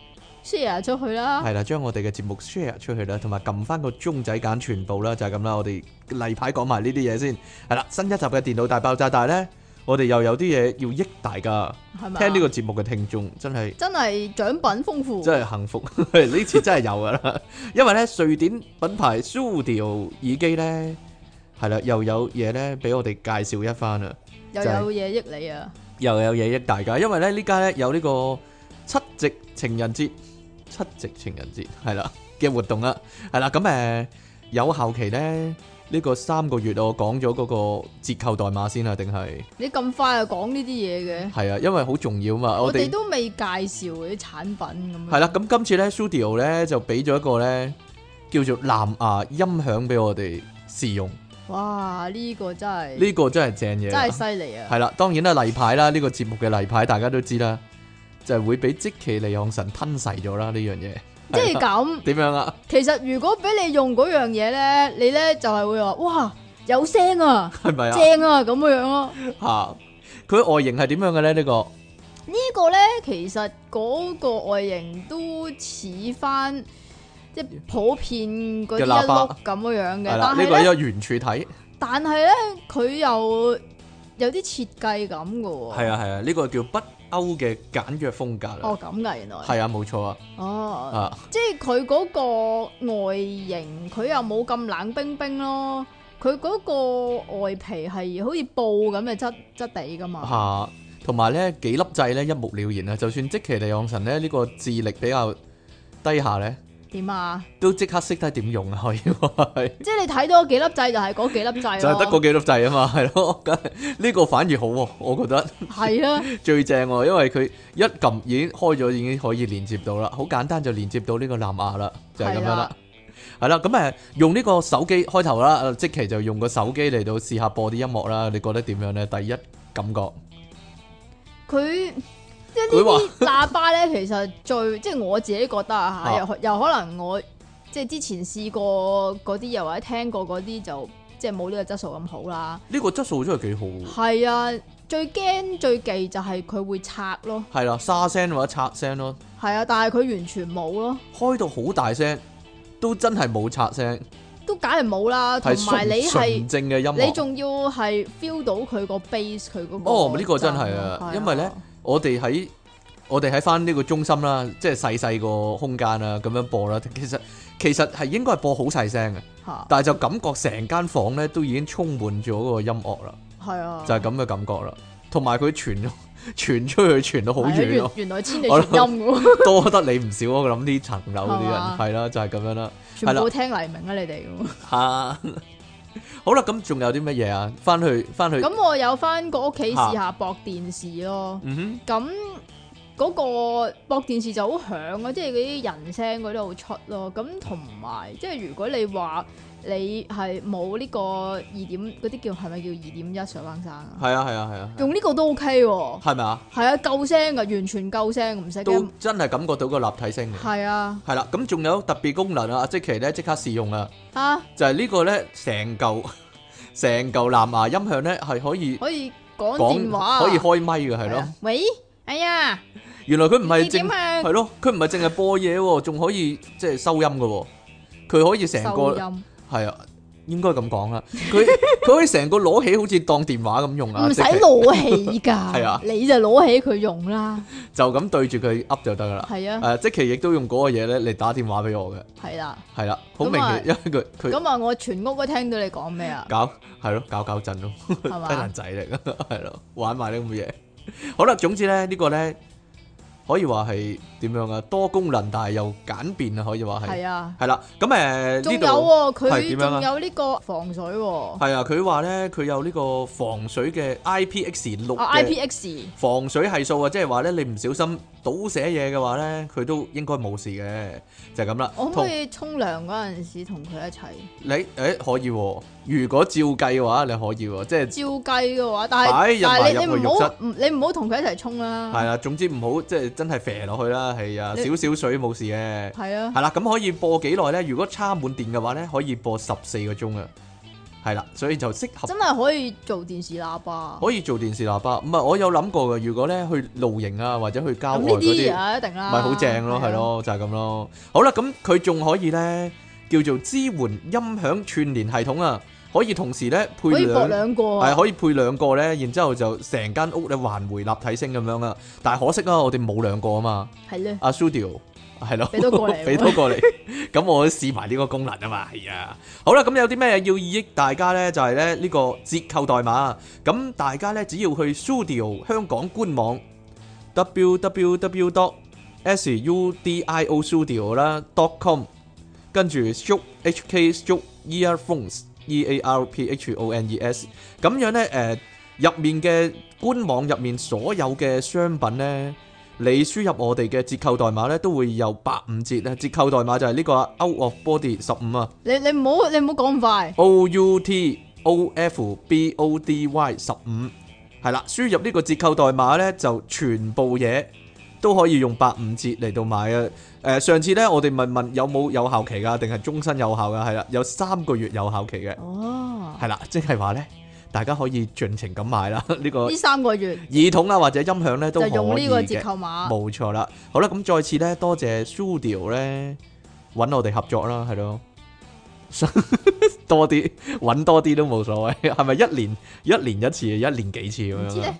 S2: share 出去啦，
S1: 系啦，將我哋嘅節目 share 出去啦，同埋撳翻個鐘仔揀全部啦，就係咁啦。我哋例牌講埋呢啲嘢先。係啦，新一集嘅電腦大爆炸，但係咧，我哋又有啲嘢要益大家，
S2: 係咪啊？
S1: 聽呢個節目嘅聽眾真係
S2: 真係獎品豐富，
S1: 真係幸福。 呢次真係有噶啦，因為咧瑞典品牌 Studio 耳機咧係啦，又有嘢咧俾我哋介紹一番啊啦。
S2: 又
S1: 就係
S2: 有嘢益你啊！
S1: 又有嘢益大家，因為咧呢家咧有呢個七夕情人節，七夕情人節係啦嘅活動啦，啊係啦咁誒有效期咧呢、呢個三個月我講咗嗰個折扣代碼先啊，定係
S2: 你咁快就講呢啲嘢嘅，
S1: 係啊，因為好重要啊嘛，
S2: 嗯我
S1: 我
S2: 哋
S1: 哋
S2: 都未介紹嗰啲產品咁樣。
S1: 係啦，咁今次咧 Studio 咧就俾咗一個咧叫做藍牙音響俾我哋試用，呢、
S2: 哇！呢個真係
S1: 個真係正嘢
S2: 真
S1: 啦。
S2: 係犀利啊！
S1: 係啦，當然啦，例牌啦，呢、個節目嘅例牌大家都知啦，就係、會俾即其利昂神吞噬咗啦呢樣嘢。
S2: 即係
S1: 係啦
S2: 咁，
S1: 點樣啊？
S2: 其實如果俾你用嗰樣嘢咧，你咧就係會話哇有聲啊，
S1: 係咪啊？
S2: 正啊咁樣咯。
S1: 嚇！佢外形係點樣嘅咧？呢、個
S2: 呢個咧其實嗰個外形都似翻即係普遍嗰啲
S1: 嘅
S2: 一
S1: 喇叭
S2: 碌咁樣樣嘅
S1: 係，啦，
S2: 但
S1: 呢
S2: 係
S1: 個
S2: 咧
S1: 係一。個圓柱體。
S2: 但係咧，佢又有啲設計感嘅喎。
S1: 係啊係啊，呢、個叫北歐嘅簡約風格啦。
S2: 哦，咁噶原來。
S1: 係啊，冇錯啊。
S2: 哦，
S1: 啊，
S2: 即係佢嗰個外形，佢又冇咁冷冰冰咯。佢嗰個外皮係好似布咁嘅質質地噶嘛。
S1: 嚇！同埋咧幾粒掣咧一目了然啊！就算即其利昂神咧呢、個智力比較低下咧，
S2: 點啊？
S1: 都即刻識得點用啊！可以話係。
S2: 即係你睇到嗰幾粒掣就係嗰幾粒掣
S1: 就係得嗰
S2: 咯。
S1: 幾粒掣啊嘛，係咯，梗係呢個反而好喎，我覺得
S2: 係啊啦，
S1: 最正喎，因為佢一撳已經開咗，已經可以連接到啦，好簡單就連接到呢個藍牙啦，就係、咁樣啦。係啦，咁誒用呢個手機開頭啦，即期就用個手機嚟到試下播啲音樂啦，你覺得點樣呢？第一感覺
S2: 佢。即係
S1: 佢
S2: 呢
S1: 話
S2: 啲喇叭咧，其實最即係我自己覺得啊
S1: 啊
S2: 嚇，又可又可能我即係之前試過嗰啲，又或者聽過嗰啲就即係冇呢個質素咁好啦。
S1: 呢個質素真係幾好喎，
S2: 係啊，最驚最忌就係佢會拆咯，
S1: 係啦，沙聲或者拆聲咯，
S2: 係啊，但係佢完全冇咯，
S1: 開到好大聲都真係冇拆聲，
S2: 都梗係冇啦。同埋你
S1: 係純啊
S2: 係
S1: 純正嘅音樂。
S2: 你仲要係 feel 到佢個 base 佢嗰個
S1: 哦呢個真係啊
S2: 震係啊
S1: 因為呢我哋喺我哋喺翻呢個中心啦，即係細細個空間啊啦，咁樣播啦。其實其實係應該係播好細聲嘅，
S2: 嚇
S1: 但係就感覺成間房咧都已經充滿咗嗰個音樂啦，
S2: 係啊，
S1: 就係咁嘅感覺啦。同埋佢傳 傳出去傳到好
S2: 係啊
S1: 遠
S2: 原
S1: 咯，
S2: 原來千里
S1: 我
S2: 傳音嘅 喎，
S1: 多得你唔少啊。我諗呢層樓啲
S2: 係
S1: 人
S2: 嘛
S1: 係啦，就係咁樣啦。 係
S2: 全
S1: 啦
S2: 部聽黎明啊你哋嘅
S1: 嚇，好啦，咁仲有啲乜嘢啊？翻去翻去
S2: 喎。，咁我有翻個屋企試下駁電視咯，
S1: 嗯哼。
S2: 咁嗰個駁電視就好響啊，即係嗰啲人聲嗰啲好出咯。咁同埋即係如果你話你係冇呢個二點嗰啲叫係咪叫二點一上翻山啊？
S1: 係啊係啊係啊，
S2: 用呢個都 OK 喎，
S1: 係咪啊？
S2: 係啊，夠聲噶，完全夠聲，唔使
S1: 都
S2: 驚。
S1: 真係感覺到個立體聲嘅。
S2: 係啊，
S1: 係啦，咁仲有特別功能啊，即期咧即刻試用啊，
S2: 啊
S1: 就係呢個咧成嚿 成嚿藍牙音響咧係可以
S2: 可以講電話啊，
S1: 講可以開咪嘅係
S2: 係
S1: 咯
S2: 啊。。喂，哎呀，
S1: 原來佢唔係
S2: 你
S1: 淨
S2: 點啊
S1: 係？咯，佢唔係淨係播嘢喎，仲可以即係收音嘅喎。佢可以成
S2: 收
S1: 個
S2: 音
S1: 係啊，應該咁講啦。佢 佢可以成個攞起好似當電話咁用啊，
S2: 唔
S1: 即
S2: 使
S1: 期
S2: 攞起 㗎，
S1: 係啊
S2: 你就攞起佢用啦，
S1: 就咁對住佢噏就得噶啦。
S2: 係啊，
S1: 誒，即期亦都用嗰個嘢咧嚟打電話俾我嘅，
S2: 係啦。
S1: 係啦，好明
S2: 咁啊
S1: 顯，因為佢佢。，
S2: 咁啊，我全屋都聽到你講咩啊
S1: 搞係咯，搞搞震咯，
S2: 係
S1: 低能
S2: 嘛？
S1: 仔嚟噶，係咯，玩埋啲咁嘅嘢。好啦，總之咧呢個咧可以話係點樣啊？多功能但係又簡便啊，可以話係
S2: 係啊，
S1: 係啦。咁誒
S2: 仲
S1: 呢
S2: 有
S1: 度
S2: 喎，
S1: 係點
S2: 佢
S1: 樣啊
S2: 仲有呢個防水喎，
S1: 係啊，佢話咧佢有呢個防水嘅 IPX 六
S2: 啊
S1: 嘅
S2: IPX
S1: 防水係數啊，即係話咧你唔小心倒寫嘢嘅話咧，佢都應該冇事嘅，就係咁啦。
S2: 我可唔
S1: 同
S2: 可以沖涼嗰陣時同佢一齊？
S1: 你誒可以喎，如果照計嘅話，你可以喎，即係。
S2: 照計嘅話，但
S1: 擺
S2: 係
S1: 入
S2: 但
S1: 埋
S2: 係你
S1: 入去
S2: 你
S1: 浴
S2: 唔
S1: 室
S2: 好唔你唔好同佢一齊沖
S1: 係
S2: 啦，
S1: 啦，總之唔好即係真係肥落去啦，係啊，
S2: 啊你
S1: 少少水冇事嘅。
S2: 係啊，
S1: 係啦，咁可以播幾耐呢？如果插滿電嘅話呢，可以播十四個鐘啊。係啦，所以就適合
S2: 真係可以做電視喇叭。
S1: 可以做電視喇叭。唔係，我有諗過嘅。如果呢去露營啊，或者去郊
S2: 咁
S1: 外
S2: 呢
S1: 嗰
S2: 啲
S1: 啲，
S2: 啊一定啦，
S1: 咪好正咯，
S2: 係啊
S1: 係。咯，就係咁咯。好啦，咁佢仲可以呢叫做支援音響串連系統啊，可以同時呢配
S2: 可以駁
S1: 兩。
S2: 兩個
S1: 係
S2: 啊，
S1: 可以配兩個咧，然之後就成間屋咧環回立體聲咁樣啦。但係可惜啊，我哋冇兩個啊嘛。
S2: 係咧，
S1: 阿 Studio 係咯，
S2: 俾多過 嚟
S1: 俾多過嚟。咁我試埋呢個功能啊嘛，係啊。好啦，咁有啲咩要益大家咧？就係咧呢個折扣代碼。咁大家咧只要去 Studio 香港官網 www dot s u d i o studio 啦 dot com，跟住 s h h k s h earphones e a r p h o n e s 咁樣咧誒。入面嘅官網入面所有嘅商品呢，你輸入我哋嘅折扣代碼呢，都會有八五折咧。折扣代碼就係呢個 out of body 十五啊
S2: 你你唔好你唔好講咁快，
S1: ，O U T O F B O D Y 十五，係啦。輸入呢個折扣代碼呢，就全部嘢都可以用八五折嚟到買啊。誒、上次呢，我哋問問有冇有效期㗎，定係終身有效㗎？係啦，有三個月有效期嘅，
S2: 哦，
S1: 係啦，即係話呢，大家可以盡情咁買啦。呢、個
S2: 呢三個月
S1: 耳筒啊或者音響咧都
S2: 就
S1: 可以
S2: 用呢個折
S1: 嘅，
S2: 扣碼，
S1: 冇錯啦。好啦，咁再次咧多謝 Studio 咧揾我哋合作啦，係咯， 多啲揾多啲都冇所謂， 係咪一年一年一次，一年幾次咁
S2: 唔知
S1: 樣
S2: 咧
S1: 啊？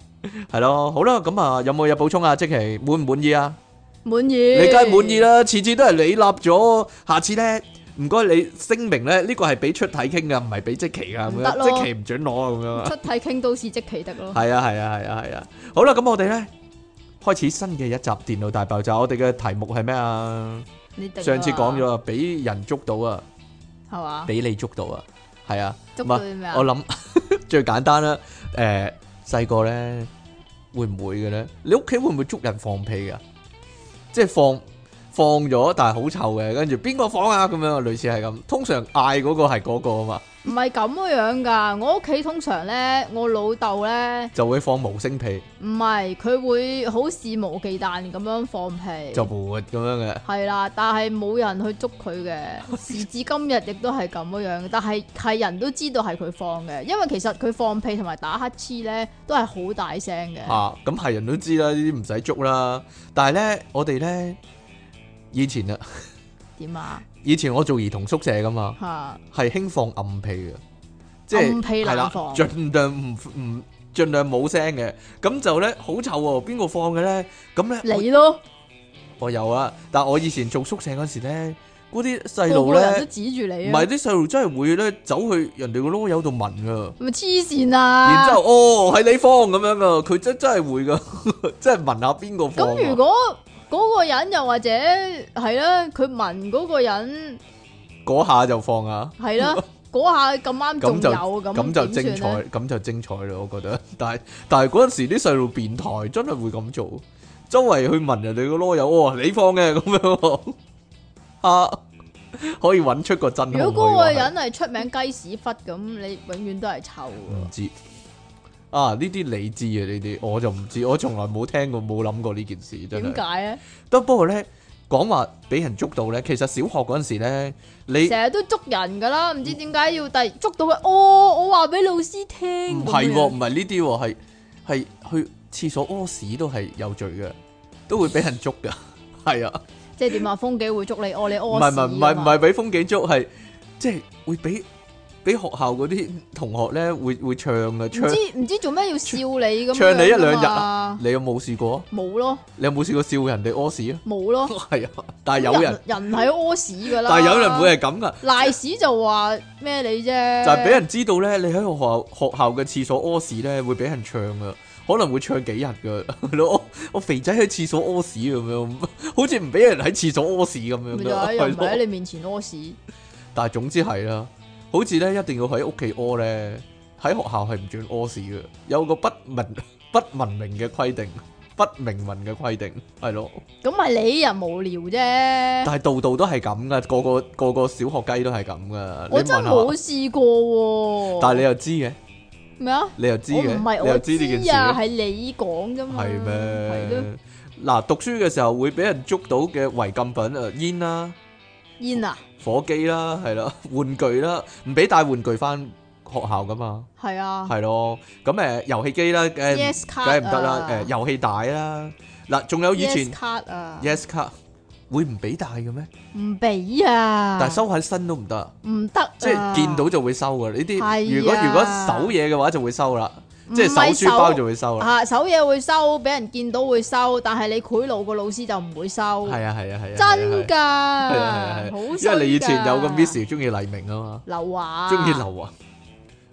S1: 係咯，好啦，咁啊有冇嘢補充啊？即其滿唔滿意啊？
S2: 滿意，
S1: 你梗係滿意，啦，次次都係你立咗，下次咧。唔該，你聲明咧，呢個係俾出體傾噶，唔係俾即期噶，咁
S2: 唔
S1: 樣
S2: 得咯
S1: 即期唔准攞啊咁樣啊。
S2: 出體傾都是即其得 咯，
S1: 係啊，係啊，係啊，係啊。好啦，咁我哋咧開始新嘅一集《電腦大爆炸》，我哋嘅題目係咩啊？
S2: 你定
S1: 上次講咗
S2: 啦
S1: 啊，俾人捉到啊，
S2: 係嘛？
S1: 俾你捉到啊，係啊。
S2: 捉
S1: 唔
S2: 到
S1: 係
S2: 啲咩啊
S1: 我？諗 最簡單啦，誒細個咧會唔會嘅咧？你屋企會唔會捉人放屁噶？即係放放咗，但係好臭嘅，跟住邊個放啊？咁樣類似係咁。通常嗌嗰個係嗰個啊嘛，
S2: 唔係咁樣㗎，我屋企通常咧，我老豆咧
S1: 就會放無聲屁，
S2: 唔係佢會好肆無忌憚咁樣放屁。
S1: 就活咁樣嘅。
S2: 係啦，但係冇人去捉佢嘅， 時至今日亦都係咁樣。但係係人都知道係佢放嘅，因為其實佢放屁同埋打乞嗤咧，都係好大聲嘅。
S1: 啊，咁係人都知啦，呢啲唔使捉啦。但係咧，我哋咧以前啊，
S2: 點啊？
S1: 以前我做兒童宿舍噶嘛，
S2: 吓，
S1: 係輕放暗屁嘅，即係
S2: 暗屁
S1: 係啦
S2: 冷，房
S1: 盡量唔唔盡量冇聲嘅，咁就咧好臭喎、邊個放嘅咧？咁咧
S2: 你咯，
S1: 我我有啊，但我以前做宿舍嗰時咧，嗰啲細
S2: 個
S1: 路
S2: 個人都
S1: 咧，
S2: 指住
S1: 唔
S2: 你啊
S1: 係！啲細路真係會咧走去人哋個窿友度聞噶。
S2: 咪黐線啊！
S1: 然之後，哦，喺你方咁樣噶，佢真真係會噶， 真係聞下邊個放啊。
S2: 咁如果嗰個人又或者係啦，佢聞嗰個人
S1: 嗰下就放啊，
S2: 係啦，嗰下咁啱仲
S1: 咁就
S2: 有咁
S1: 咁就精
S2: 點算
S1: 彩
S2: 咧，
S1: 咁就精彩啦，我覺得。 但係但係嗰陣時啲細路變態，真係會咁做，周圍去聞人哋個啰柚，哦，你放嘅咁樣 啊，可以揾出個真兇。
S2: 如果嗰
S1: 可
S2: 個
S1: 以話係
S2: 人係出名雞屎忽咁，你永遠都係臭
S1: 唔
S2: 㗎。
S1: 知啊，呢啲你知啊，呢啲我就唔知，我從來冇聽過，冇諗過呢件事，真
S2: 點
S1: 係。
S2: 解咧？
S1: 不不過咧，講話俾人捉到咧，其實小學嗰陣時咧，你。
S2: 成日都捉人㗎啦，唔知點解要第捉到佢？哦，我話俾老師聽。
S1: 唔係
S2: 咁
S1: 喎，
S2: 樣
S1: 唔係呢啲喎，係係去廁所屙屎都係有罪嘅，都會俾人捉噶。 係啊，
S2: 即係點啊？風紀會捉你，哦，你
S1: 唔
S2: 屙
S1: 係唔係唔
S2: 屎
S1: 係
S2: 啊
S1: 唔
S2: 嘛
S1: 係俾風景捉，係即係會俾俾學校嗰啲同學咧會會唱嘅，
S2: 唔
S1: 唱
S2: 知唔知做咩要笑你咁樣
S1: 唱你一兩日
S2: 㗎
S1: 啊
S2: 嘛？！
S1: 你有冇試過？啊
S2: 冇咯，
S1: 你有冇試過笑人哋屙屎啊？
S2: 冇咯。
S1: 係啊，但係有人，
S2: 人係屙屎㗎啦，
S1: 但係有人會係咁噶，
S2: 賴屎就話咩你啫，
S1: 就係俾人知道咧，你喺學校學校嘅廁所屙屎咧，會俾人唱噶，可能會唱幾日噶。係 咯我我肥仔喺廁所屙屎咁樣， 好似唔俾人喺廁所屙屎咁樣㗎
S2: 咪就係又唔係喺
S1: 係咯
S2: 你面前屙屎，
S1: 但係總之係啦，好似咧一定要喺屋企屙咧，喺學校係唔准屙屎嘅，有個不文 不文明嘅規定，不明文嘅規定係咯。
S2: 咁係你人無聊啫。
S1: 但係度度都係咁噶，個個個個小學雞都係咁噶。
S2: 我
S1: 你
S2: 真
S1: 問下
S2: 冇試過喎。
S1: 但係你又知嘅，
S2: 咩啊？
S1: 你又知
S2: 我
S1: 嘅，
S2: 唔係
S1: 你
S2: 我
S1: 又知呢件事
S2: 啊，
S1: 嘅。
S2: 係你講啫嘛。
S1: 係
S2: 係咯，
S1: 咩？嗱，讀書嘅時候會俾人捉到嘅違禁品啊，煙啦、
S2: 煙啊，
S1: 火機啦，係啦、 玩具啦，唔俾帶玩具翻學校噶嘛，
S2: 係啊
S1: 係咯。咁誒遊戲機啦，誒
S2: Yes
S1: 梗
S2: card
S1: 係唔得啦
S2: 啊。
S1: 誒遊戲帶啦，嗱，仲有以前
S2: Yes card 啊，
S1: Yes 卡會唔俾帶嘅咩？
S2: 唔俾啊，
S1: 但係收喺身都唔得啊，
S2: 唔得啊，
S1: 即係見到就會收噶。呢
S2: 係啊
S1: 啲如果如果手嘢嘅話就會收啦，
S2: 唔
S1: 即係
S2: 係
S1: 手書包就會收啦。
S2: 啊手嘢會收，俾人見到會收，但係你賄賂個老師就唔會收。
S1: 係啊係啊係啊，
S2: 真
S1: 㗎，係啊
S2: 噶
S1: 係啊，，
S2: 好
S1: 因為你以前有個 Miss 中意黎明啊嘛。
S2: 刘华，
S1: 中意劉啊，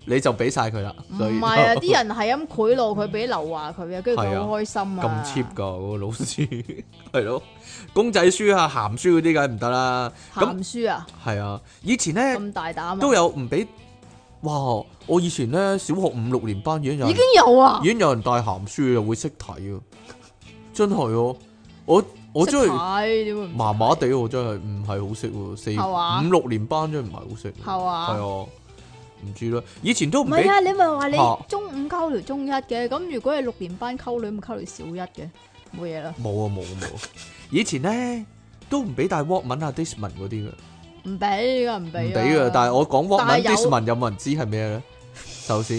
S1: 你就俾晒佢啦。
S2: 唔
S1: 所以
S2: 係啊，啲人係咁賄賂佢俾劉華佢啊，跟住
S1: 係
S2: 佢
S1: 啊
S2: 好開心啊，
S1: 咁 cheap 噶嗰個老師，係咯，公仔書啊、鹹書嗰啲梗係唔得啦。咁
S2: 鹹書啊，
S1: 係啊，以前咧
S2: 咁大膽啊，
S1: 都有唔俾，哇！我以前咧小學五六年班已經有
S2: 已
S1: 人
S2: 經有啊
S1: 已，經有人帶鹹書又會識睇啊，真係哦！我我真係
S2: 係點會唔
S1: 麻麻地，我真係唔係好識喎，四
S2: 係嘛
S1: 五六年班真係唔係好識，
S2: 係嘛
S1: 係啊，唔知啦，以前都唔
S2: 唔
S1: 俾
S2: 係。啊？你咪話你
S1: 嚇
S2: 中五溝條中一嘅，咁如果係六年班溝女，咪溝條小一嘅，冇嘢啦，
S1: 冇啊冇啊冇啊！以前咧都唔俾帶 Walkman 啊 Discman 嗰啲嘅，唔
S2: 唔俾噶，唔俾
S1: 俾嘅。但係我講 Walkman
S2: 但係有
S1: Discman 有冇人知係咩咧？首先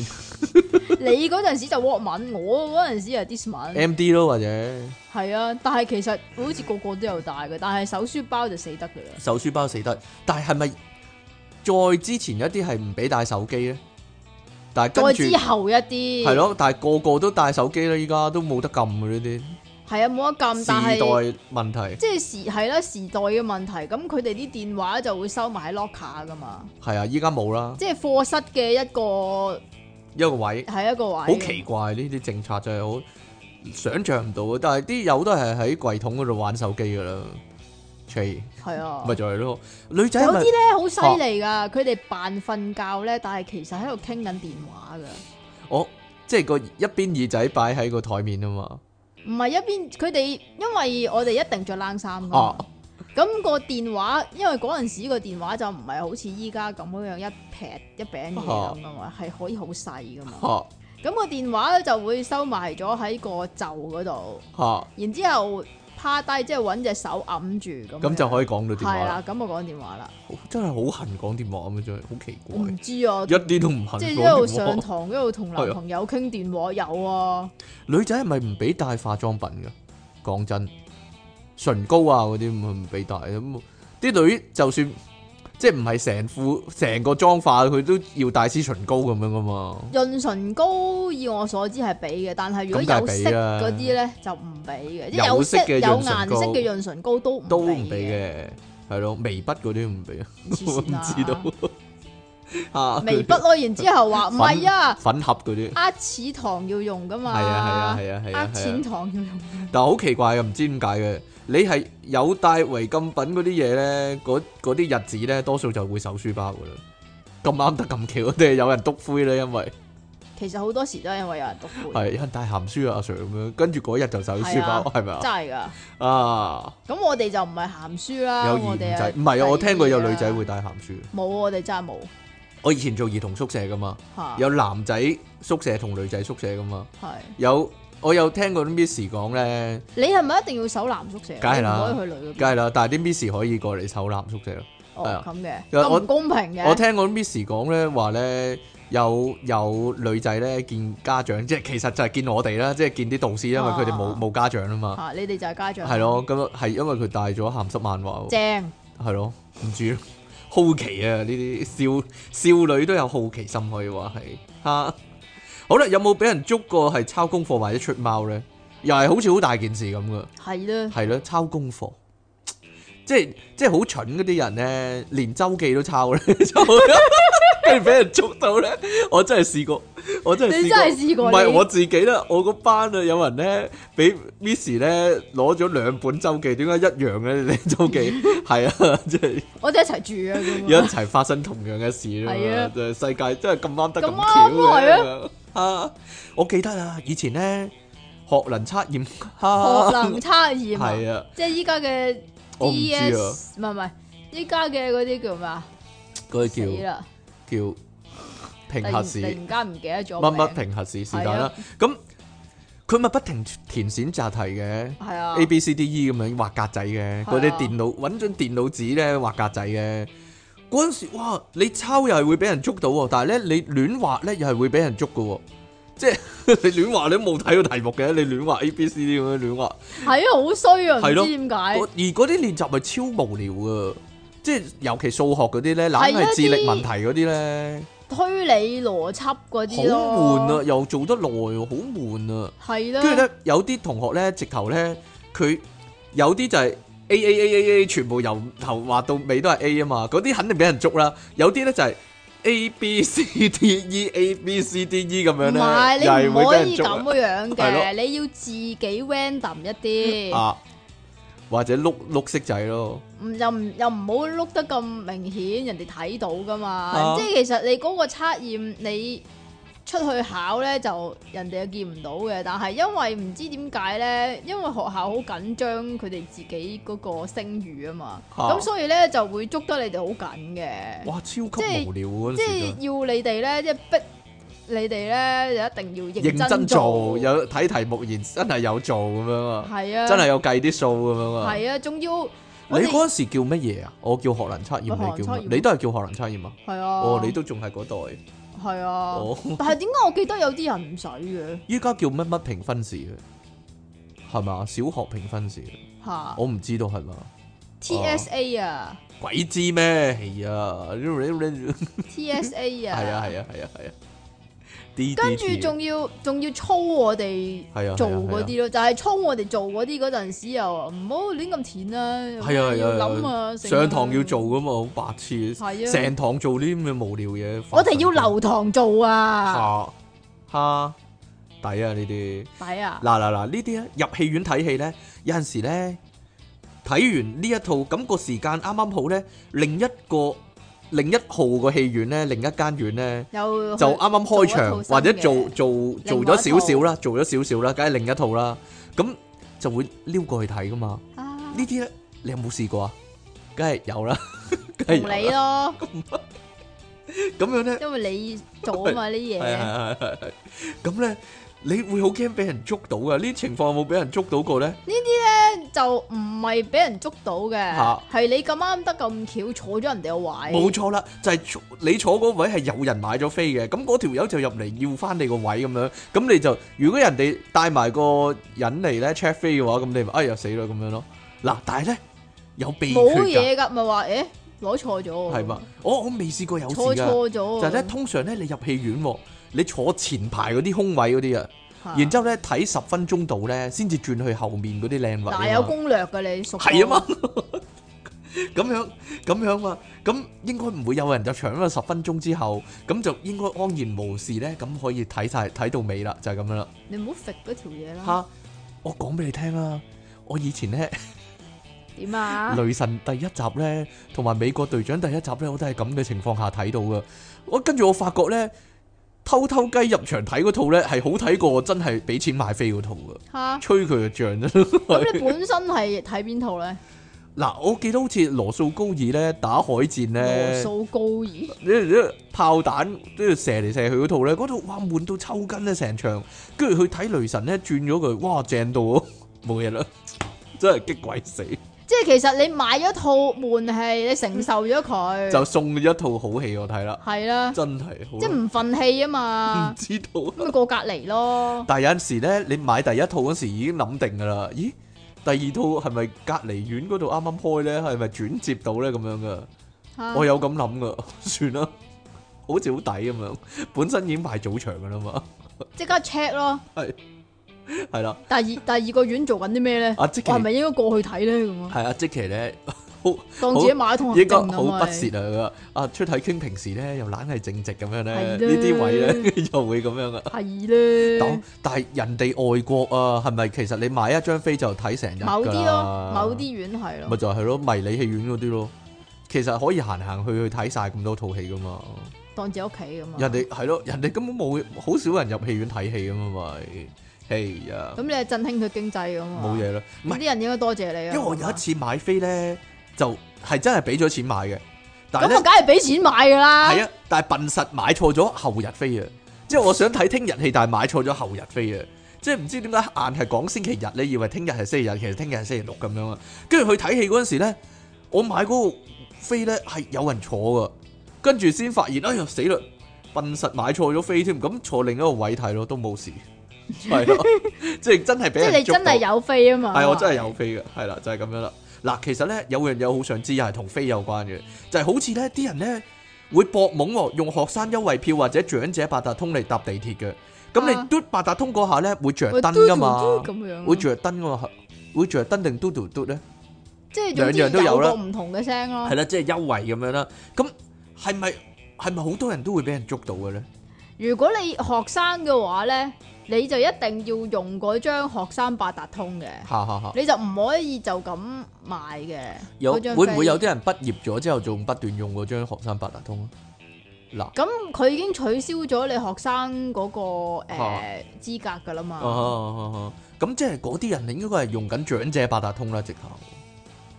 S2: 你嗰陣時就 w a 文，我嗰陣時係 dis 文，
S1: MD 咯，或者
S2: 係啊，但係其實好似個個都有帶嘅，但係手書包就死得噶啦。
S1: 手書包死得。但係係咪再之前一啲係唔俾帶手機咧？但係
S2: 再
S1: 跟住
S2: 之後一啲
S1: 係，咯，但係個個都帶手機啦，依家都冇得撳嘅呢
S2: 係啊冇得
S1: 啲
S2: 撳，
S1: 時
S2: 但係
S1: 代問題
S2: 即係時係啦時代嘅問題，咁佢哋啲電話就會收埋喺 locker 噶嘛，
S1: 係啊，依家冇啦，
S2: 即係課室嘅一個
S1: 一個位。
S2: 係一啊個位，
S1: 好奇怪呢啲政策真係好想像唔到啊！但係啲友都係喺櫃桶嗰度玩手機噶啦，切
S2: 係啊
S1: 咪。就係咯。女仔
S2: 有啲
S1: 咪
S2: 咧好犀利噶，佢哋扮瞓覺咧，但係其實喺度傾緊電話噶，
S1: 我即係個一邊耳仔擺喺個台面啊嘛，
S2: 唔係一邊佢哋，因為我哋一定着冷衫噶嘛
S1: 啊，
S2: 咁個電話，因為嗰陣時個電話就唔係好似依家咁樣一撇一餅嘢咁噶
S1: 啊
S2: 嘛，係可以好細噶嘛。
S1: 嚇
S2: 咁個電話咧就會收埋咗喺個袖嗰度，
S1: 嚇，
S2: 然之後趴低，即係揾隻手揞住咁樣。
S1: 咁就可以講到電話
S2: 係啊
S1: 啦。
S2: 啦，咁我講電話啦。
S1: 好真係好恨講電話咁啊！真係好奇
S2: 我唔
S1: 怪，
S2: 知啊，
S1: 一啲都唔恨
S2: 即係一路
S1: 講
S2: 上
S1: 電話。
S2: 堂一路同男朋友傾電話，有啊，
S1: 女仔係咪唔俾啊帶化妝品噶？講真，唇膏啊嗰啲唔唔俾帶咁，啲女就算即系唔係成副成個妝化，佢都要帶支唇膏咁樣噶嘛。
S2: 潤唇膏以我所知係俾嘅，但係如果
S1: 咁梗係
S2: 有
S1: 俾
S2: 色
S1: 啦
S2: 嗰啲咧就唔俾嘅，即係
S1: 有
S2: 有
S1: 色
S2: 色
S1: 嘅
S2: 有
S1: 潤唇
S2: 顏色
S1: 膏
S2: 嘅潤唇膏都唔
S1: 都唔
S2: 嘅。
S1: 俾嘅，係咯，眉筆嗰啲唔俾啊，
S2: 黐
S1: 我唔
S2: 線啊
S1: 知道 啊，
S2: 眉筆咯，然之 後話唔係啊，
S1: 粉盒嗰啲，係
S2: 呃錢糖要用噶嘛，
S1: 啊係啊係啊係
S2: 呃
S1: 啊係
S2: 錢
S1: 啊，
S2: 糖要用，
S1: 但好奇怪嘅，唔知點解嘅，你係有帶違禁品嗰啲嘢咧，嗰嗰啲日子咧，多數就會手書包噶啦，咁啱得咁巧，定係有人督灰咧，因為
S2: 其實好多時都係因為有人督背，
S1: 係有人帶鹹書啊，阿 Sir 咁樣，跟住嗰日就手書包，係咪
S2: 真
S1: 啊？
S2: 係㗎。
S1: 啊，
S2: 咁我哋就唔係鹹書啦，
S1: 有兒
S2: 我哋
S1: 仔
S2: 係
S1: 唔係啊，我聽過有女仔
S2: 第
S1: 會帶鹹書，
S2: 二啲啊冇，我哋真係冇
S1: 我以前做兒童宿舍噶嘛。
S2: 嚇，
S1: 有男仔宿舍同女仔宿舍噶嘛？
S2: 係
S1: 有我有聽過啲 Miss 講咧，
S2: 你係咪一定要守男宿舍？
S1: 梗係啦
S2: 你唔可以去女嗰邊
S1: 梗係啦，但係啲 Miss 可以過嚟守男宿舍咯。係啊
S2: 哦咁嘅，
S1: 因為我
S2: 咁唔公平嘅。
S1: 我聽過啲 Miss 講咧話咧，有有女仔咧見家長，即係其實就係見我哋啦，即係見啲導師，因為佢哋冇
S2: 啊
S1: 冇家長啊嘛，
S2: 嚇，你哋就係家長。
S1: 係。咯，咁啊係因為佢帶咗鹹濕漫畫喎，
S2: 正
S1: 係咯，唔知咯好奇啊！呢啲少少女都有好奇心可以話係嚇。好啦，有冇俾人捉過係抄功課或者出貓咧？又係好似好大件事咁噶。
S2: 係啦，
S1: 係咯，抄功課，即係即係好蠢嗰啲人咧，連周記都抄 咧，抄咗跟住俾人捉到咧，我真係試過，我真係
S2: 你
S1: 試過，
S2: 真係試過
S1: 唔係
S2: 你
S1: 我自己啦，我個班啊有人咧俾 Miss 咧攞咗兩本周記，點解一樣嘅呢啲周 記？係啊，即係
S2: 我哋一齊住啊咁
S1: 一
S2: 啊。
S1: 齊發生同樣嘅事啦
S2: 係啊，
S1: 就係世界真係咁啱得咁
S2: 咁啱啊
S1: 巧
S2: 咯
S1: 嘅。啊！我記得啊，以前咧學能測驗，
S2: 學
S1: 學
S2: 能啊差異嘛，
S1: 係啊。
S2: 即係依家嘅 E
S1: 我唔知啊
S2: DS，唔係唔係，依家嘅嗰啲叫咩啊？
S1: 嗰
S2: 死
S1: 啲叫
S2: 啦！
S1: 叫
S2: 突
S1: 平
S2: 然
S1: 核
S2: 突
S1: 試，乜
S2: 然間唔記得咗
S1: 乜
S2: 名
S1: 平核試是
S2: 係啊
S1: 但啦。咁佢咪不停填選擇題嘅
S2: 係啊
S1: ，A、B、C、D、E 咁樣畫格仔嘅，
S2: 啊
S1: 嗰啲電腦揾張電腦紙咧畫格仔嘅。嗰陣時，哇！你抄又係會俾人捉到喎，但係咧你亂畫咧又係會俾人捉嘅喎。即係 你亂畫，你都冇睇個題目嘅，你亂畫 A、B、C、D 咁樣亂畫。
S2: 係啊，好衰啊，唔
S1: 係咯
S2: 知點解
S1: 嗰。而嗰啲練習係超無聊嘅，即係尤其數學嗰啲咧，懶
S2: 係一
S1: 係智力
S2: 啲
S1: 問題嗰啲咧。
S2: 推理邏輯嗰
S1: 好
S2: 啲咯，
S1: 悶啊，又做得耐喎，好悶啊。
S2: 啊，係啦，
S1: 跟住咧，有啲同學咧，直頭咧，佢有啲就係 A A A A A，全部由頭畫到尾都係 A 啊嘛，嗰啲肯定俾人捉啦。有啲咧就係 A B C D E A B C D E 咁樣
S2: 唔係
S1: 咧，又係
S2: 你唔
S1: 會
S2: 可
S1: 俾人
S2: 以
S1: 捉
S2: 咁
S1: 啊
S2: 樣
S1: 係咯
S2: 嘅，你要自己 random 一啲，
S1: 啊，或者碌碌色仔咯，
S2: 唔又唔又唔好碌得咁明顯，人哋睇到噶
S1: 啊
S2: 嘛。即係其實你嗰個測驗你。出去考咧就人哋又見唔到嘅，但係因為唔知點解咧，因為學校好緊張佢哋自己嗰個聲譽啊嘛，
S1: 啊
S2: 咁、所以咧就會捉得你哋好緊嘅。
S1: 哇，超級
S2: 係
S1: 無聊嗰陣
S2: 即
S1: 時
S2: 係
S1: 真係
S2: 要你哋咧，即係逼你哋咧，就一定要
S1: 認
S2: 認
S1: 真做，
S2: 做，
S1: 有睇題目然真係有做咁樣啊，
S2: 係啊，
S1: 真係有計啲數咁樣啊。
S2: 係啊，仲要
S1: 你
S2: 我哋
S1: 嗰陣時叫乜嘢啊？我叫學能測驗，
S2: 我學能
S1: 你叫
S2: 測
S1: 乜？
S2: 驗
S1: 你都係叫學能測驗啊？
S2: 係啊，
S1: 哦，你都仲係嗰代。
S2: 係啊，
S1: 哦，
S2: 但係點解我記得有啲人唔使嘅
S1: 依家叫乜乜評分試嘅，係嘛？小學評分試，啊
S2: 吓
S1: 我唔知道係嘛？
S2: ？TSA 啊
S1: 鬼知咩？ 係啊，係
S2: ，TSA 啊，
S1: 啊， 係啊，係啊，係啊。D 啊
S2: 跟住仲要仲要操我哋
S1: 係啊
S2: 做嗰啲咯，就係操我哋做嗰啲嗰陣時又唔好亂咁填啦，
S1: 係啊係
S2: 要
S1: 啊
S2: 諗
S1: 係
S2: 啊，成
S1: 上堂要做，噶嘛，好白痴，
S2: 係啊
S1: 成堂做啲咁嘅無聊嘢。
S2: 我哋要留堂做啊，
S1: 下下抵啊呢啲。
S2: 抵啊，
S1: 嗱嗱嗱，呢啲咧入戲院睇戲咧，有陣時咧睇完呢一套，咁、個時間啱啱好咧，另一個另一號個戲院咧，另一間院咧
S2: 又
S1: 就啱啱開場，或者做
S2: 做
S1: 做做咗少少啦，做咗少少啦，梗係另一套啦，咁就會撩過去睇噶嘛。
S2: 啊
S1: 呢啲咧，你有冇試過啊？梗係有 啦，
S2: 同
S1: 梗係
S2: 你
S1: 有啦。
S2: 咯。
S1: 咁樣咧。
S2: 因為你做 啊嘛呢啲
S1: 係
S2: 嘢，
S1: 係係係，咁咧你會好驚俾人捉到噶？呢啲情況有冇俾人捉到過咧？
S2: 就唔係俾人捉到嘅
S1: 嚇，
S2: 係你咁啱得咁巧坐咗人哋個位，
S1: 冇錯啦，就係、坐你坐嗰位係有人買咗飛嘅，咁嗰條友就入嚟要翻你個位咁樣，咁你就如果人哋帶埋個人嚟咧 check 飛嘅話，咁你咪哎呀死啦咁樣咯。嗱，但係咧有秘
S2: 嗯冇
S1: 訣
S2: 嘢㗎，咪話诶攞錯咗，
S1: 㗎，係嘛？？我我未試過有事
S2: 錯
S1: 㗎，
S2: 錯咗，就
S1: 就係咧通常咧你入戲院喎，你坐前排嗰啲空位嗰啲啊，
S2: 嚇
S1: 然之後咧睇十分鐘度咧先至轉去後面嗰啲靚位啊嘛。
S2: 嗱有攻略㗎，你熟
S1: 係啊嘛，咁樣咁樣嘛，咁應該唔會有人就搶咗十分鐘之後，咁就應該安然無事咧，咁可以睇晒睇到尾啦，就係咁樣啦。
S2: 你唔好揈嗰條嘢
S1: 吓、
S2: 啦，
S1: 我講俾你聽啦，我以前咧
S2: 點
S1: 《
S2: 啊？
S1: 雷神》第一集咧，同埋《美國隊長》第一集咧，我都係咁嘅情況下睇到噶。我跟住我發覺咧，偷偷雞入場睇嗰套咧係好睇過真係俾錢買飛嗰套噶，
S2: 吓，
S1: 吹佢嘅漲啫。
S2: 咁你本身係睇邊套咧？
S1: 嗱，我記得好似羅素高爾咧打海戰
S2: 羅
S1: 咧。
S2: 素高爾，
S1: 啲炮彈都要射嚟射去嗰套咧，嗰套哇悶到抽筋咧成場，跟住去睇雷神咧轉咗佢，哇正到喎 冇嘢啦，真係激鬼死，
S2: 即係其實你買咗套悶戲，你承受咗佢，
S1: 就送咗一套好戲我睇啦，
S2: 係啦，
S1: 真係好
S2: 嗯即係
S1: 啦
S2: 唔忿氣啊
S1: 唔
S2: 嘛，
S1: 知道
S2: 咁
S1: 啦。
S2: 咪過隔離咯。
S1: 但係有陣時咧，你買第一套嗰時已經諗定㗎啦，咦？第二套係咪隔離院嗰度啱啱開咧？係咪轉接到咧咁樣㗎？
S2: 嚇
S1: 我有咁諗㗎， 算啦，好似好抵咁樣，本身已經賣早場㗎啦嘛，
S2: 即刻 check 咯。
S1: 係啦。
S2: 第二第二個院做緊啲咩咧？
S1: 阿啊即其
S2: 我係咪應該過去睇咧？咁啊，
S1: 係啊，即其咧
S2: 當自己買一
S1: 應
S2: 通行
S1: 該
S2: 證
S1: 好不
S2: 哦咁
S1: 屑啊！啊，出體傾平時咧又懶係正直咁樣咧，呢
S2: 係咧
S1: 啲位咧 又會咁樣啊。
S2: 啊，係
S1: 但
S2: 咧。
S1: 但係人哋外國啊，係咪其實你買一張飛就睇成日㗎啦
S2: 某啲咯，某啲院係
S1: 咪
S2: 咯，
S1: 就係咯，迷你戲院嗰啲咯。其實可以行行去去睇晒咁多套戲噶嘛，
S2: 當自己屋企咁啊。
S1: 人哋係咯，人哋根本冇好少人入戲院睇戲噶嘛，咪係啊，
S2: 咁你係振興佢經濟咁啊。
S1: 冇。嘢啦，唔係
S2: 咁啲人應該多謝你
S1: 因
S2: 啊。
S1: 為我有一次買飛咧，就係真係俾咗錢買嘅，但係
S2: 咁啊
S1: 咧
S2: 我梗係俾錢買㗎啦。
S1: 係啊，但係笨實買錯咗後日飛啊！即係我想睇聽日戲，但係買錯咗後日飛啊！即係唔知點解硬係講星期日，你以為聽日係星期日，其實聽日係星期六咁樣啊！跟住去睇戲嗰陣時咧，我買嗰個飛咧係有人坐噶，跟住先發現，哎呀死啦！笨實買錯咗飛添，咁坐另一個位睇咯，都冇事，係 咯，即係真係俾
S2: 即係
S1: 人
S2: 你
S1: 捉
S2: 真
S1: 到
S2: 係。有飛啊嘛。
S1: 係我真係有飛嘅，係啦，就係、咁樣啦。嗱，其實咧有樣嘢好想知，又係同飛有關嘅，就係、好似咧啲人咧會搏懵喎，用學生優惠票或者長者八達通嚟搭地鐵嘅。咁
S2: 啊
S1: 你嘟八達通嗰下咧會着
S2: 喂
S1: 燈㗎
S2: 嘟
S1: 嘛
S2: 嘟？嘟咁樣啊。
S1: 會着燈㗎嘛？會着燈定嘟嘟嘟咧？
S2: 即係
S1: 兩
S2: 總之
S1: 樣都有
S2: 有
S1: 啦
S2: 個唔同嘅聲咯
S1: 係。啦，即係優惠咁樣啦。咁係咪係咪好多人都會俾人捉到嘅咧？
S2: 如果你學生嘅話咧，你就一定要用嗰張學生八達通嘅。
S1: 嚇嚇嚇！
S2: 你就唔可以就咁買嘅。
S1: 有
S2: 嗰張
S1: 會唔會
S2: 飛
S1: 有啲人畢業咗之後仲不斷用嗰張學生八達通啊？嗱。
S2: 咁佢已經取消咗你學生嗰、個
S1: 啊
S2: 誒資、格噶啦嘛。
S1: 哦，咁即係嗰啲人應該係用緊長者八達通啦，直頭。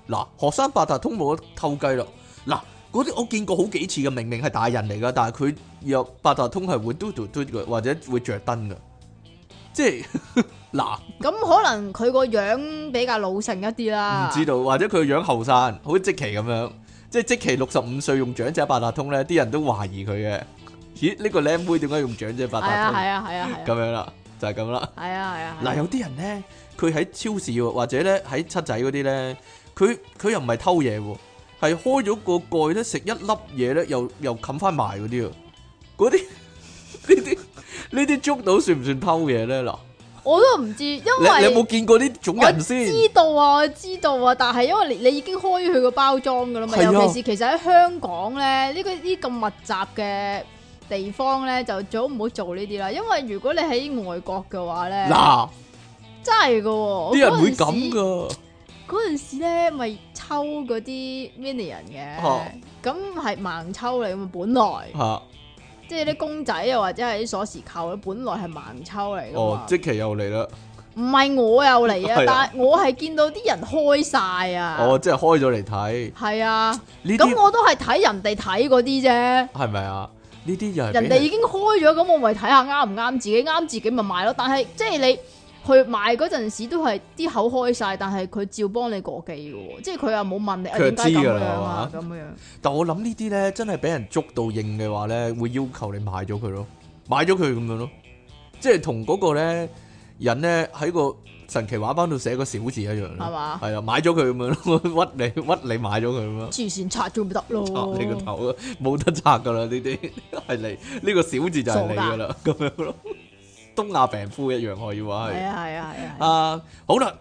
S1: 嗱，學生八達通冇得偷雞咯。嗱，嗰啲我見過好幾次嘅，明明係大人嚟噶，但係佢有八達通係會嘟嘟嘟嘅，或者會着燈嘅。即係嗱，
S2: 咁、可能佢個樣比較老成一啲啦。
S1: 唔知道，或者佢個樣後生，好似即期咁樣，即係即期六十五歲用長者八達通咧，啲人都懷疑佢嘅。咦？呢、個靚妹點解用長者八
S2: 係啊係
S1: 達
S2: 啊係啊係
S1: 通？咁
S2: 啊
S1: 樣啦，就係咁啦。
S2: 係啊係啊。係
S1: 嗱，
S2: 啊
S1: 有啲人咧，佢喺超市喎，或者咧喺七仔嗰啲咧，佢佢又唔係偷嘢喎，係開咗個蓋咧，食一粒嘢咧，又又冚翻埋嗰啲啊，嗰啲 呢啲呢啲捉到算唔算偷嘢咧？嗱，
S2: 我都唔知，因
S1: 你你
S2: 為
S1: 有冇見過呢種
S2: 我
S1: 人先？
S2: 知道啊，我知道啊，但係因為你你已經開佢個包裝噶啦嘛，
S1: 係啊
S2: 尤其是其實喺香港咧，呢個呢咁密集嘅地方咧，就最好唔好做呢啲啦，因為如果你喺外國嘅話咧，
S1: 嗱，
S2: 真係噶喎，
S1: 啲人會
S2: 啊我嗰陣時
S1: 咁噶，
S2: 嗰陣時咧，咪抽嗰啲 minion
S1: 哦
S2: 嘅，咁係盲抽嚟㗎嘛。本來
S1: 嚇，
S2: 即係啲公仔又或者係啲鎖匙扣，本來係盲抽嚟噶
S1: 哦
S2: 嘛，。
S1: 即期又嚟啦，
S2: 唔係我又 嚟
S1: 係啊
S2: 啊，但係我係見到啲人開晒啊，
S1: 哦，即係開咗嚟睇
S2: 係啊，
S1: 呢
S2: 咁
S1: 啲
S2: 我都係睇人哋睇嗰啲啫，人
S1: 係咪啊？呢啲又係俾
S2: 哋已經開咗，咁我咪睇下啱唔啱自己，啱自己咪買咯。但係即係你去買嗰陣時都係啲口開晒，但係佢照幫你過機嘅喎，即係佢又冇問你啊
S1: 佢
S2: 點
S1: 就
S2: 解
S1: 知
S2: 咁
S1: 㗎
S2: 樣
S1: 啦
S2: 啊咁樣。
S1: 但我諗呢啲咧，真係俾人捉到應嘅話咧，會要求你買咗佢咯，買咗佢咁樣咯，即係同嗰個咧人咧喺個神奇畫班度寫個小字一樣
S2: 係
S1: 咯，
S2: 嘛？
S1: 係啊，買咗佢咁樣咯，屈 你屈你買咗佢咁樣。
S2: 黐線拆咗咪 得
S1: 插
S2: 咯？
S1: 你個頭啊！冇得拆噶啦，呢啲 係你呢個小字就係你噶啦，咁樣咯。東亞病夫一樣可以話
S2: 係
S1: 係。
S2: 啊係啊係啊係啊！
S1: 啊，好啦，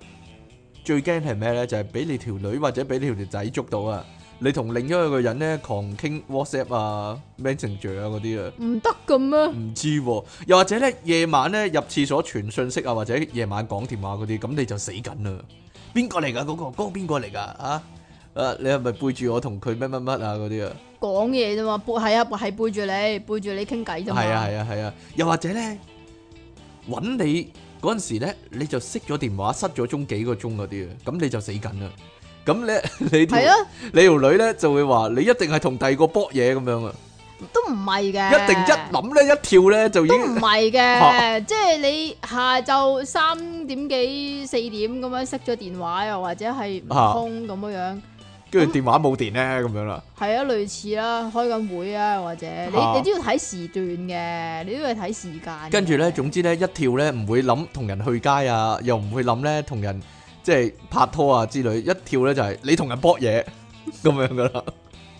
S1: 最驚係咩咧？就係俾你條女或者俾你條仔捉到啊！你同另一個人咧狂傾 WhatsApp 啊、Messenger 啊嗰啲啊，
S2: 唔得咁咩？
S1: 唔知喎。又或者咧夜晚咧入廁所傳信息啊，或者夜晚講電話嗰啲，咁你就死緊啦。邊個嚟㗎？嗰個嗰個邊個嚟㗎？啊！誒，你係咪背住我同佢乜乜乜啊嗰啲啊？
S2: 講嘢啫嘛，背係啊係背住你，背住你傾偈啫嘛。
S1: 係啊係啊係啊，又或者咧揾你嗰陣時咧，你就熄咗電話，失咗蹤幾個鐘嗰啲啊，咁你就死緊啦。咁咧 你條
S2: 係啊，
S1: 你條女咧就會話你一定係同第二個搏嘢咁樣啊，
S2: 都唔係嘅，
S1: 一定一諗咧一跳咧就已
S2: 都
S1: 經
S2: 唔係
S1: 嚇
S2: 嘅，即係你下晝三點幾四點咁樣熄咗電話，又或者係唔
S1: 嚇
S2: 通咁樣樣，
S1: 跟住電話冇電咧咁樣啦。
S2: 係啊，類似啦，開緊會啊，又或者你
S1: 嚇
S2: 你都要睇時段嘅，你都要睇時間嘅。
S1: 跟住咧，總之咧一跳咧唔會諗同人去街啊，又唔會諗咧同人即係拍拖啊之類，一跳咧就係你同人搏嘢咁樣噶啦。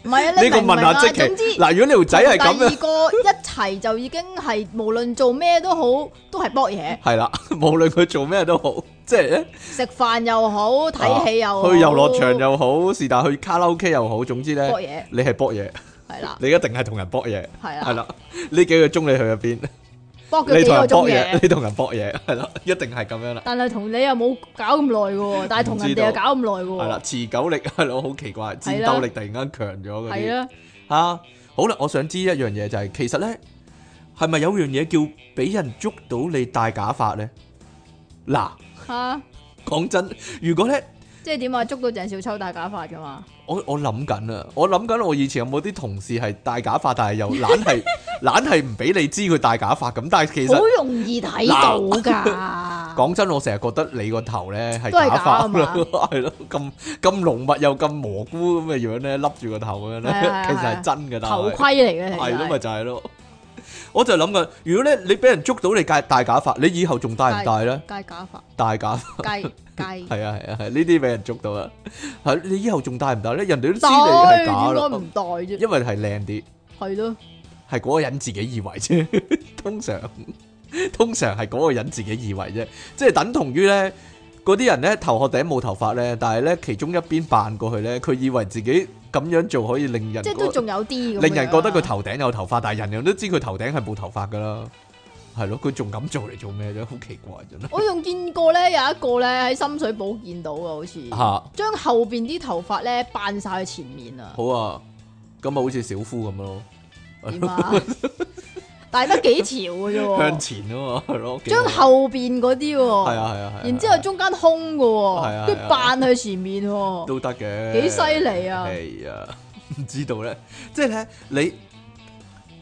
S2: 唔係啊， 你
S1: 呢個
S2: 明唔
S1: 問
S2: 明啊？
S1: 下即
S2: 總之
S1: 奇，嗱，如果你條仔係咁
S2: 第
S1: 樣
S2: 二。個一齊就已經係無論做咩都好，都係搏嘢，
S1: 系啦， 无论佢做咩都好，即系咧
S2: 食飯又好，睇戲又好，
S1: 去游乐场又好，是但去卡拉 OK 又好，总之咧
S2: 搏嘢，
S1: 你系搏嘢，
S2: 係啦，
S1: 你一定系同人搏嘢，
S2: 係
S1: 系
S2: 啦，
S1: 啦，呢几个钟你去入边，
S2: 搏咗
S1: 你
S2: 幾
S1: 同
S2: 個
S1: 人
S2: 鐘
S1: 搏
S2: 嘢
S1: 嘢，。你同人搏嘢，系啦，一定系咁样啦，
S2: 但係同你又冇搞咁耐嘅喎，但係同人哋又搞咁耐
S1: 系啦
S2: 嘅，
S1: 持久力系咯，好奇怪，战
S2: 係啦
S1: 斗力突然间强咗嗰
S2: 喎，
S1: 啲
S2: 係。啊，
S1: 啊，好啦，我想知一樣嘢就係、其實咧係咪有樣嘢叫俾人捉到你戴假髮咧？嗱，
S2: 吓，
S1: 講真，如果咧
S2: 即係點啊？捉到鄭少秋戴假髮噶嘛？
S1: 我我諗緊啊，我諗緊我以前有冇啲同事係戴假髮，但係又懶 係懶係唔俾你知佢戴假髮咁，但係其
S2: 好
S1: 實。
S2: 容易睇到 㗎，
S1: 講真，我成日覺得你個頭咧係
S2: 都係假
S1: 假髮
S2: 㗎嘛
S1: 咯， 係咯，咁咁濃密又咁蘑菇咁嘅樣咧，笠住個頭咁樣咧
S2: 係啊，係啊
S1: 其實
S2: 係
S1: 係
S2: 啊
S1: 真嘅，但
S2: 頭
S1: 係。
S2: 盔嚟嘅
S1: 係咯，咪
S2: 其實
S1: 就係咯。我就諗緊，如果咧你俾人捉到你戴戴假髮，你以後仲戴唔戴咧？
S2: 係，戒 假髮，
S1: 戴假髮
S2: 戒戒，
S1: 係啊係啊係，呢啲俾人捉到啊！係你以後仲戴唔戴咧？人哋都知你
S2: 戴
S1: 係假
S2: 應該
S1: 啦
S2: 唔，戴啫，
S1: 因為係靚啲，
S2: 係咯，
S1: 係嗰個人自己以為啫。 通常通常係嗰個人自己以為啫，即係等同於咧嗰啲人咧頭殼頂冇頭髮咧，但係咧其中一邊扮過去咧，佢以為自己咁樣做可以令人
S2: 即係
S1: 覺
S2: 都仲有啲咁樣啊，
S1: 令人覺得佢頭頂有頭髮，但係人人都知佢頭頂係冇頭髮噶啦，係咯，佢仲咁做嚟做咩啫？好奇怪真係
S2: 我仲見過咧，有一個咧喺深水埗見到啊，好似
S1: 嚇，好
S2: 將後邊啲頭髮咧扮晒去前面啊。
S1: 啊，咁啊好似小夫咁咯，
S2: 點啊？ 但係得幾條嘅 啫
S1: 向
S2: 喎，
S1: 前啊嘛，係咯，幾好
S2: 將後邊嗰啲
S1: 係
S2: 喎，
S1: 啊係啊係啊，
S2: 然之後中間空嘅
S1: 係啊
S2: 喎，
S1: 係啊
S2: 跟住扮去前面喎，
S1: 啊都得嘅，
S2: 幾犀利啊！
S1: 係啊，唔知道咧， 即係咧你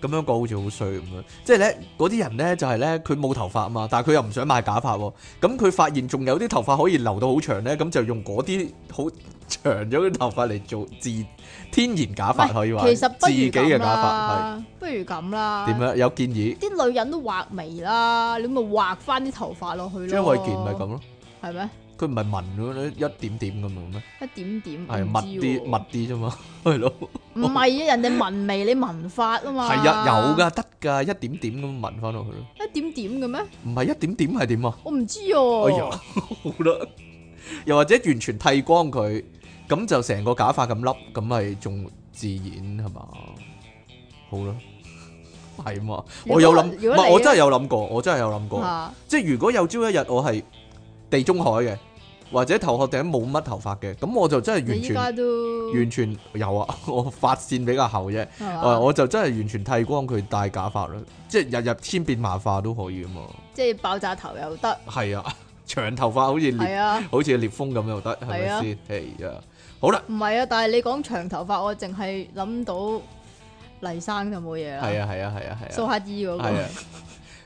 S1: 咁樣講好似好衰咁樣，即係咧嗰啲人咧就係咧佢冇頭髮啊嘛，但係佢又唔想買假髮喎，咁佢發現仲有啲頭髮可以留到好長咧，咁就用嗰啲好長咗嘅頭髮嚟做自 天然假髮可以話係，
S2: 其實不
S1: 自己
S2: 如
S1: 嘅
S2: 咁
S1: 假
S2: 啦，不如咁
S1: 髮
S2: 啦
S1: 係。點？樣？有建議？
S2: 啲女人都畫眉啦，你咪畫翻啲頭髮落去咯。
S1: 張衛健咪咁，咯，
S2: 係咩？
S1: 佢唔係紋咗一點點咁樣咩？
S2: 一點點，
S1: 係
S2: 唔
S1: 密
S2: 知
S1: 啲
S2: 喎
S1: 密啲哦啫嘛，係咯。
S2: 唔係啊，人哋紋眉你紋髮啊嘛。
S1: 係啊，有，噶，得噶，一點點咁紋翻落去咯。
S2: 一點點嘅咩？
S1: 唔係一點點係點啊？
S2: 我唔知
S1: 哎呀，
S2: 哦。
S1: 好啦，又或者完全剃光佢，咁就成個假髮咁笠，咁咪仲自然係嘛？好啦，係嘛？
S2: 如果
S1: 我有諗，
S2: 如
S1: 唔
S2: 果你啊
S1: 係我真係有諗過，我真係有諗過，
S2: 嚇
S1: 即係如果有朝一日我係地中海嘅，或者頭殼頂冇乜頭髮嘅，咁我就真係
S2: 你
S1: 完
S2: 依
S1: 全
S2: 家都
S1: 完全有啊， 我髮線比較厚啫。
S2: 係嘛
S1: 啊！我就真係完全剃光佢戴假髮啦，即係日日千變萬化都可以啊嘛。
S2: 即係爆炸頭又得，
S1: 係啊， 長頭髮好似
S2: 係
S1: 烈，
S2: 啊。
S1: 好似烈風咁又得，係
S2: 係啊
S1: 咪先？係啊，好啦，
S2: 唔係啊，但係你講長頭髮，我淨係諗到黎生就冇嘢啦。
S1: 係啊，係啊，係啊，係啊，
S2: 蘇乞衣嗰個
S1: 係啊。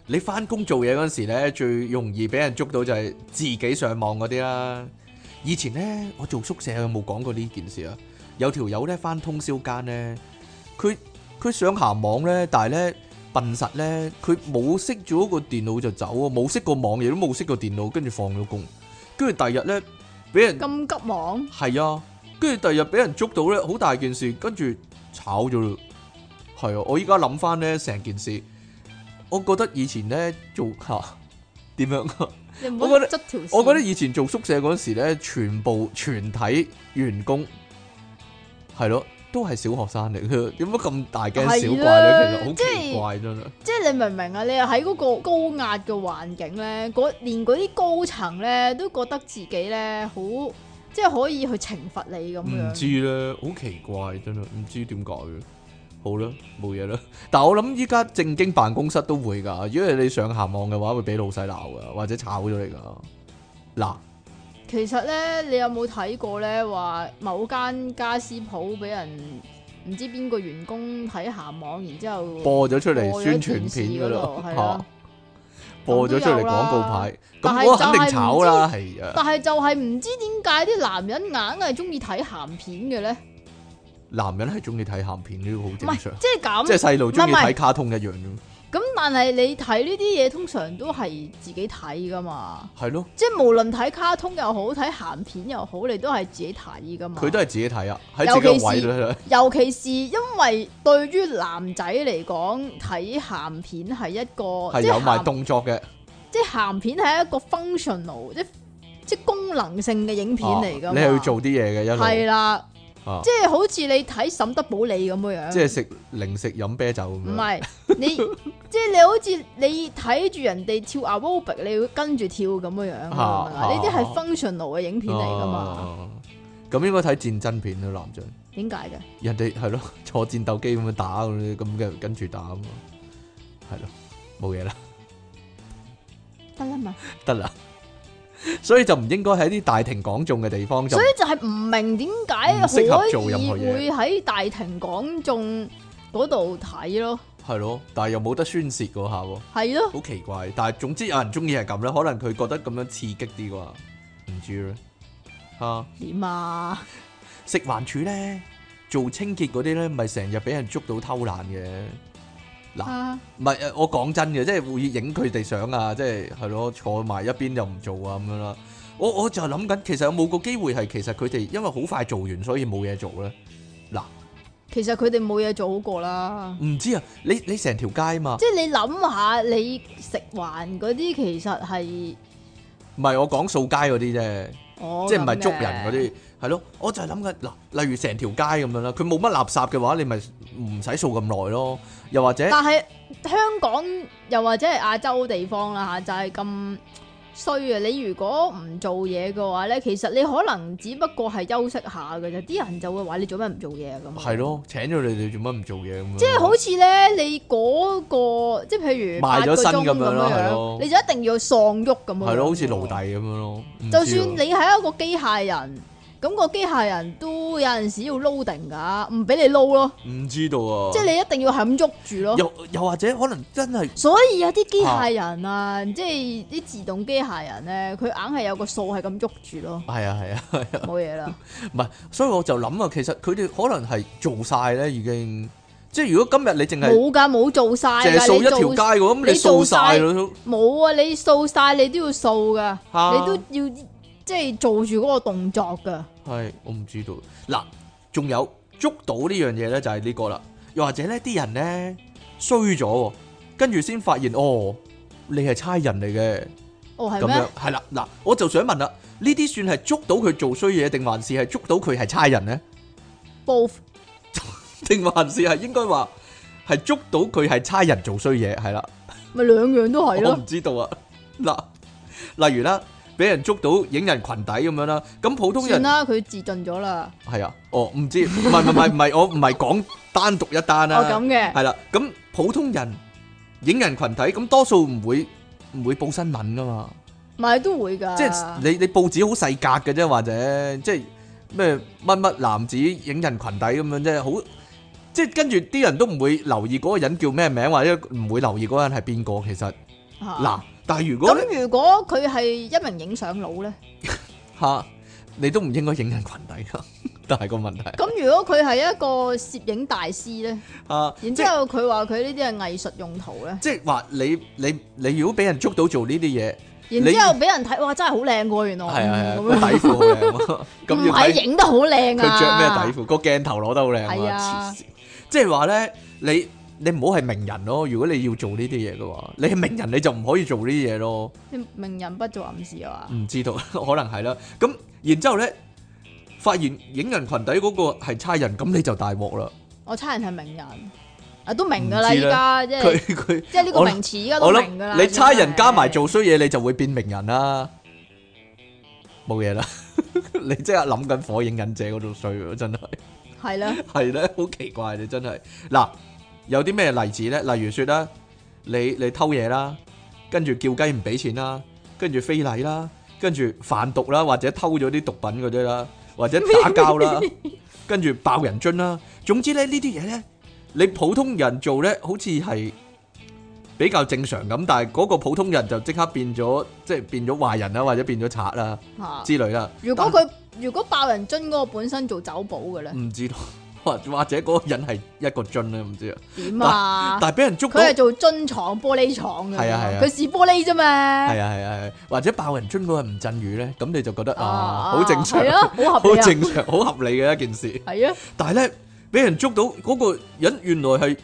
S1: 你翻工做嘢嗰陣時咧，最容易俾人捉到就係自己上網嗰啲啦。以前咧，我做宿舍有冇講過呢件事啊？有條友咧翻通宵間咧，佢佢上鹹網咧，但係咧笨實咧，佢冇熄咗個電腦就走啊，冇熄個網亦都冇熄個電腦，跟住放咗工。跟住第日咧俾人
S2: 咁急忙，
S1: 係啊，跟住第日俾人捉到咧，好大件事，跟住炒咗咯。係啊，我依家諗翻咧成件事，我覺得以前咧做 吓點樣啊？
S2: 你唔
S1: 我
S2: 好
S1: 覺
S2: 執條線。
S1: 我覺得以前做宿舍嗰時咧，全部全體員工係咯，都係小學生嚟嘅， 點解咁大驚小
S2: 係
S1: 怪
S2: 啊
S1: 咧？其實
S2: 即係
S1: 好奇怪真係。
S2: 即係你明唔明啊？你又喺嗰個高壓嘅環境咧，嗰連嗰啲高層咧都覺得自己咧好，即係可以去懲罰你咁
S1: 唔
S2: 樣。
S1: 知咧，好奇怪真係，唔知點解嘅。好啦，冇嘢啦。 但我諗依家正經辦公室都會㗎，如果你上下網嘅話，會俾老細鬧㗎，或者炒咗你㗎。嗱，
S2: 其實咧，你有冇睇過咧話某間家私鋪俾人唔知邊個員工睇鹹網，然之後
S1: 播咗出嚟
S2: 播咗
S1: 宣傳片㗎
S2: 電視嗰度
S1: 啦，
S2: 係
S1: 嚇、
S2: 啊
S1: 播咗出嚟
S2: 咁都有啦
S1: 廣告牌，
S2: 但
S1: 咁
S2: 係
S1: 我肯定
S2: 就係唔
S1: 炒啦，係啊。
S2: 但係就係唔知點解啲男人硬係中意睇鹹片嘅咧？
S1: 男人係中意睇鹹片呢個好
S2: 唔
S1: 正
S2: 係，
S1: 常，
S2: 即係咁
S1: 即係。細路中意
S2: 唔係唔係
S1: 睇卡通一樣啫，
S2: 咁但係你睇呢啲嘢通常都係自己睇噶嘛。
S1: 係咯，
S2: 即係無論睇卡通又好，睇鹹片又好，你都係自己睇噶嘛。
S1: 佢都係自己睇啊，喺自己個位咧，
S2: 尤其是因為對於男仔嚟講，睇鹹片係一個
S1: 係
S2: 即
S1: 有
S2: 係
S1: 埋
S2: 鹹
S1: 動作嘅，
S2: 即係鹹片係一個 functional 即即功能性嘅影片嚟
S1: 啊
S2: 噶
S1: 你
S2: 嘛。
S1: 係要做啲嘢嘅一
S2: 係
S1: 路，
S2: 啦，
S1: 啊
S2: 即係好似你睇沈德堡你咁樣樣。
S1: 即係嗯食零食飲啤酒咁
S2: 唔
S1: 樣，哦
S2: 係你即係你好似你睇住人哋跳 aerobic，你要跟住跳咁樣樣㗎嘛
S1: 啊啊
S2: 呢啲係 functional 嘅影片嚟噶嘛？
S1: 啊。咁應該睇戰爭片咯，男仔，
S2: 點解嘅？
S1: 人哋係咯 坐戰鬥機咁樣打咁樣咁嘅跟住打咁啊，係咯，冇嘢啦，
S2: 得啦嘛，
S1: 得啦，所以就唔應該喺啲大庭廣眾嘅地方就
S2: 所以就係唔明點
S1: 唔
S2: 解
S1: 適
S2: 可
S1: 合
S2: 以
S1: 做任何嘢
S2: 會喺大庭廣眾嗰度睇咯，
S1: 係咯，但係又冇得宣泄嗰下喎。
S2: 係咯，
S1: 好奇怪，但係總之有人中意係咁啦，可能佢覺得咁樣刺激啲啩，唔知咧。嚇、
S2: 點啊？
S1: 食環署咧做清潔嗰啲咧，咪成日俾人捉到偷懶嘅。
S2: 啊
S1: 唔係誒，我講真嘅，即係會影佢哋相啊，即係係咯，坐埋一邊又唔做啊咁樣啦。我我就諗緊，其實有冇個機會係其實佢哋因為好快做完，所以冇嘢做咧？
S2: 其實佢哋冇嘢做好過啦。
S1: 唔知啊，你你成條街嘛？
S2: 即係你諗下，你食環嗰啲其實係
S1: 唔係我講掃街嗰啲啫。
S2: 我
S1: 即係唔係
S2: 咁嘅
S1: 捉人嗰啲，係咯？我就係諗緊嗱，例如成條街咁樣啦，佢冇乜垃圾嘅話，你咪唔使掃咁耐咯。又或者
S2: 但係香港又或者係亞洲地方啦嚇，就係咁衰啊！你如果唔做嘢嘅話咧，其實你可能只不過係休息下嘅啫，啲人就會話你做咩唔做嘢啊咁。
S1: 係，咯，請咗你哋做乜唔做嘢咁樣？
S2: 即係好似咧，你嗰、個即係譬如
S1: 賣咗身
S2: 八個鐘
S1: 咁樣咯係咯
S2: 你就一定要喪喐咁樣。
S1: 係咯，好似奴隸。咁樣咯。唔知
S2: 就
S1: 喎
S2: 算你係一個機械人，咁、個機械人都有陣時要撈定㗎，唔俾你撈咯，
S1: 唔知道啊，
S2: 即係你一定要係咁喐住咯。
S1: 又又或者可能真係，
S2: 所以有啲機械人啊，即係啲自動機械人咧，佢硬係有個數係咁喐住咯
S1: 係啊係啊，
S2: 冇嘢啦。
S1: 唔係，所以我就諗啊，其實佢哋可能係做晒咧已經，即係如果今日你淨係
S2: 冇噶，冇做晒
S1: 淨係
S2: 噶，
S1: 掃一
S2: 你
S1: 條
S2: 做
S1: 街嘅話，咁你
S2: 你
S1: 掃
S2: 做
S1: 晒
S2: 晒
S1: 咯，
S2: 冇啊，你掃晒你都要掃噶，
S1: 嚇
S2: 你都要即係做住嗰個動作噶。
S1: 系，我唔知道。嗱，仲有捉到呢樣嘢咧，就係呢個啦。又或者呢啲人咧衰咗喎，跟住先發現哦，你係差人嚟嘅，
S2: 哦，係
S1: 咁
S2: 咩
S1: 樣？係啦。嗱，我就想問啦，呢啲算係捉到佢做衰嘢，定還是係捉到佢係差人呢？
S2: 報復
S1: 定還是係應該話係捉到佢係差人做衰嘢？係啦，
S2: 咪兩樣都係
S1: 我
S2: 咯
S1: 唔，知道啊。嗱，例如啦，俾人捉到影人裙底咁樣啦，咁普通
S2: 算
S1: 人。
S2: 啦，佢自盡咗啦。
S1: 係啊，哦，唔知，唔係唔係唔 係，我唔係講單獨一單
S2: 哦，
S1: 啦，
S2: 咁嘅，
S1: 係啦，咁普通人影人群體，咁多數唔會唔會報新聞噶嘛，
S2: 咪都會噶。
S1: 即係你你報紙好細格嘅啫，或者即係咩乜乜男子影人群體咁樣啫，好即係跟住啲人都唔會留意嗰個人叫咩名，或者唔會留意嗰個人係邊個，其實
S2: 嚇
S1: 嗱，但係如果咧
S2: 啊咁如果佢係一名影相佬咧？
S1: 吓，你都唔應該影人群體噶， 但係個問 題
S2: 咁如果佢係一個攝影大師咧，
S1: 啊，
S2: 然
S1: 即
S2: 之後佢話佢呢啲係藝術用途咧，
S1: 即係話你你你如果俾人捉到做呢啲嘢，
S2: 然之後俾人睇，哇，真係好靚喎，原來
S1: 係啊係啊，
S2: 嗯
S1: 個
S2: 咁樣
S1: 底褲好靚啊，咁
S2: 唔
S1: 要
S2: 係
S1: 睇
S2: 影得好靚啊！
S1: 佢着咩底褲，個鏡頭攞得好靚
S2: 係
S1: 啊，
S2: 啊
S1: 黐線！即係話咧，你你唔好係名人咯，如果你要做呢啲嘢嘅話，你係名人你就唔可以做呢啲嘢咯。
S2: 咩名人不做暗事啊嘛？
S1: 唔知道， 可能係啦。咁然之後咧，發現影人裙底嗰個係差人，咁你就大鑊啦。
S2: 我猜人係名人，啊都明噶啦，
S1: 唔
S2: 依
S1: 知
S2: 家即
S1: 佢
S2: 係
S1: 佢，
S2: 即係呢個
S1: 我
S2: 名詞，依家都
S1: 我
S2: 明噶啦。
S1: 諗你差
S2: 真
S1: 人
S2: 係
S1: 加埋做衰嘢，你就會變名人啦。冇嘢啦， 你即刻諗緊火影忍者嗰度衰喎，真係
S2: 係啦，
S1: 係咧，好奇怪你真係。嗱，有啲咩例子咧？例如說啦，你你偷嘢啦，跟住叫雞唔俾錢啦，跟住非禮啦，跟住販毒啦，或者偷咗啲毒品嗰啲啦，或者打交 啦，跟住爆人樽啦。總之咧，呢啲嘢咧，你普通人做咧，好似係比較正常咁，但係嗰個普通人就即刻變咗，即係變咗壞人啦，或者變咗賊啦
S2: 嚇！
S1: 之類啦。
S2: 啊如果佢如果爆人樽嗰個本身做酒保嘅咧，
S1: 唔知道， 或或者嗰個人係一個樽咧，唔知啊。
S2: 點啊？
S1: 但係俾人捉到，
S2: 佢係
S1: 係
S2: 做樽廠玻璃廠嘅，
S1: 係啊係啊
S2: 佢試玻璃啫嘛。
S1: 啊係啊係啊，或者爆人樽嗰個係吳鎮宇咧，咁你就覺得啊，
S2: 啊
S1: 好正常
S2: 係，啊，好合
S1: 好
S2: 理啊，
S1: 正常，好合理嘅一件事。
S2: 係啊，
S1: 但係咧，俾人捉到嗰個人原來係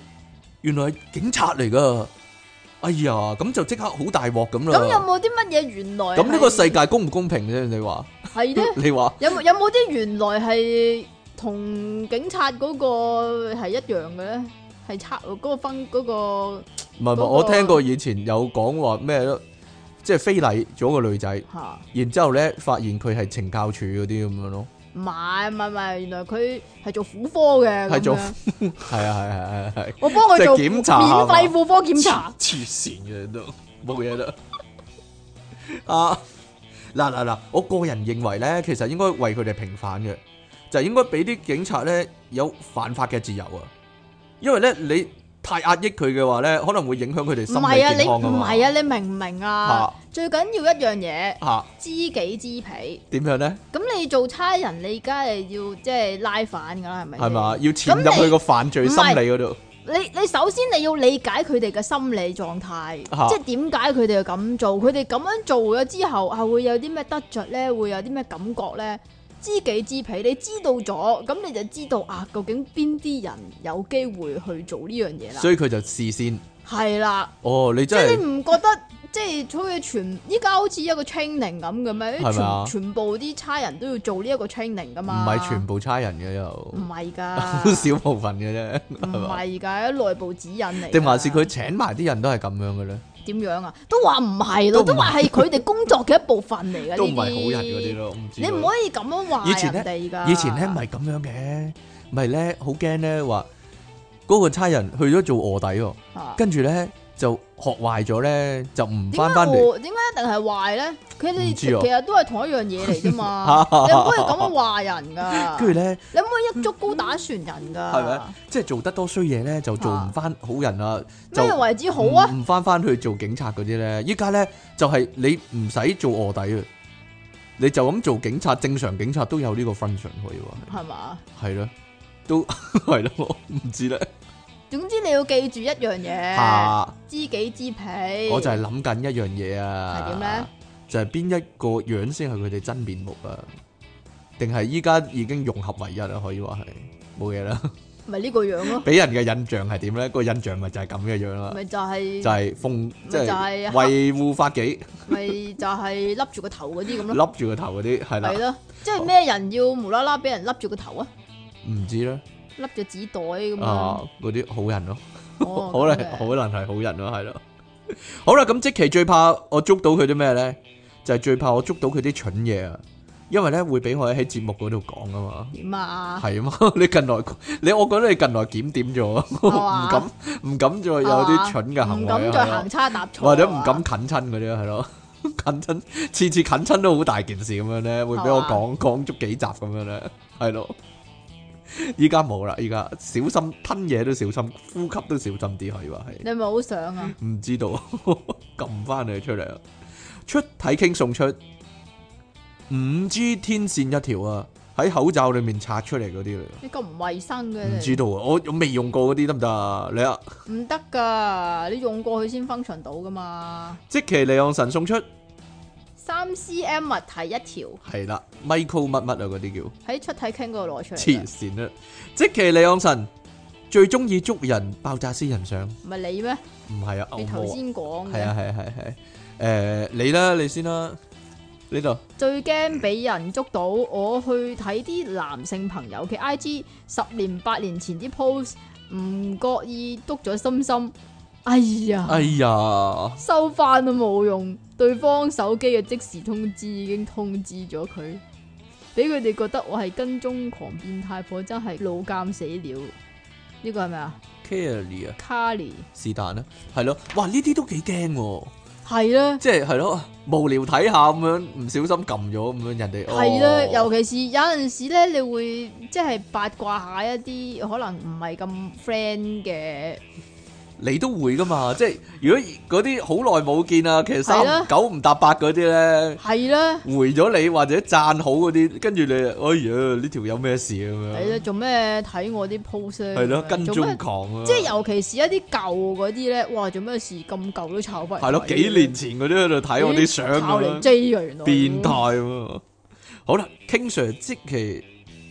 S1: 原來係警察嚟噶，哎呀，咁就即刻好大鑊咁
S2: 咁有
S1: 啦。
S2: 冇啲乜嘢原來係？
S1: 咁呢個世界公唔公平啫？你 話，，
S2: 係咧
S1: 你話
S2: 有冇有冇啲原來係同警察嗰個係一樣嘅咧？係拆嗰個分嗰個
S1: 唔係唔
S2: 嗰個
S1: 係？我聽過以前有講話咩咯，即係非禮咗個女仔，
S2: 嚇，
S1: 然之後咧發現佢係懲教處嗰啲咁樣咯。
S2: 唔係唔係唔係，原來佢係做婦科嘅，
S1: 係做
S2: 係做
S1: 係啊係啊係啊係啊。
S2: 我幫佢做
S1: 即係檢查
S2: 免
S1: 係嘛
S2: 費婦科檢查，
S1: 黐線嘅都冇嘢啦。啊，嗱嗱嗱，我個人認為咧，其實應該為佢哋平反嘅，就應該俾啲警察咧有犯法嘅自由啊。因為咧你太壓抑佢嘅話咧，可能會影響佢哋
S2: 唔
S1: 心
S2: 係啊，
S1: 理
S2: 你
S1: 健康噶
S2: 唔
S1: 嘛。
S2: 係啊，你明唔明啊
S1: 嚇？
S2: 最緊要一樣嘢，
S1: 嚇
S2: 知己知彼。
S1: 點樣咧？
S2: 咁你做差人，你梗係要即係拉反噶啦，係咪？
S1: 係啊嘛？？要潛入去個犯罪心理嗰度，
S2: 你你首先你要理解佢哋嘅心理狀態，
S1: 嚇
S2: 即係點解佢哋要咁做？佢哋咁樣做咗之後，係會有啲咩得着咧？會有啲咩感覺咧？知己知彼，你知道咗，咁你就知道啊，究竟邊啲人有機會去做呢樣嘢啦？
S1: 所以佢就事先。
S2: 係啦，
S1: 哦，你
S2: 即係
S1: 真
S2: 你
S1: 係
S2: 唔覺得即係好似全依家好似一個 training 咁嘅咩？
S1: 係咪啊
S2: 全全部啲差人都要做呢一個 training 噶
S1: 唔
S2: 嘛？
S1: 係全部差人嘅又
S2: 唔，係
S1: 好
S2: 㗎，
S1: 少部分嘅啫，
S2: 唔
S1: 係嘛？
S2: 係啊㗎，內部指引嚟㗎。
S1: 定還是佢請埋啲人都係咁樣嘅咧？
S2: 點樣啊？都話唔係
S1: 都
S2: 咯，都
S1: 唔係
S2: 話係佢哋工作嘅一部分嚟嘅。
S1: 都唔
S2: 係
S1: 係好人嗰啲。咯，我唔知
S2: 你
S1: 道。
S2: 唔啊可以咁樣話
S1: 以前呢
S2: 人哋㗎。
S1: 以前咧咪咁樣嘅，咪咧好驚咧話嗰個差人去咗做卧底喎，
S2: 啊
S1: 跟住咧就學壞咗咧，就唔
S2: 點
S1: 翻
S2: 解
S1: 翻嚟。
S2: 我點解一定係壞咧？佢
S1: 唔
S2: 哋其
S1: 知啊
S2: 實都係同一樣嘢嚟啫 嘛。你唔可以咁樣話人㗎。
S1: 跟住咧，
S2: 你唔可以一竹篙打船人㗎。
S1: 係咪？即係做得多衰嘢咧，就做唔翻好人啦，就
S2: 咩為之好啊？
S1: 唔翻翻去做警察嗰啲咧。依家咧就係你唔使做卧底啊，你就咁做警察，正常警察都有呢個 function 可以話
S2: 係嘛？
S1: 係咯，都 係咯，我唔知咧。
S2: 總之你要記住一樣嘢，
S1: 下。
S2: 知己知彼。
S1: 我就係諗緊一樣嘢啊，
S2: 係點咧？
S1: 就係邊一個樣先係佢哋真面目啊？定係依家已經融合為一啦？可以話係冇嘢啦。
S2: 咪呢個樣咯，
S1: 俾人嘅印象係點咧？個印象咪就係咁嘅樣啦，
S2: 咪就 係
S1: 就係奉即
S2: 就
S1: 係
S2: 係
S1: 維護法紀，
S2: 咪就係笠住個頭嗰啲咁咯。
S1: 笠住個頭嗰啲係
S2: 系
S1: 啦，
S2: 咯，即系咩人要无啦啦俾人笠住个头啊，
S1: 唔知咧
S2: 笠住纸袋咁
S1: 啊
S2: 样，
S1: 嗰啲好人咯，
S2: 哦
S1: 可能
S2: 咁嘅
S1: 可能係好人咯，係咯。好啦，咁即期最怕我捉到佢啲咩咧？就係最怕我捉到佢啲蠢嘢啊，因為咧會俾我喺節目嗰度講啊嘛。
S2: 点啊？
S1: 系啊嘛， 你近來你我覺得你近來檢點咗， 唔
S2: 嘛
S1: 敢唔敢再有啲蠢嘅行為
S2: 唔敢
S1: 啊
S2: 再
S1: 係啊
S2: 行差踏错，
S1: 或者唔敢近親嗰啲啊係咯， 近親次次近親都好大件事咁樣咧，會俾我
S2: 係
S1: 講講足幾集咁樣咧，係咯。依家冇啦，依家小心吞嘢都小心，呼吸都小心啲，可以話
S2: 你係咪好想啊？
S1: 係。唔知道 撳翻你出嚟啊！出體傾送出五 G 天線一條啊，喺口罩裏面拆出嚟嗰啲嚟。啊
S2: 你咁唔卫生嘅
S1: 唔
S2: 你，
S1: 知道啊，我我未用過嗰啲得唔得啊？你啊，
S2: 唔得噶，你用过佢先 function 到噶嘛？
S1: 即其利昂神送出
S2: 三 cm 物體一條，
S1: 係啦，Michael 乜乜啊嗰啲叫。
S2: 喺出體傾嗰度攞出嚟
S1: 黐
S2: 㗎，
S1: 線啦！即其李昂臣最中意捉人爆炸私人相，
S2: 唔係你咩？
S1: 唔係啊，
S2: 你
S1: 牛
S2: 頭
S1: 魔啊，
S2: 先講
S1: 係啊係啊
S2: 嘅，
S1: 係啊係啊，誒你啦你先啦，呢度
S2: 最驚俾人捉到。我去睇啲男性朋友嘅 IG，十年八年前啲 post，唔覺意篤咗心心，哎呀！
S1: 哎呀，
S2: 收翻都冇用，對方手機嘅即時通知已經通知咗佢，俾佢哋覺得我係跟蹤狂變態婆，真係老監死了。呢個係咪啊
S1: Kelly 啊，
S2: ？Carly
S1: 是但啦，係咯，哇呢啲都幾驚喎，
S2: 係啦，
S1: 即係係咯無聊睇下咁樣，唔小心撳咗咁樣人哋，
S2: 係啦，
S1: 哦
S2: 尤其是有陣時咧，你會即係八卦下一啲可能唔係咁 friend 嘅，
S1: 你都會噶嘛，即係如果嗰啲好耐冇見啊，其實
S2: 係啦
S1: 三九唔搭八嗰啲咧。
S2: 係啦，
S1: 回咗你或者讚好嗰啲，跟住你，哎呀呢條有咩事咁
S2: 係啦，
S1: 樣，
S2: 做咩睇我啲 post 咧？
S1: 嗯係咯跟
S2: 做
S1: 蹤
S2: 咩
S1: 狂啊，
S2: 即係尤其是一啲舊嗰啲咧，哇！做咩事咁舊都炒翻？
S1: 係咯幾年前嗰啲喺度睇我啲相
S2: 靠
S1: 咁
S2: 嚟
S1: 樣，
S2: J 啊，原來
S1: 變態喎。好啦，King Sir 即其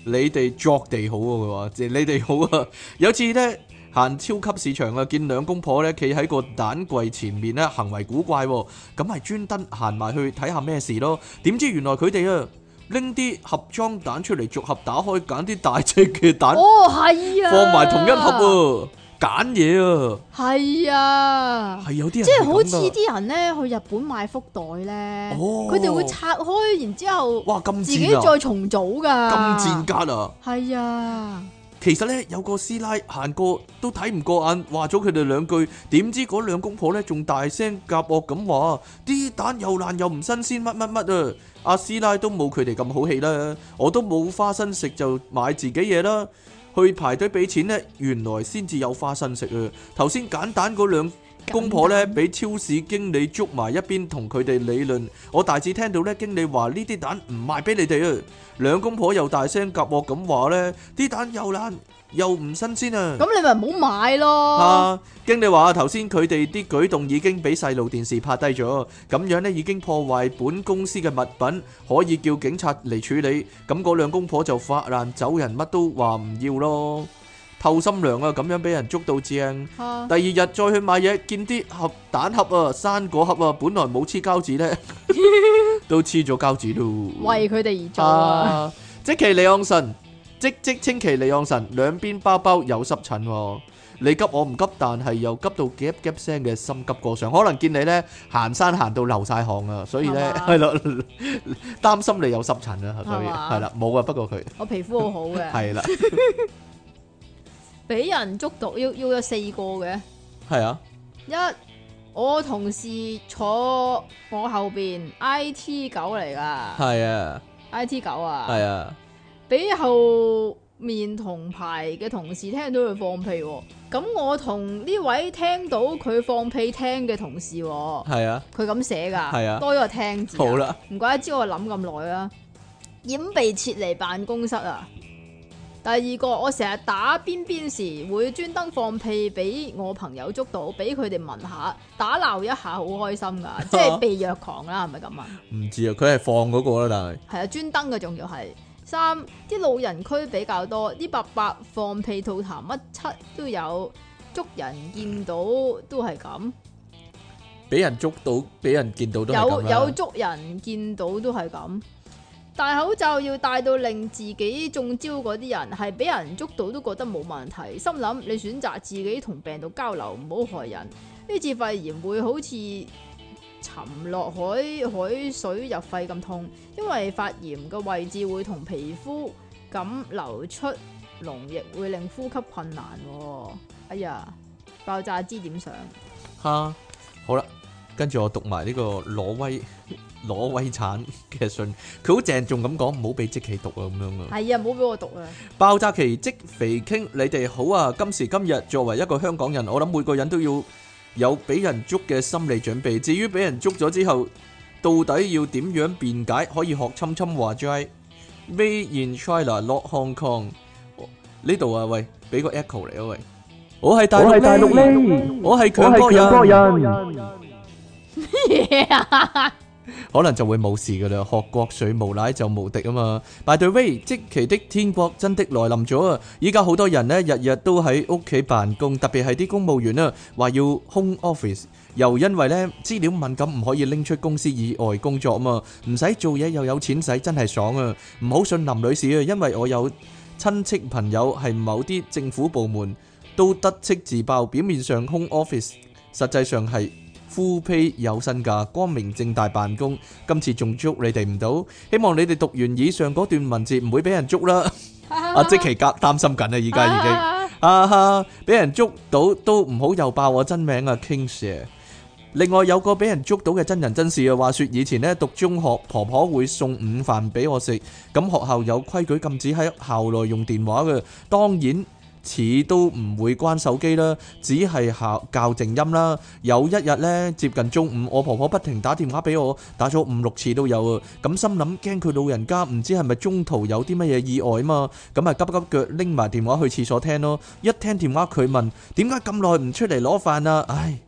S1: 你哋作地好喎，佢話即係你哋好啊。 有次咧行超級市場啊，見兩公婆咧企喺個蛋櫃前面咧，行為古怪喎，咁咪專登行埋去睇下咩事咯。點知原來佢哋啊拎啲盒裝蛋出嚟，逐盒打開揀啲大隻嘅蛋。
S2: 哦，係啊，
S1: 放埋同一盒喎，揀嘢啊，
S2: 係啊，
S1: 係有啲人
S2: 即係好似
S1: 咁㗎
S2: 啲人咧去日本買福袋咧，
S1: 哦
S2: 佢哋會拆開，然之後
S1: 哇咁
S2: 自己
S1: 賤啊，
S2: 再重組噶，
S1: 咁賤格啊！
S2: 係啊，
S1: 其實咧有個師奶行過都睇唔過眼，話咗佢哋兩句，點知嗰兩公婆咧仲大聲夾惡咁話啲蛋又爛又唔新鮮，乜乜乜啊！阿師奶都冇佢哋咁好氣啦，我都冇花生食就買自己嘢啦。去排隊俾錢咧，原來先至有花生食啊！頭先揀蛋嗰兩公婆咧，俾超市經理捉埋一邊同佢哋理論。我大致聽到咧，經理話呢啲蛋唔賣俾你哋啊！兩公婆又大聲夾惡咁話咧，啲蛋又爛又唔新鮮啊！
S2: 咁你咪唔好買咯，
S1: 啊！經理話頭先佢哋啲舉動已經俾細路電視拍低咗，咁樣呢已經破壞本公司嘅物品，可以叫警察嚟處理。咁嗰兩公婆就發爛走人，乜都話唔要咯，透心涼啊！咁樣俾人捉到正。
S2: 啊
S1: 第二日再去買嘢，見啲盒蛋盒啊、生果盒啊，本來冇黐膠紙呢，都黐咗膠紙咯。
S2: 為佢哋而做啊，
S1: 啊！即其利昂神，即即稱其利昂神，兩邊包包有濕疹喎。你急我唔急，但係又急到夾夾聲嘅心急過上，可能見你咧行山行到流晒汗啊，所以咧 係
S2: 係
S1: 咯，擔心你有濕疹啊，所以
S2: 係嘛
S1: 係啦冇啊，不過佢
S2: 我皮膚好好嘅，
S1: 係啦，
S2: 俾人捉到要要有四個嘅。
S1: 係 啊，
S2: 一我同事坐我後邊 I T 九嚟噶
S1: 係啊，
S2: ，I T 九啊，
S1: 係啊，
S2: 俾後面同排嘅同事聽到佢放屁、喎。咁我同呢位聽到佢放屁聽嘅同事、喎，
S1: 係啊，
S2: 佢咁寫噶，
S1: 係啊
S2: 多咗個聽字啊，
S1: 好啦，
S2: 唔怪得知我諗咁耐啦，掩被撤離辦公室啊！第二個，我成日打邊邊時會專登放屁俾我朋友捉到，俾佢哋聞下，打鬧一下，好開心噶，即係被虐狂啦，係咪咁啊？
S1: 唔知啊，佢係放嗰個啦，
S2: 係啊，專登嘅仲要係三啲老人區比較多，啲伯伯放屁吐痰乜七都有，捉人見到都係咁，
S1: 但係俾人捉到，俾人見到都係
S2: 有
S1: 咁
S2: 有
S1: 啦，
S2: 捉人見到都係咁。戴口罩要戴到令自己中招嗰啲人，係俾人捉到都覺得冇問題。心諗你選擇自己同病毒交流，唔好害人。呢次肺炎會好似沉落海 海水入肺咁痛，因為發炎嘅位置會同皮膚咁流出膿液，會令呼吸困難、喎。哎呀，爆炸支點上
S1: 哈，好啦，跟住我讀埋呢個挪威 挪威產嘅信，佢好鄭重咁講，唔好俾即期讀啊咁樣啊。
S2: 係啊，唔好俾我讀啊！
S1: 爆炸期即肥傾，你哋好啊！今時今日作為一個香港人，我諗每個人都要有俾人捉嘅心理準備。至於俾人捉咗之後，到底要點樣辯解，可以學侵侵話齋。Made in China, not Hong Kong。哦呢度啊，喂，俾個 echo 嚟啊，喂，我係大
S3: 我
S1: 陸
S3: 係大陸
S1: 呢，
S3: 呢，
S1: 我係
S3: 我
S1: 強
S3: 係
S1: 國人
S3: 強。國人。
S2: 嘢啊！
S1: 可能就會冇事噶啦。學國水無奶就無敵啊嘛。By the way，即期的天國真的來臨咗啊！依家好多人呢，日日都喺屋企辦公，特別係啲公務員啊，話要 home office，又因為呢資料敏感唔可以拎出公司以外工作啊嘛，唔使做嘢又有錢使，真係爽啊！唔好信林女士啊，因為我有親戚朋友係某啲政府部門都得戚自爆，表面上 home office，實際上係 full pay 有薪假，光明正大辦公。今次仲捉你哋唔到，希望你哋讀完以上嗰段文字唔會俾人捉啦。阿即其格擔心緊啦，而家已經。啊哈！俾人捉到都唔好又爆我真名啊，King Sir。另外有個俾人捉到嘅真人真事啊，話說以前呢讀中學，婆婆會送午飯俾我食，咁學校有規矩禁止喺校內用電話嘅，當然。似都唔會關手機啦，只係校校靜音啦。有一日呢，接近中午，我婆婆不停打電話俾我，打咗五六次都有啊。咁心諗驚佢老人家唔知係咪中途有啲乜嘢意外嘛，咁啊急急腳拎埋電話去廁所聽咯。一聽電話佢問點解咁耐唔出嚟攞飯啊？唉，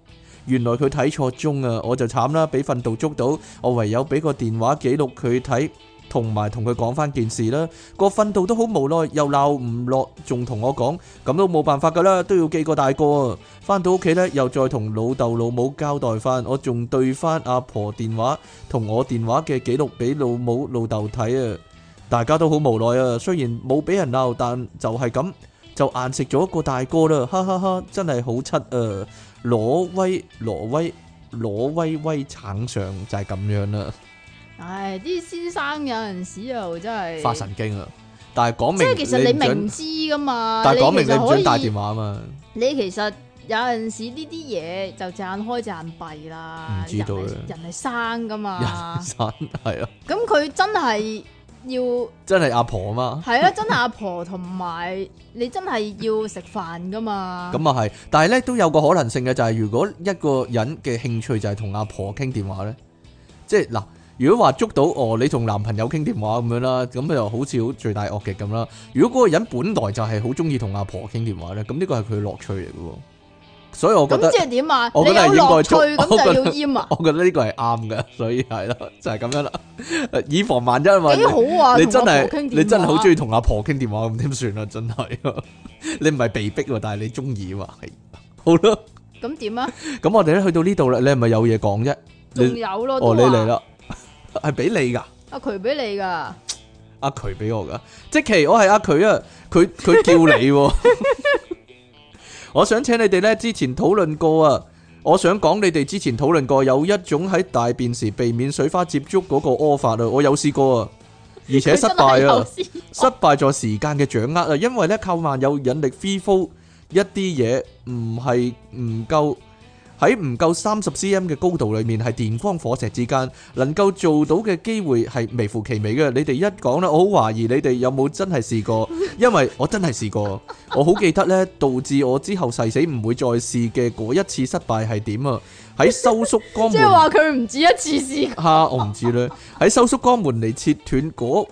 S1: 原來佢睇錯鐘啊，我就慘啦，俾訓導捉到，我唯有俾個電話記錄佢睇。同埋同佢講翻件事啦，個訓導都好無奈，又鬧唔落，仲同我講，咁都冇辦法噶啦，都要記個大個啊。翻到屋企呢，又再同老豆老母交代翻，我仲對翻阿婆電話同我電話嘅記錄俾老母老豆睇啊，大家都好無奈啊。雖然冇俾人鬧，但就係咁就硬食咗個大哥啦，哈哈哈！真係好柒啊！挪威挪威挪威威橙上就係咁樣啦，
S2: 唉，啲先生有陣時又真係
S1: 發神經啊！但係講明
S2: 即係其實你
S1: 唔準
S2: 明知噶嘛，
S1: 但係講明
S2: 其實
S1: 你唔
S2: 可
S1: 準帶
S2: 以
S1: 電話啊嘛，
S2: 你其實有陣時呢啲嘢就隻眼開隻眼閉啦，
S1: 唔知道
S2: 人係
S1: 嘅
S2: 人係生噶嘛
S1: 人， 生係啊，
S2: 咁佢真係要
S1: 真係阿婆啊嘛，
S2: 係啦，真係阿婆同埋你真係要食飯噶嘛，
S1: 咁啊係，但係咧都有個可能性嘅就係，如果一個人嘅興趣就係同阿婆傾電話咧，即係嗱，如果話捉到哦，你同男朋友傾電話咁樣啦，咁就好似好罪大惡極咁啦。如果嗰個人本來就係好中意同阿婆傾電話咧，咁呢個係佢樂趣嚟嘅喎，所以我覺
S2: 咁
S1: 得
S2: 即。係點啊？
S1: 我
S2: 你
S1: 覺
S2: 有
S1: 得係應
S2: 樂
S1: 該
S2: 趣
S1: 捉
S2: 咁就要閹啊，
S1: 我覺得呢個係啱嘅，所以係咯，就係、咁樣啦， 以防萬一啊嘛。
S2: 幾好啊！
S1: 你
S2: 同
S1: 真
S2: 阿
S1: 係
S2: 婆傾電
S1: 你真係好
S2: 話
S1: 中意同阿婆傾電話咁點算啊？真係， 你唔係被逼喎，但係你中意嘛？係好啦，
S2: 咁點啊？
S1: 咁我哋咧去到呢度啦，你係咪有嘢講啫？
S2: 仲
S1: 你
S2: 有咯，
S1: 哦，你
S2: 都話
S1: 嚟，啦， 係俾你噶，
S2: 阿渠俾你噶，
S1: 阿渠俾我噶，即其我係阿渠啊，佢佢叫你喎。 我想請你哋咧，之前討論過啊。我想講你哋之前討論過有一種喺大便時避免水花接觸嗰個屙法啊，我有試過啊，而且
S2: 佢
S1: 失
S2: 真係
S1: 敗
S2: 有
S1: 啊。
S2: 先
S1: 失敗在時間嘅掌握啊，因為咧扣慢有引力 free fall 一啲嘢唔係唔夠喺唔夠三十 cm 嘅高度裏面係電光火石之間，能夠做到嘅機會係微乎其微嘅。你哋一講咧，我好懷疑你哋有冇真係試過，因為我真係試過， 我好記得咧，導致我之後誓死唔會再試嘅嗰一次失敗係點啊！喺收縮肛
S2: 即係
S1: 門。
S2: 話佢唔止一次試
S1: 吓、哎我唔知咧。喺收縮肛門嚟切斷嗰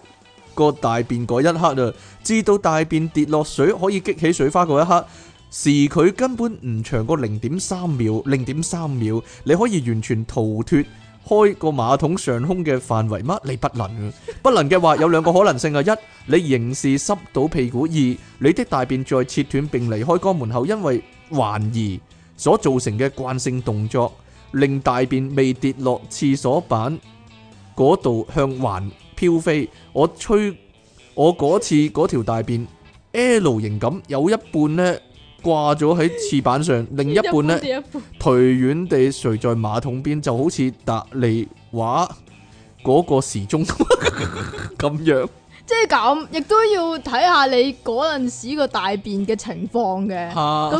S1: 個大便嗰一刻啊，至到大便跌落水可以激起水花嗰一刻，時佢根本唔長過零點三秒，零點三秒，你可以完全逃脱。開個馬桶上空嘅範圍乜？你不能啊！不能嘅話有兩個可能性啊：一，你仍是濕到屁股；二，你的大便在切斷並離開肛門後，因為懷疑所造成嘅慣性動作。令大便未跌落廁所板嗰度向環飄飛。我吹我嗰次嗰條大便 L 型咁，有一半呢掛咗喺廁板上，另一半呢
S2: 一半就一半
S1: 頹遠地垂在馬桶邊，就好似達利畫嗰個時鐘咁 樣。
S2: 即係咁，亦都要睇下你嗰陣時個大便嘅情況嘅，究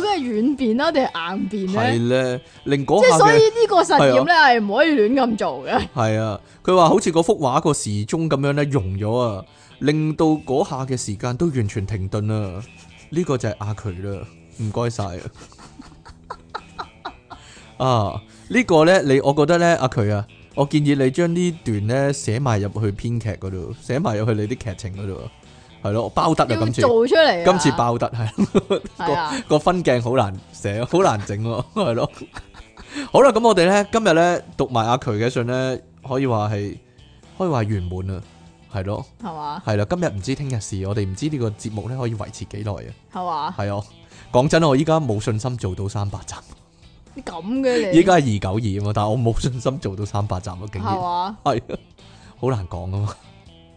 S1: 嚇
S2: 竟係軟便啊啦定係硬便咧？
S1: 係咧，令嗰
S2: 即係
S1: 下
S2: 所以
S1: 嘅
S2: 呢個實驗咧係唔可以亂咁做嘅。
S1: 係啊，佢話好似嗰幅畫個時鐘咁樣咧溶咗啊，令到嗰下嘅時間都完全停頓啦。呢、個就係阿渠啦，唔該晒啊。 啊，呢個呢，你我覺得呢，阿渠啊，我建議你將呢段呢寫埋入去編劇嗰度，寫埋入去你啲劇情嗰度，係咯，包得啊
S2: 要
S1: 今次，
S2: 做出嚟啊，
S1: 今次爆得係。
S2: 係啊，
S1: 個分鏡好難寫， 好難整喎，係咯。好啦，咁我哋咧今日咧讀埋阿渠嘅信咧，可以話係可以話圓滿啊，係咯，
S2: 系嘛
S1: 係啦，今日唔知聽日事，我哋唔知呢個節目咧可以維持幾耐啊，
S2: 系嘛，
S1: 係啊，講真，我依家冇信心做到三百集，
S2: 你咁嘅你
S1: 依家係二九二啊嘛，但係我冇信心做到三百集啊，
S2: 系
S1: 竟然
S2: 嘛，
S1: 係啊，好難講啊嘛，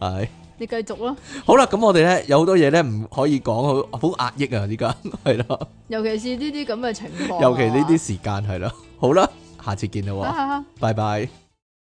S1: 係。
S2: 你继续啦，
S1: 好啦，咁我哋咧有好多嘢咧唔可以講，好好壓抑啊！依家係啦，
S2: 尤其是呢啲咁嘅情况，啊啊
S1: 尤其呢啲時間係啦。好啦，下次見啦喎，
S2: 啲。
S1: 拜拜。